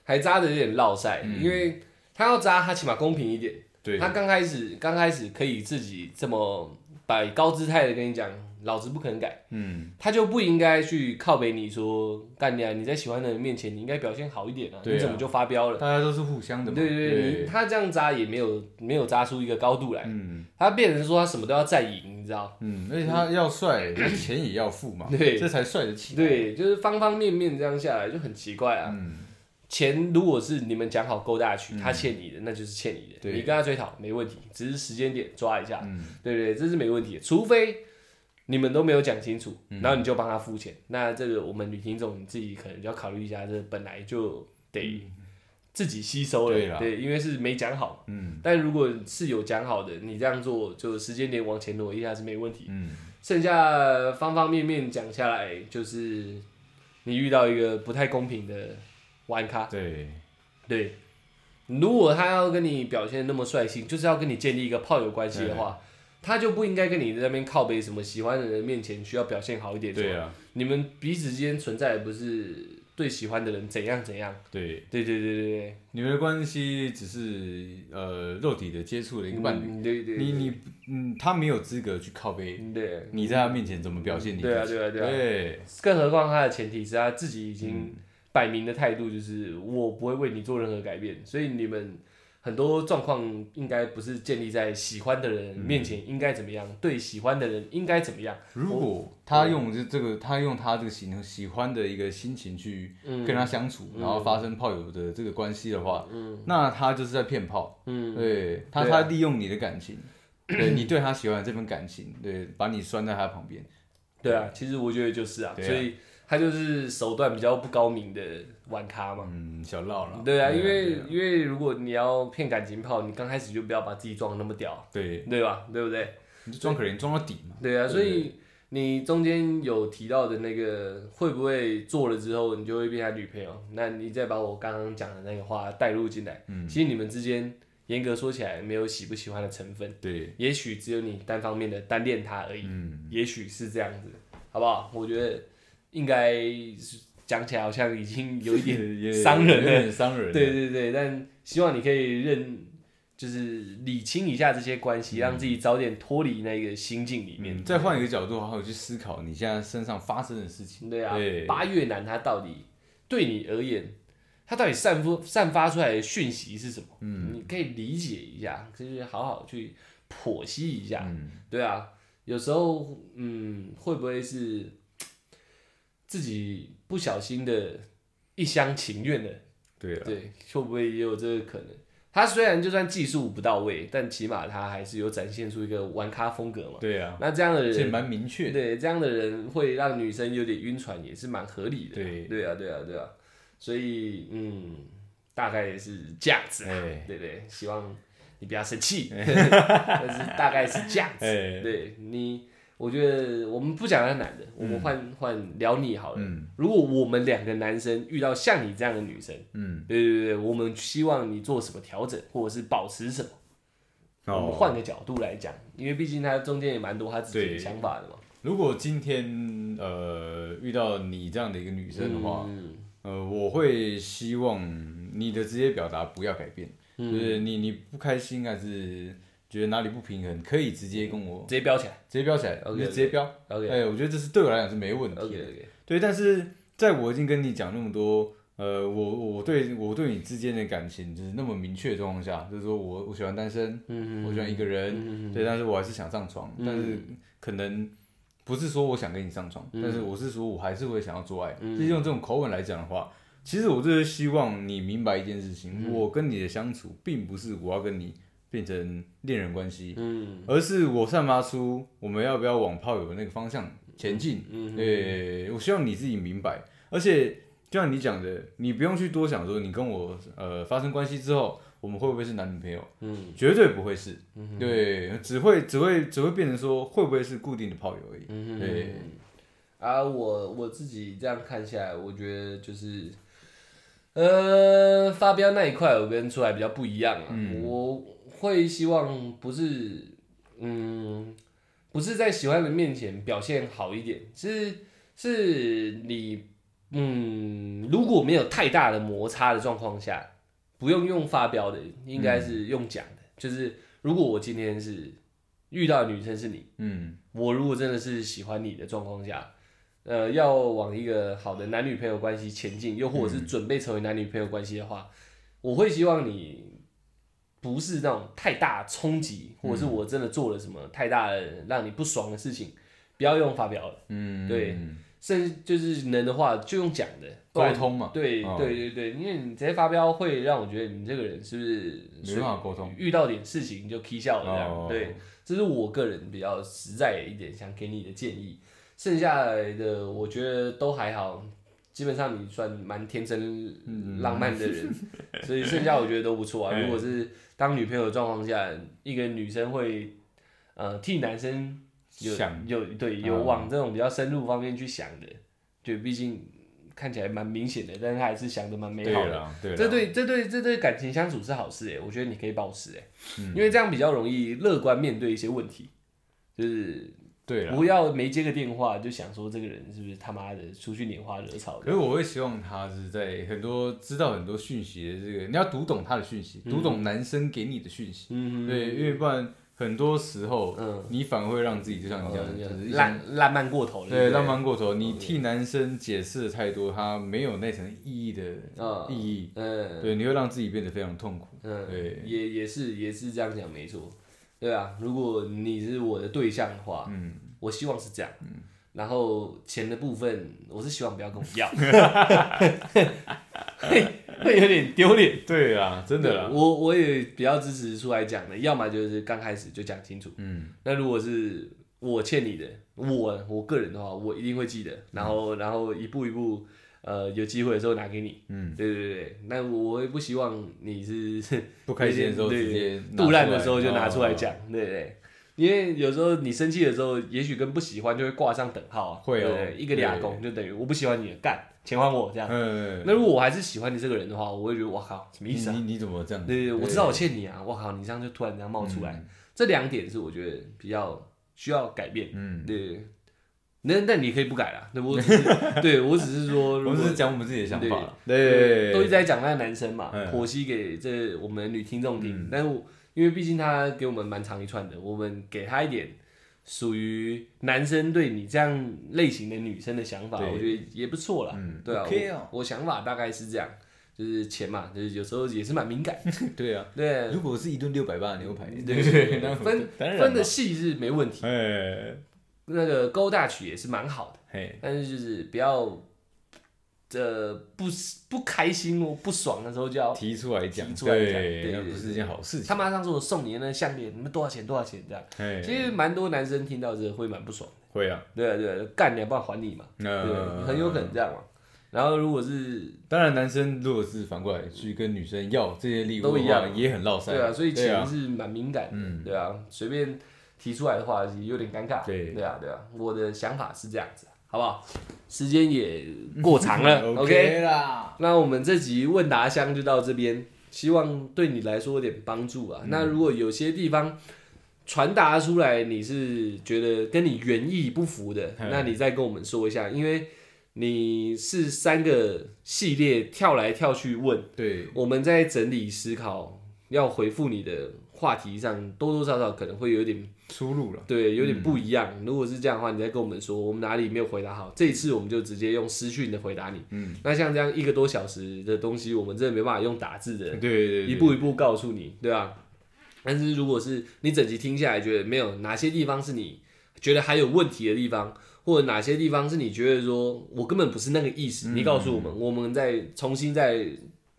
Speaker 1: 还扎的有点落塞，因为他要扎，他起码公平一点。
Speaker 2: 对
Speaker 1: 他刚开始刚开始可以自己这么摆高姿态的跟你讲，老子不可能改，
Speaker 2: 嗯，
Speaker 1: 他就不应该去靠北你说干你啊！你在喜欢的人面前，你应该表现好一点啊，
Speaker 2: 对啊
Speaker 1: 你怎么就发飙了？
Speaker 2: 大家都是互相的
Speaker 1: 对
Speaker 2: 嘛，
Speaker 1: 对对，你他这样扎也没有没有扎出一个高度来，
Speaker 2: 嗯
Speaker 1: 他变成说他什么都要再赢，你知道？
Speaker 2: 嗯，而且他要帅，他钱也要付嘛，
Speaker 1: 对
Speaker 2: 这才帅得起，，
Speaker 1: 对，就是方方面面这样下来就很奇怪啊。
Speaker 2: 嗯，
Speaker 1: 钱如果是你们讲好勾大去，他欠你的，那就是欠你的，
Speaker 2: 对
Speaker 1: 你跟他追讨没问题，只是时间点抓一下，
Speaker 2: 嗯
Speaker 1: 对不对？这是没问题的，除非你们都没有讲清楚，
Speaker 2: 嗯
Speaker 1: 然后你就帮他付钱，那这个我们女听众你自己可能就要考虑一下，这本来就得自己吸收了，
Speaker 2: 嗯对啦
Speaker 1: 对，因为是没讲好，
Speaker 2: 嗯
Speaker 1: 但如果是有讲好的，你这样做就时间点往前挪一下是没问题，
Speaker 2: 嗯，
Speaker 1: 剩下方方面面讲下来，就是你遇到一个不太公平的玩咖。
Speaker 2: 对。
Speaker 1: 对，如果他要跟你表现那么率性，就是要跟你建立一个炮友关系的话，他就不应该跟你在那边靠背什么喜欢的人面前需要表现好一点。
Speaker 2: 对
Speaker 1: 啊，
Speaker 2: 啊，
Speaker 1: 你们彼此之间存在的不是对喜欢的人怎样怎样。
Speaker 2: 对，
Speaker 1: 对对对对对，
Speaker 2: 你们的关系只是呃肉体的接触的一个伴侣，
Speaker 1: 嗯对对，
Speaker 2: 你你嗯，他没有资格去靠背
Speaker 1: 你对
Speaker 2: 你在他面前怎么表现你自己。
Speaker 1: 对啊对啊对啊
Speaker 2: 对
Speaker 1: 更何况他的前提是他
Speaker 2: 嗯
Speaker 1: 自己已经摆明的态度，就是我不会为你做任何改变，所以你们很多状况应该不是建立在喜欢的人面前应该怎么样，对喜欢的人应该怎么样。
Speaker 2: 如
Speaker 1: 哦
Speaker 2: 果他用这这个，他用他这个喜喜欢的一个心情去
Speaker 1: 嗯
Speaker 2: 跟他相处，然后发生炮友的这个关系的话，那他就是在骗炮，对他
Speaker 1: 嗯对啊
Speaker 2: 他利用你的感 情，对你对他喜欢的这份感情，对，把你拴在他旁边，
Speaker 1: 对啊，其实我觉得就是啊，
Speaker 2: 嗯对啊
Speaker 1: 所以他就是手段比较不高明的玩咖嘛。
Speaker 2: 嗯，小闹了，
Speaker 1: 对啊，因为
Speaker 2: 对啊
Speaker 1: 因为如果你要骗感情炮，你刚开始就不要把自己装得那么屌，
Speaker 2: 对，
Speaker 1: 对吧？对不对？
Speaker 2: 你就装可怜装到底嘛，
Speaker 1: 对啊，
Speaker 2: 对
Speaker 1: 所以你中间有提到的那个会不会做了之后你就会变他女朋友？那你再把我刚刚讲的那个话带入进来，嗯，其实你们之间严格说起来没有喜不喜欢的成分，
Speaker 2: 对，
Speaker 1: 也许只有你单方面的单恋他而已，
Speaker 2: 嗯，
Speaker 1: 也许是这样子，好不好？我觉得应该是讲起来好像已经有一点
Speaker 2: 也
Speaker 1: 伤人
Speaker 2: 有
Speaker 1: 了
Speaker 2: 点伤人，
Speaker 1: 对，对对，但希望你可以认，就是理清一下这些关系，让自己早点脱离那个心境里面。
Speaker 2: 嗯，再换一个角度，好好去思考你现在身上发生的事情，
Speaker 1: 对啊
Speaker 2: 对，
Speaker 1: 八越南它到底对你而言，它到底散发散发出来的讯息是什么？嗯，你可以理解一下，就是好好去剖析一下。
Speaker 2: 嗯
Speaker 1: 对啊，有时候嗯，会不会是自己不小心的一厢情愿的
Speaker 2: 对啊，
Speaker 1: 对，会不会也有这个可能？他虽然就算技术不到位，但起码他还是有展现出一个玩咖风格嘛。
Speaker 2: 对啊，
Speaker 1: 那这样的
Speaker 2: 而且
Speaker 1: 人，
Speaker 2: 蛮明确的，
Speaker 1: 对这样的人会让女生有点晕船，也是蛮合理的。
Speaker 2: 对
Speaker 1: 对啊，对啊，对啊。所以，嗯，大概也是这样子啦，
Speaker 2: 哎
Speaker 1: 对不对？希望你不要生气， 但是大概是这样子。
Speaker 2: 哎
Speaker 1: 对你，我觉得我们不讲那男的，我们换换聊你好了。
Speaker 2: 嗯
Speaker 1: 如果我们两个男生遇到像你这样的女生，
Speaker 2: 嗯，
Speaker 1: 对对对，我们希望你做什么调整，或者是保持什么。我们
Speaker 2: 哦，
Speaker 1: 换个角度来讲，因为毕竟他中间也蛮多他自己的
Speaker 2: 对
Speaker 1: 想法的嘛。
Speaker 2: 如果今天呃遇到你这样的一个女生的话，
Speaker 1: 嗯
Speaker 2: 呃，我会希望你的直接表达不要改变，
Speaker 1: 嗯
Speaker 2: 就是你你不开心还是觉得哪里不平衡，可以直接跟我
Speaker 1: 直接标起来。
Speaker 2: 直接标起来，
Speaker 1: OK，
Speaker 2: 你就直接标。
Speaker 1: 嗯 OK
Speaker 2: 哎，我觉得这是对我来讲是没问题
Speaker 1: OK
Speaker 2: 的。
Speaker 1: OK，
Speaker 2: 对，但是在我已经跟你讲那么多，呃，我我对我对你之间的感情就是那么明确的状况下，就是说我我喜欢单身，
Speaker 1: 嗯
Speaker 2: 我喜欢一个人，
Speaker 1: 嗯
Speaker 2: 对，但是我还是想上床，但是可能不是说我想跟你上床，
Speaker 1: 嗯
Speaker 2: 但是我是说我还是会想要做爱。就是用这种口吻来讲的话，其实我就是希望你明白一件事
Speaker 1: 嗯
Speaker 2: 情，我跟你的相处并不是我要跟你变成恋人关系，
Speaker 1: 嗯
Speaker 2: 而是我散发出我们要不要往炮友的那个方向前进。
Speaker 1: 嗯
Speaker 2: 对，我希望你自己明白，而且就像你讲的，你不用去多想说你跟我呃发生关系之后，我们会不会是男女朋友？
Speaker 1: 嗯
Speaker 2: 绝对不会是，对，只会只会只会变成说会不会是固定的炮友而已。
Speaker 1: 嗯
Speaker 2: 对，
Speaker 1: 啊，我我自己这样看下来，我觉得就是，呃，发飙那一块我跟出来比较不一样啊。我会希望不是，嗯，不是在喜欢的面前表现好一点，是是你，嗯，如果没有太大的摩擦的状况下，不用用发飙的，应该是用讲的，就是如果我今天是遇到的女生是你。
Speaker 2: 嗯，
Speaker 1: 我如果真的是喜欢你的状况下，呃，要往一个好的男女朋友关系前进，又或者是准备成为男女朋友关系的话，我会希望你不是那种太大冲击，或者是我真的做了什么太大的让你不爽的事情，不要用发表了，
Speaker 2: 嗯，
Speaker 1: 对，甚至就是能的话就用讲的不
Speaker 2: 沟
Speaker 1: 然
Speaker 2: 通嘛，
Speaker 1: 对
Speaker 2: 哦
Speaker 1: 对对对，因为你直接发飙会让我觉得你这个人是不是
Speaker 2: 没办法沟通。
Speaker 1: 遇到点事情就 k 笑了这样，
Speaker 2: 哦
Speaker 1: 对，这是我个人比较实在一点想给你的建议。剩下来的我觉得都还好，基本上你算蛮天真浪漫的
Speaker 2: 嗯
Speaker 1: 人， 所以剩下我觉得都不错 啊。
Speaker 2: 哎
Speaker 1: 如果是当女朋友的状况下，一个女生会呃替男生有
Speaker 2: 想
Speaker 1: 有对有
Speaker 2: 嗯
Speaker 1: 往这种比较深入方面去想的，就毕竟看起来蛮明显的，但是她还是想的蛮美
Speaker 2: 对
Speaker 1: 好的。
Speaker 2: 了，对
Speaker 1: 这
Speaker 2: 了，
Speaker 1: 对这对这对感情相处是好事哎，我觉得你可以保持哎，
Speaker 2: 嗯
Speaker 1: 因为这样比较容易乐观面对一些问题，就是
Speaker 2: 对啊了。
Speaker 1: 不要没接个电话就想说这个人是不是他妈的出去拈花惹草
Speaker 2: 可
Speaker 1: 的。
Speaker 2: 是我会希望他是在很多知道很多讯息的这个，你要读懂他的讯息，读懂男生给你的讯息。
Speaker 1: 嗯嗯哼，
Speaker 2: 对，因为不然很多时候，
Speaker 1: 嗯
Speaker 2: 你反而会让自己就
Speaker 1: 哦
Speaker 2: 像你讲的，就是一些
Speaker 1: 浪浪漫过头了，
Speaker 2: 对，
Speaker 1: 不嗯
Speaker 2: 浪漫过头，你替男生解释的太多，他没有那层意义的
Speaker 1: 嗯
Speaker 2: 意义，
Speaker 1: 嗯
Speaker 2: 对，你会让自己变得非常痛苦。
Speaker 1: 嗯
Speaker 2: 对，
Speaker 1: 也也是也是这样讲没错，对啊，如果你是我的对象的话，
Speaker 2: 嗯，
Speaker 1: 我希望是这样。然后钱的部分，我是希望不要跟我 要，会有点丢脸。
Speaker 2: 对啊，真的啦，
Speaker 1: 我我也比较支持出来讲的，要么就是刚开始就讲清楚。
Speaker 2: 嗯，
Speaker 1: 那如果是我欠你的，我我个人的话，我一定会记得，然后然后一步一步，呃，有机会的时候拿给你。
Speaker 2: 嗯，
Speaker 1: 对对对，那我也不希望你是
Speaker 2: 不开心的时候
Speaker 1: 对
Speaker 2: 直接拿出来哦
Speaker 1: 肚烂的时候就拿出来讲，对不对？因为有时候你生气的时候，也许跟不喜欢就会挂上等号啊，
Speaker 2: 会哦
Speaker 1: 对不对一个俩公就等于我不喜欢你了，干钱还我这样。
Speaker 2: 嗯，
Speaker 1: 那如果我还是喜欢你这个人的话，我会觉得哇靠，什么
Speaker 2: 你
Speaker 1: 意思啊？
Speaker 2: 你你怎么这样？
Speaker 1: 对对对，我知道我欠你啊，我靠，你这样就突然这样冒出来，
Speaker 2: 嗯
Speaker 1: 这两点是我觉得比较需要改变。
Speaker 2: 嗯，
Speaker 1: 对对，对那那你可以不改啦，那我只是 对我只是说，
Speaker 2: 我
Speaker 1: 如
Speaker 2: 们
Speaker 1: 果
Speaker 2: 只是讲我们自己的想法啦，
Speaker 1: 对，
Speaker 2: 对，
Speaker 1: 都一直在讲那个男生嘛，
Speaker 2: 嗯
Speaker 1: 剖析给这我们女听众听。但是我因为毕竟他给我们蛮长一串的，我们给他一点属于男生对你这样类型的女生的想法，
Speaker 2: 对
Speaker 1: 我觉得也不错啦。
Speaker 2: 嗯
Speaker 1: 对啊
Speaker 2: OK 哦
Speaker 1: 我，我想法大概是这样，就是钱嘛，就是有时候也是蛮敏 感，
Speaker 2: 对啊。
Speaker 1: 对
Speaker 2: 如果是一顿六百八的牛排，
Speaker 1: 对
Speaker 2: 对， 那
Speaker 1: 分
Speaker 2: 当然
Speaker 1: 分
Speaker 2: 嘛
Speaker 1: 的细是没问题，
Speaker 2: 哎
Speaker 1: 那个勾大曲也是蛮好的，
Speaker 2: 嘿，
Speaker 1: 但是就是不要。呃，不不开心哦，不爽的时候就要
Speaker 2: 提出来讲
Speaker 1: 提，出来讲
Speaker 2: 对，
Speaker 1: 对
Speaker 2: 那
Speaker 1: 对
Speaker 2: 不是一件好事情。
Speaker 1: 他妈上次我送你的那项链，你们多少钱？多少钱？这样，
Speaker 2: 哎，
Speaker 1: 其实蛮多男生听到这会蛮不爽的。
Speaker 2: 会啊，
Speaker 1: 对啊，对啊，干你，不然还你嘛。对
Speaker 2: 那，
Speaker 1: 很有可能这样嘛。然后如果是
Speaker 2: 当然，男生如果是反过来去跟女生要这些礼物的话，
Speaker 1: 都一样
Speaker 2: 也很落塞。
Speaker 1: 对啊，所以
Speaker 2: 对
Speaker 1: 钱
Speaker 2: 啊，
Speaker 1: 是蛮敏感的。
Speaker 2: 嗯，
Speaker 1: 对啊，随便提出来的话有点尴尬。
Speaker 2: 对
Speaker 1: 对啊，对啊，我的想法是这样子，啊好不好？时间也过长 了，OK。嗯
Speaker 2: 啦。
Speaker 1: 那我们这集问答箱就到这边，希望对你来说有点帮助啊。那如果有些地方传达出来你是觉得跟你原意不符的，
Speaker 2: 嗯
Speaker 1: 那你再跟我们说一下，因为你是三个系列跳来跳去问，
Speaker 2: 对，
Speaker 1: 我们在整理思考要回复你的话题上，多多少少可能会有点
Speaker 2: 出入了。嗯
Speaker 1: 对，有点不一样。如果是这样的话，你再跟我们说，我们哪里没有回答好，这一次我们就直接用私讯的回答你。
Speaker 2: 嗯，
Speaker 1: 那像这样一个多小时的东西，我们真的没办法用打字
Speaker 2: 对
Speaker 1: 的，
Speaker 2: 对对，
Speaker 1: 一步一步告诉你，对吧、啊但是如果是你整集听下来，觉得没有哪些地方是你觉得还有问题的地方，或者哪些地方是你觉得说我根本不是那个意思，你告诉我们，我们再重新再。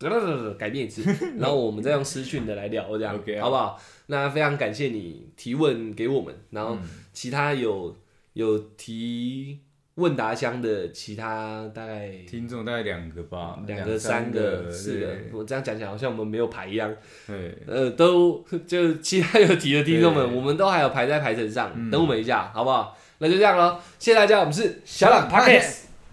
Speaker 1: 改变一次，然后我们再用私讯的来聊， 这样
Speaker 2: OK 啊
Speaker 1: 好不好？那非常感谢你提问给我们，然后其他有有提问答箱的其他大概
Speaker 2: 听众大概两个吧，
Speaker 1: 两
Speaker 2: 个
Speaker 1: 个、三
Speaker 2: 个、
Speaker 1: 个、四个
Speaker 2: 对。，
Speaker 1: 我这样讲起来好像我们没有排一样，
Speaker 2: 对，
Speaker 1: 呃，都就其他有题的听众们，
Speaker 2: 对嗯
Speaker 1: 我们都还有排在排程上，等我们一下，好不好？那就这样喽，谢谢大家，我们是小朗 p o c k e t